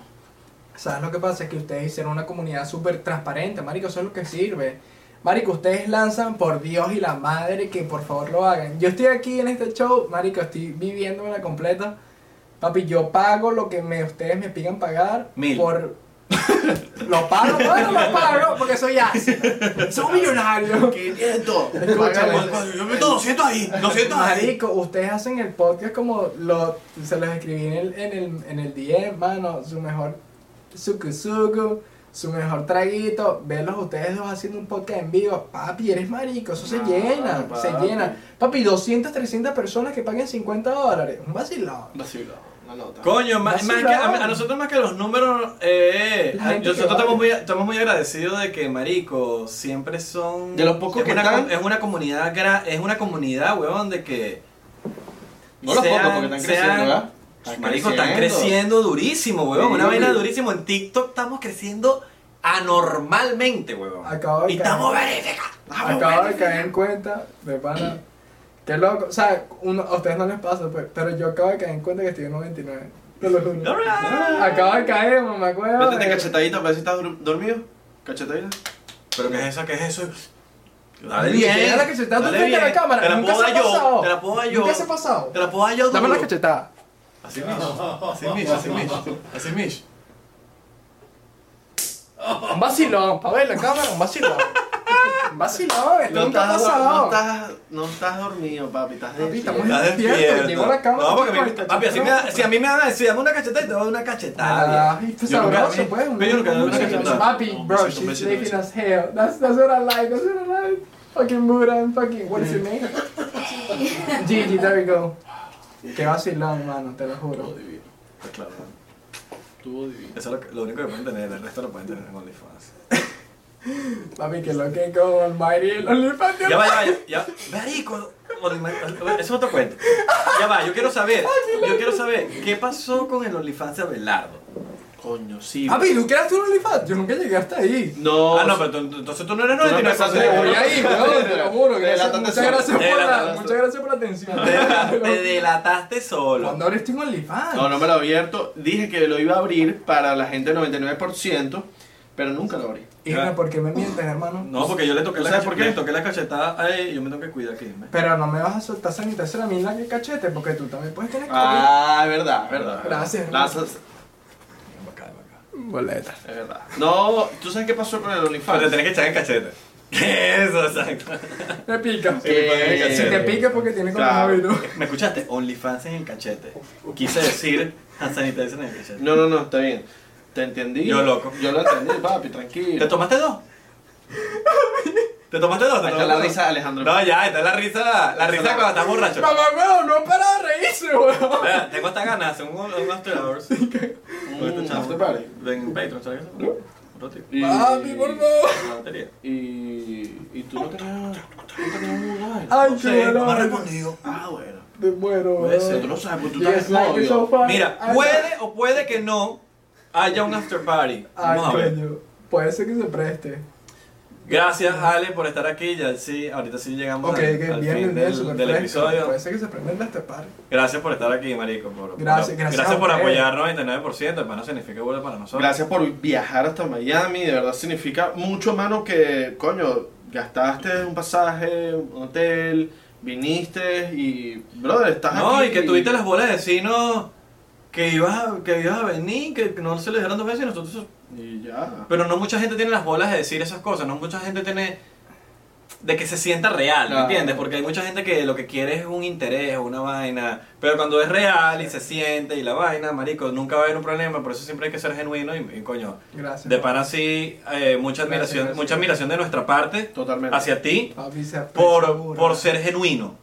Speaker 2: ¿Sabes lo que pasa? Es que ustedes hicieron una comunidad súper transparente, marico. Eso es lo que sirve. Marico, ustedes lanzan por Dios y la madre que por favor lo hagan. Yo estoy aquí en este show, marico, estoy viviéndome la completa. Papi, yo pago lo que me, ustedes me pidan pagar.
Speaker 3: Mil.
Speaker 2: Por... lo pago, bueno, lo pago, porque soy así. Soy un millonario.
Speaker 4: 500.
Speaker 2: Escúchame.
Speaker 3: Yo meto 200 ahí, 200 ahí.
Speaker 2: Marico, ustedes hacen el podcast como lo, se los escribí en el, en el, en el DM, mano, su mejor suku suku, su mejor traguito, verlos ustedes dos haciendo un podcast en vivo, papi, eres marico, eso
Speaker 3: Ah,
Speaker 4: No,
Speaker 2: se llena,
Speaker 4: papi.
Speaker 2: se llena. Papi, 200, 300 personas que paguen 50 dólares, un vacilón.
Speaker 4: Vacilo, una nota.
Speaker 3: Coño, ma- más,
Speaker 2: Vacilado.
Speaker 3: que, a, a nosotros más que los números, eh,
Speaker 2: La gente
Speaker 3: nosotros
Speaker 2: que
Speaker 3: estamos muy, estamos muy agradecidos de que, marico, siempre son...
Speaker 4: De los pocos
Speaker 3: es
Speaker 4: que
Speaker 3: una,
Speaker 4: están.
Speaker 3: com- Es una comunidad, gra- es una comunidad, huevón, de que...
Speaker 4: No los
Speaker 3: sean-
Speaker 4: pongo porque están creciendo,
Speaker 3: sean-
Speaker 4: ¿verdad?
Speaker 3: Marico, están creciendo durísimo, huevón,
Speaker 4: Sí.
Speaker 3: una vaina durísimo. En TikTok estamos creciendo anormalmente, huevón.
Speaker 2: Acabo de
Speaker 3: y
Speaker 2: caer.
Speaker 3: estamos verificados. estamos
Speaker 2: Acabo de
Speaker 3: verificados.
Speaker 2: caer en cuenta, de pana, qué loco, o sea, uno- a ustedes no les pasa, pues, pero yo acabo de caer en cuenta que estoy en 99, te lo juro. Acabo de caer, mamá, eh. acuerdo.
Speaker 4: Métete cachetadita para ver si estás dur- dormido. Cachetadita.
Speaker 3: ¿Pero qué es eso? ¿Qué es eso?
Speaker 2: Dale bien. Te da la cachetada, tú frente a la cámara.
Speaker 3: Te la
Speaker 2: Nunca
Speaker 3: puedo
Speaker 2: se
Speaker 3: dar
Speaker 2: ha
Speaker 3: yo.
Speaker 2: pasado.
Speaker 3: Te la puedo dar yo.
Speaker 2: ¿Nunca se ha pasado?
Speaker 3: Te la puedo dar yo.
Speaker 2: Dame
Speaker 3: duro.
Speaker 2: la cachetada.
Speaker 3: Así mismo. Así mismo, así mismo. Así mismo.
Speaker 2: Un vacilón, pa' ver la cámara, un vacilón. Un vacilón, esto
Speaker 4: No
Speaker 2: nunca ha
Speaker 4: estás, dor- no,
Speaker 2: pasado.
Speaker 4: estás, no estás dormido, papi. Estás
Speaker 2: Papi,
Speaker 4: despierto.
Speaker 2: estamos-
Speaker 3: Estás
Speaker 2: despierto,
Speaker 3: despierto.
Speaker 2: llegó la cámara, pues,
Speaker 3: No, porque me-
Speaker 2: cachetada.
Speaker 3: papi, así me da- si a mí me van a decir, dame una cachetada y te voy a dar una cachetada.
Speaker 2: Ah, esto es
Speaker 3: Yo nunca-
Speaker 2: sabroso, pues.
Speaker 3: Pero yo nunca doy una cachetada.
Speaker 2: Papi,
Speaker 3: Un
Speaker 2: bro,
Speaker 3: besito, un
Speaker 2: she's
Speaker 3: besito, un
Speaker 2: making
Speaker 3: besito.
Speaker 2: us hell. That's, that's what I like, that's what I like. Fucking Buddha and fucking, what is your name? Gigi, there we go. Qué vacilón, mano, te lo juro.
Speaker 3: Pues claro. Eso es lo, que- lo único que pueden tener, el resto lo pueden tener en OnlyFans.
Speaker 2: Papi, que lo que con Almighty, el OnlyFans.
Speaker 3: Ya va, ya va, ya. ya. Marico, eso ah, es otro cuento. Ya va, yo quiero saber, yo quiero saber, ¿qué pasó con el OnlyFans de Abelardo?
Speaker 4: Coño, sí.
Speaker 2: Papi, ¿tú creaste un OnlyFans? Yo nunca llegué hasta ahí.
Speaker 4: No,
Speaker 3: Ah, no, pero tú- entonces tú no eres
Speaker 4: Tú no empezaste de
Speaker 3: 99%.
Speaker 2: Voy ahí, weón, te lo juro.
Speaker 4: Te
Speaker 2: gracias-
Speaker 4: delataste
Speaker 2: Muchas
Speaker 4: solo.
Speaker 2: gracias,
Speaker 3: Te
Speaker 2: por la,
Speaker 3: delataste
Speaker 2: muchas gracias por la atención.
Speaker 3: Te dela- Te delataste solo.
Speaker 2: Cuando ahora estoy en OnlyFans.
Speaker 4: no, no me lo he abierto. Dije que lo iba a abrir para la gente del 99%. pero nunca lo abrí.
Speaker 2: Hija, ¿por qué me mientes, hermano?
Speaker 3: No, porque yo le toqué,
Speaker 4: ¿Tú
Speaker 3: la,
Speaker 4: sabes
Speaker 3: cach-
Speaker 4: por qué?
Speaker 3: le toqué la cachetada a él y yo me tengo que cuidar aquí. ¿me?
Speaker 2: Pero no me vas a soltar sanitación a mí en la cachete, porque tú también puedes tener COVID.
Speaker 4: Ah, es verdad, es verdad.
Speaker 2: Gracias, hermano.
Speaker 4: Gracias,
Speaker 2: Boleta.
Speaker 4: es verdad. No, ¿tú sabes qué pasó con el
Speaker 3: Pero te
Speaker 4: OnlyFans?
Speaker 3: tenés que echar en cachete. Eso, exacto.
Speaker 2: Me pica.
Speaker 4: Eh,
Speaker 2: Si te pica porque tiene coronavirus.
Speaker 3: ¿Me escuchaste? OnlyFans en el cachete. Quise decir hand sanitizer en el cachete.
Speaker 4: No, no, no, está bien. Te entendí.
Speaker 3: Yo loco.
Speaker 4: Yo lo entendí, papi, tranquilo.
Speaker 3: ¿Te tomaste dos? ¿Te tomaste dos? ¿Te
Speaker 4: Ahí está la
Speaker 3: tomaste
Speaker 4: risa de Alejandro.
Speaker 3: dos? No, ya, esta es la risa, la risa cuando estás borracho.
Speaker 2: Mamá, weón, no para de reírse, weón.
Speaker 3: Vea, Tengo esta ganas, un, un after hours. este
Speaker 4: Un after party.
Speaker 3: Ven, Patreon, ¿sabes eso? Otro tipo.
Speaker 4: Y-
Speaker 2: Papi, por favor.
Speaker 3: La batería.
Speaker 4: Y, y tú no tenías. No tenías un like.
Speaker 2: Ay,
Speaker 3: Sí,
Speaker 2: qué dolor.
Speaker 3: no me ha respondido.
Speaker 4: Ah, bueno.
Speaker 2: Te muero,
Speaker 4: Puede ser, Pues, tú
Speaker 2: weón.
Speaker 4: no sabes, porque tú
Speaker 2: Yes,
Speaker 4: estás
Speaker 2: like
Speaker 4: novio.
Speaker 2: it's so far.
Speaker 3: Mira,
Speaker 2: Ay,
Speaker 3: puede o puede que no haya un after party.
Speaker 2: Ay,
Speaker 3: Vamos a ver.
Speaker 2: coño. Puede ser que se preste.
Speaker 3: Gracias, Ale, por estar aquí. Ya sí, ahorita sí llegamos
Speaker 2: Ok,
Speaker 3: al,
Speaker 2: que
Speaker 3: al
Speaker 2: bien,
Speaker 3: fin
Speaker 2: bien,
Speaker 3: del,
Speaker 2: súper
Speaker 3: del
Speaker 2: fresco.
Speaker 3: episodio.
Speaker 2: Puede ser que se prenda este par.
Speaker 3: Gracias por estar aquí, marico. Por,
Speaker 2: Gracias, gracias a
Speaker 3: por
Speaker 2: ustedes.
Speaker 3: apoyar 99%. Hermano, significa vuelo para nosotros.
Speaker 4: Gracias por viajar hasta Miami, de verdad significa mucho, mano, que, coño, gastaste un pasaje, un hotel, viniste y, brother, estás aquí.
Speaker 3: No, y que tuviste las bolas de vecinos que ibas a, que ibas a venir, que no se le dijeron dos veces y nosotros...
Speaker 4: Y ya.
Speaker 3: Pero no mucha gente tiene las bolas de decir esas cosas. No mucha gente tiene... De que se sienta real, ¿me
Speaker 4: Claro.
Speaker 3: entiendes? Porque hay mucha gente que lo que quiere es un interés, una vaina. Pero cuando es real y se siente y la vaina, marico, nunca va a haber un problema. Por eso siempre hay que ser genuino y, y coño...
Speaker 2: Gracias.
Speaker 3: De pana sí, eh, mucha admiración,
Speaker 2: gracias.
Speaker 3: mucha admiración de nuestra parte
Speaker 4: Totalmente.
Speaker 3: hacia ti
Speaker 2: Papi, se aprecia,
Speaker 3: por,
Speaker 2: seguro.
Speaker 3: por ser genuino.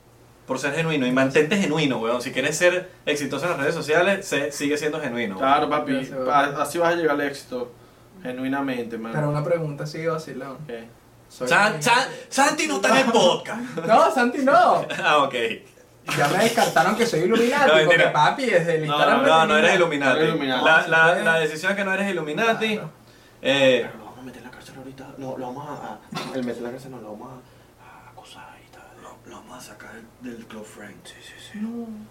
Speaker 3: Por ser genuino. Y mantente genuino, weón. Si quieres ser exitoso en las redes sociales, sé- sigue siendo genuino. weón.
Speaker 4: Claro, papi,
Speaker 2: Gracias, bro.
Speaker 4: pa- así vas a llegar al éxito, genuinamente,
Speaker 2: Pero
Speaker 4: mano.
Speaker 2: una pregunta sigue vacilón.
Speaker 4: Ok.
Speaker 2: Soy-
Speaker 3: San- San- Santi no está en el podcast.
Speaker 2: No, Santi, no.
Speaker 3: ah, ok.
Speaker 2: Ya me descartaron que soy Illuminati.
Speaker 3: No, mentira.
Speaker 2: porque papi, desde el
Speaker 3: No,
Speaker 2: Instagram
Speaker 3: no,
Speaker 2: me
Speaker 3: no, no eres
Speaker 2: tenía-
Speaker 3: Illuminati.
Speaker 4: No eres Illuminati.
Speaker 3: La, la- la decisión es que no eres Illuminati.
Speaker 2: Claro.
Speaker 3: Eh,
Speaker 4: Pero lo vamos a meter en la cárcel ahorita, no, lo vamos a, a- el meter en la cárcel no, lo vamos a, a acusar y tal.
Speaker 3: lo vamos a sacar del Club Friend. Sí, sí, sí.
Speaker 4: No.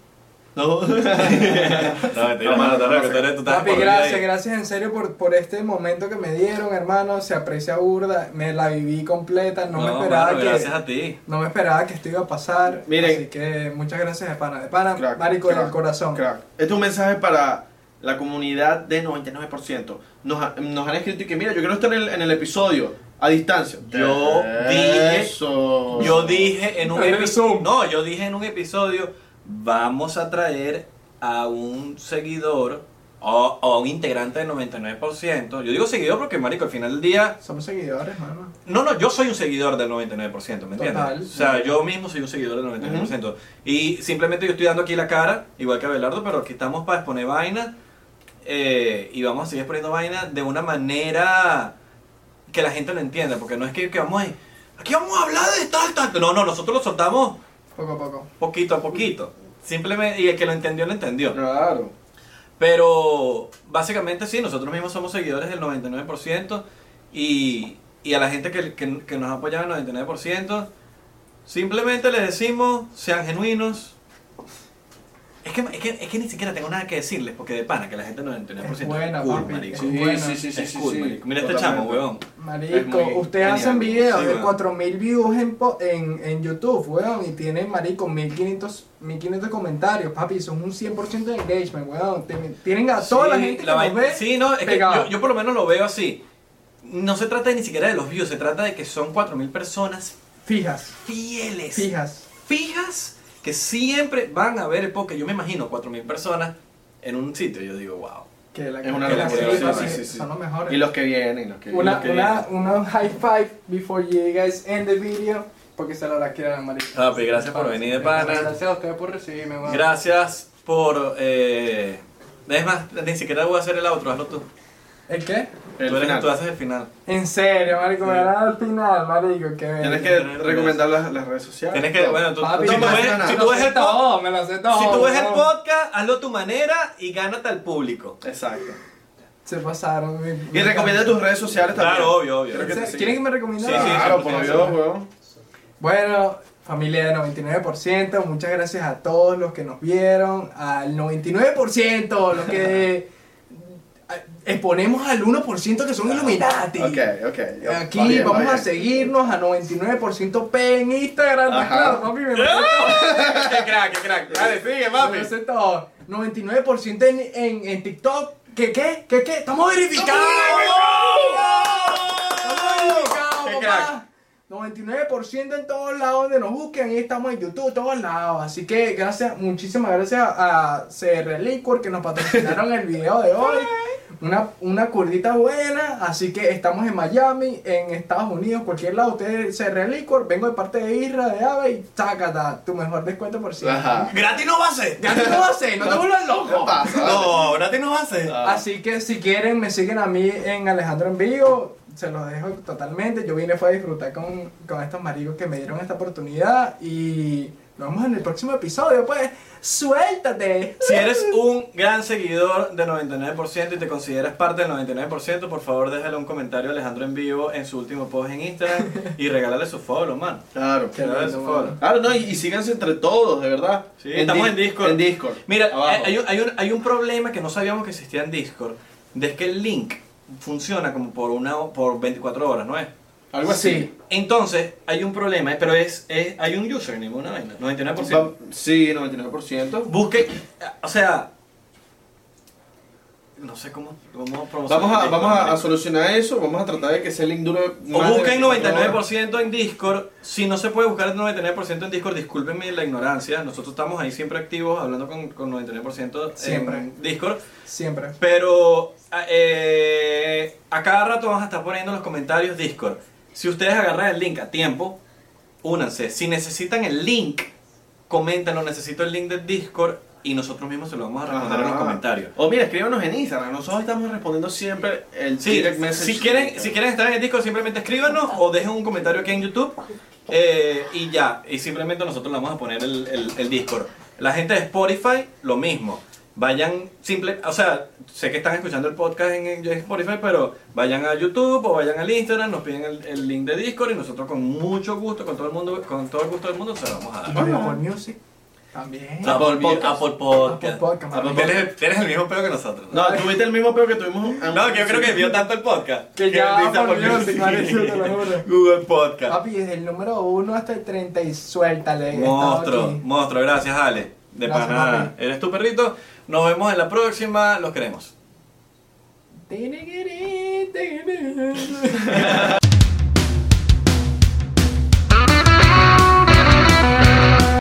Speaker 3: No, mentira, mano, te arreglo, tú eres- tú estás
Speaker 2: Papi,
Speaker 3: por vida
Speaker 2: gracias,
Speaker 3: ahí.
Speaker 2: gracias en serio por, por este momento que me dieron, hermano. Se aprecia burda, me la viví completa, no, me
Speaker 3: No,
Speaker 2: esperaba
Speaker 3: mano,
Speaker 2: que
Speaker 3: gracias a ti.
Speaker 2: no me esperaba que esto iba a pasar.
Speaker 4: Miren.
Speaker 2: así que muchas gracias de pana, de pana,
Speaker 4: Crack,
Speaker 2: marico del
Speaker 4: crack,
Speaker 2: corazón.
Speaker 4: Crack. Este es un mensaje para la comunidad de 99%. Nos, ha- nos han escrito y que, mira, yo quiero estar en el, en el episodio a distancia.
Speaker 3: Yo dije-
Speaker 4: Eso.
Speaker 3: Yo dije en un
Speaker 2: En el
Speaker 3: episodio.
Speaker 2: Zoom.
Speaker 3: No, yo dije en un episodio. Vamos a traer a un seguidor o o a un integrante del 99%. Yo digo seguidor porque, marico, al final del día.
Speaker 2: Somos seguidores, hermano.
Speaker 3: No, no, yo soy un seguidor del 99%, ¿me entiendes?
Speaker 2: Total.
Speaker 3: O sea, yo mismo soy un seguidor del 99%. Y simplemente yo estoy dando aquí la cara, igual que Abelardo, pero aquí estamos para exponer vainas. eh, y vamos a seguir exponiendo vainas de una manera que la gente lo entienda. Porque no es que, que vamos a... Aquí vamos a hablar de tal, tal. No, no, nosotros lo soltamos
Speaker 2: Poco a poco.
Speaker 3: poquito a poquito. Simplemente, y el que lo entendió, lo entendió.
Speaker 4: Claro.
Speaker 3: Pero básicamente sí, nosotros mismos somos seguidores del 99% y, y a la gente que, que, que nos ha apoyado el 99%, simplemente les decimos, sean genuinos. Es que, es, que, es que ni siquiera tengo nada que decirles, porque de pana, que la gente del 99%
Speaker 2: Es buena,
Speaker 3: es cool,
Speaker 2: papi,
Speaker 3: marico.
Speaker 2: es
Speaker 3: Sí,
Speaker 2: buena.
Speaker 3: es cool, marico. Mira este
Speaker 4: Totalmente.
Speaker 3: chamo, weón.
Speaker 4: Es
Speaker 2: Marico,
Speaker 4: muy
Speaker 2: ustedes
Speaker 4: genial.
Speaker 2: hacen videos
Speaker 3: Sí,
Speaker 2: de
Speaker 3: weón.
Speaker 2: 4000 views en, po- en, en YouTube, weón, y tienen, marico, 1500, 1500 comentarios, papi, son un 100% de engagement, weón. Te- Tienen a toda la
Speaker 3: Sí,
Speaker 2: gente que
Speaker 3: vaina-
Speaker 2: nos ve.
Speaker 3: Sí, no, es que
Speaker 2: pegada.
Speaker 3: yo, yo por lo menos lo veo así. No se trata ni siquiera de los views, se trata de que son 4.000 personas
Speaker 2: Fijas,
Speaker 3: fieles.
Speaker 2: fijas.
Speaker 3: fijas que siempre van a ver el podcast. Yo me imagino 4.000 personas en un sitio. Yo digo, wow.
Speaker 2: Que la
Speaker 4: Es una
Speaker 2: que la-
Speaker 4: locura,
Speaker 2: sí,
Speaker 4: sí,
Speaker 2: papi,
Speaker 4: sí, sí, sí.
Speaker 2: Son los mejores.
Speaker 4: Y los que vienen, los que
Speaker 2: una,
Speaker 4: los que
Speaker 2: una, una high five before you guys end the video, porque se lo la quieran, marico.
Speaker 3: Papi, gracias por venir de pana.
Speaker 2: Gracias a ustedes por recibirme, weón.
Speaker 3: Gracias por... eh, Es más, ni siquiera voy a hacer el outro, hazlo tú.
Speaker 2: ¿El qué?
Speaker 4: vienen. El
Speaker 3: tú, eres-
Speaker 4: final.
Speaker 3: tú haces el final.
Speaker 2: En serio, marico, me van a dar al final, marico, que
Speaker 4: Tienes que recomendar las, las redes sociales.
Speaker 3: Tienes que...
Speaker 4: todo.
Speaker 3: Bueno, tú,
Speaker 2: Papi,
Speaker 3: tú
Speaker 2: no
Speaker 3: ves-
Speaker 4: pasa nada.
Speaker 3: si
Speaker 2: Me
Speaker 3: tú
Speaker 2: lo
Speaker 3: ves
Speaker 2: sé
Speaker 3: el podcast...
Speaker 2: todo, me lo sé todo,
Speaker 3: Si tú ves el
Speaker 2: weón.
Speaker 3: podcast, hazlo a tu manera y gánate al público.
Speaker 4: Exacto.
Speaker 2: Se pasaron. mi-
Speaker 4: Y
Speaker 2: mi-
Speaker 4: recomienda tus redes sociales también.
Speaker 3: Claro, obvio, obvio.
Speaker 4: Creo que te
Speaker 2: ¿Se-
Speaker 4: sigue.
Speaker 2: ¿Quieren que me recomienden?
Speaker 3: Sí, sí, sí,
Speaker 4: Claro, por
Speaker 3: sí,
Speaker 4: Dios, weón.
Speaker 2: Bueno, familia de 99%, muchas gracias a todos los que nos vieron, al 99%, los que exponemos al 1% que son Illuminati.
Speaker 8: Ok, ok. yo-
Speaker 2: Aquí
Speaker 8: va bien, va
Speaker 2: vamos a
Speaker 8: bien.
Speaker 2: seguirnos a 99% P en Instagram. más
Speaker 8: Ajá.
Speaker 2: Claro, papi,
Speaker 3: ¿Eh?
Speaker 2: me parece
Speaker 3: ¡Qué crack, qué crack! Dale, sigue,
Speaker 2: todo, me parece todo. 99% en, en, en TikTok. ¿Qué, qué? ¿Qué, qué? ¡Estamos verificados! ¡Estamos
Speaker 3: ¡Qué
Speaker 2: verificados, papá! 99% en todos lados donde nos busquen. Ahí estamos en YouTube, todos lados. Así que gracias, muchísimas gracias a CR Liquor que nos patrocinaron el video de hoy. Una, una curvita buena, así que estamos en Miami, en Estados Unidos, cualquier lado. Ustedes CR Liquor, vengo de parte de Isra, de Ave y tácata, tu mejor descuento por ciento.
Speaker 8: Ajá.
Speaker 7: ¡Gratis no va a ser!
Speaker 2: Ya no lo haces, no te vuelvas
Speaker 8: ¿Qué
Speaker 2: loco.
Speaker 8: pasa?
Speaker 7: No, gratis no va a ser.
Speaker 2: Así que si quieren, me siguen a mí en Alejandro en Vivo. Se los dejo totalmente. Yo vine fue a disfrutar con, con estos maricos que me dieron esta oportunidad. Y nos vemos en el próximo episodio, pues. ¡Suéltate!
Speaker 3: Si eres un gran seguidor de 99% y te consideras parte del 99%, por favor déjale un comentario a Alejandro en vivo en su último post en Instagram y regálale su follow, man.
Speaker 4: Claro.
Speaker 2: Qué
Speaker 3: Regálale
Speaker 2: lindo,
Speaker 3: su
Speaker 2: mano.
Speaker 3: follow.
Speaker 4: Claro, no, y, y síganse entre todos, de verdad.
Speaker 3: Sí, estamos
Speaker 4: Dis-
Speaker 3: en Discord.
Speaker 4: En Discord.
Speaker 3: Mira, eh,
Speaker 4: Abajo.
Speaker 3: hay, hay un, hay un- hay un problema que no sabíamos que existía en Discord, de es que el link funciona como por una o- por 24 horas, ¿no es?
Speaker 4: Algo así.
Speaker 2: Sí.
Speaker 3: Entonces, hay un problema, eh, pero es, es- hay un username, una vaina, 99%.
Speaker 4: Va- Sí, 99%.
Speaker 3: Busque, o sea, no sé cómo, cómo promocionar
Speaker 4: Vamos a,
Speaker 3: Discord,
Speaker 4: vamos a,
Speaker 3: marico.
Speaker 4: a solucionar eso, vamos a tratar de que ese link dure
Speaker 3: O
Speaker 4: más de
Speaker 3: busquen
Speaker 4: 24 horas.
Speaker 3: 99% en Discord. Si no se puede buscar el 99% en Discord, discúlpenme la ignorancia. Nosotros estamos ahí siempre activos hablando con, con 99% en
Speaker 2: Siempre.
Speaker 3: Discord.
Speaker 2: Siempre.
Speaker 3: Pero a- eh, a cada rato vamos a estar poniendo en los comentarios Discord. Si ustedes agarran el link a tiempo, únanse. Si necesitan el link, coméntenlo. Necesito el link de Discord y nosotros mismos se lo vamos a responder en los
Speaker 4: Ajá.
Speaker 3: comentarios.
Speaker 4: O mira, escríbanos en Instagram. Nosotros estamos respondiendo siempre el
Speaker 3: Sí,
Speaker 4: direct message.
Speaker 3: si quieren, si quieren estar en el Discord, simplemente escríbanos o dejen un comentario aquí en YouTube eh, y ya. Y simplemente nosotros le vamos a poner el, el, el Discord. La gente de Spotify, lo mismo. Vayan simple, o sea, sé que están escuchando el podcast en, en Spotify, pero vayan a YouTube o vayan al Instagram, nos piden el, el link de Discord y nosotros con mucho gusto, con todo el mundo, con todo el gusto del mundo se lo vamos a dar.
Speaker 2: Apple Music. También.
Speaker 3: Apple Podcast. Apple
Speaker 2: Apple Podcast,
Speaker 3: Apple
Speaker 2: marico.
Speaker 3: Podcast. Tienes- Tienes el mismo pedo que nosotros. No,
Speaker 4: No, tuviste el mismo peo que tuvimos.
Speaker 3: no, que yo creo que vio tanto el podcast.
Speaker 2: Que ya
Speaker 3: dice
Speaker 2: Apple
Speaker 3: Apple
Speaker 2: Music, marico, te lo juro.
Speaker 3: Google Podcast.
Speaker 2: Papi, desde el número 1 hasta el 30 y suéltale. he estado
Speaker 3: Monstruo,
Speaker 2: aquí.
Speaker 3: monstruo, gracias Ale. De
Speaker 2: Gracias,
Speaker 3: pana,
Speaker 2: papi.
Speaker 3: eres tu perrito. Nos vemos en la próxima, los queremos.
Speaker 2: Tiniquirí, tiniquirí.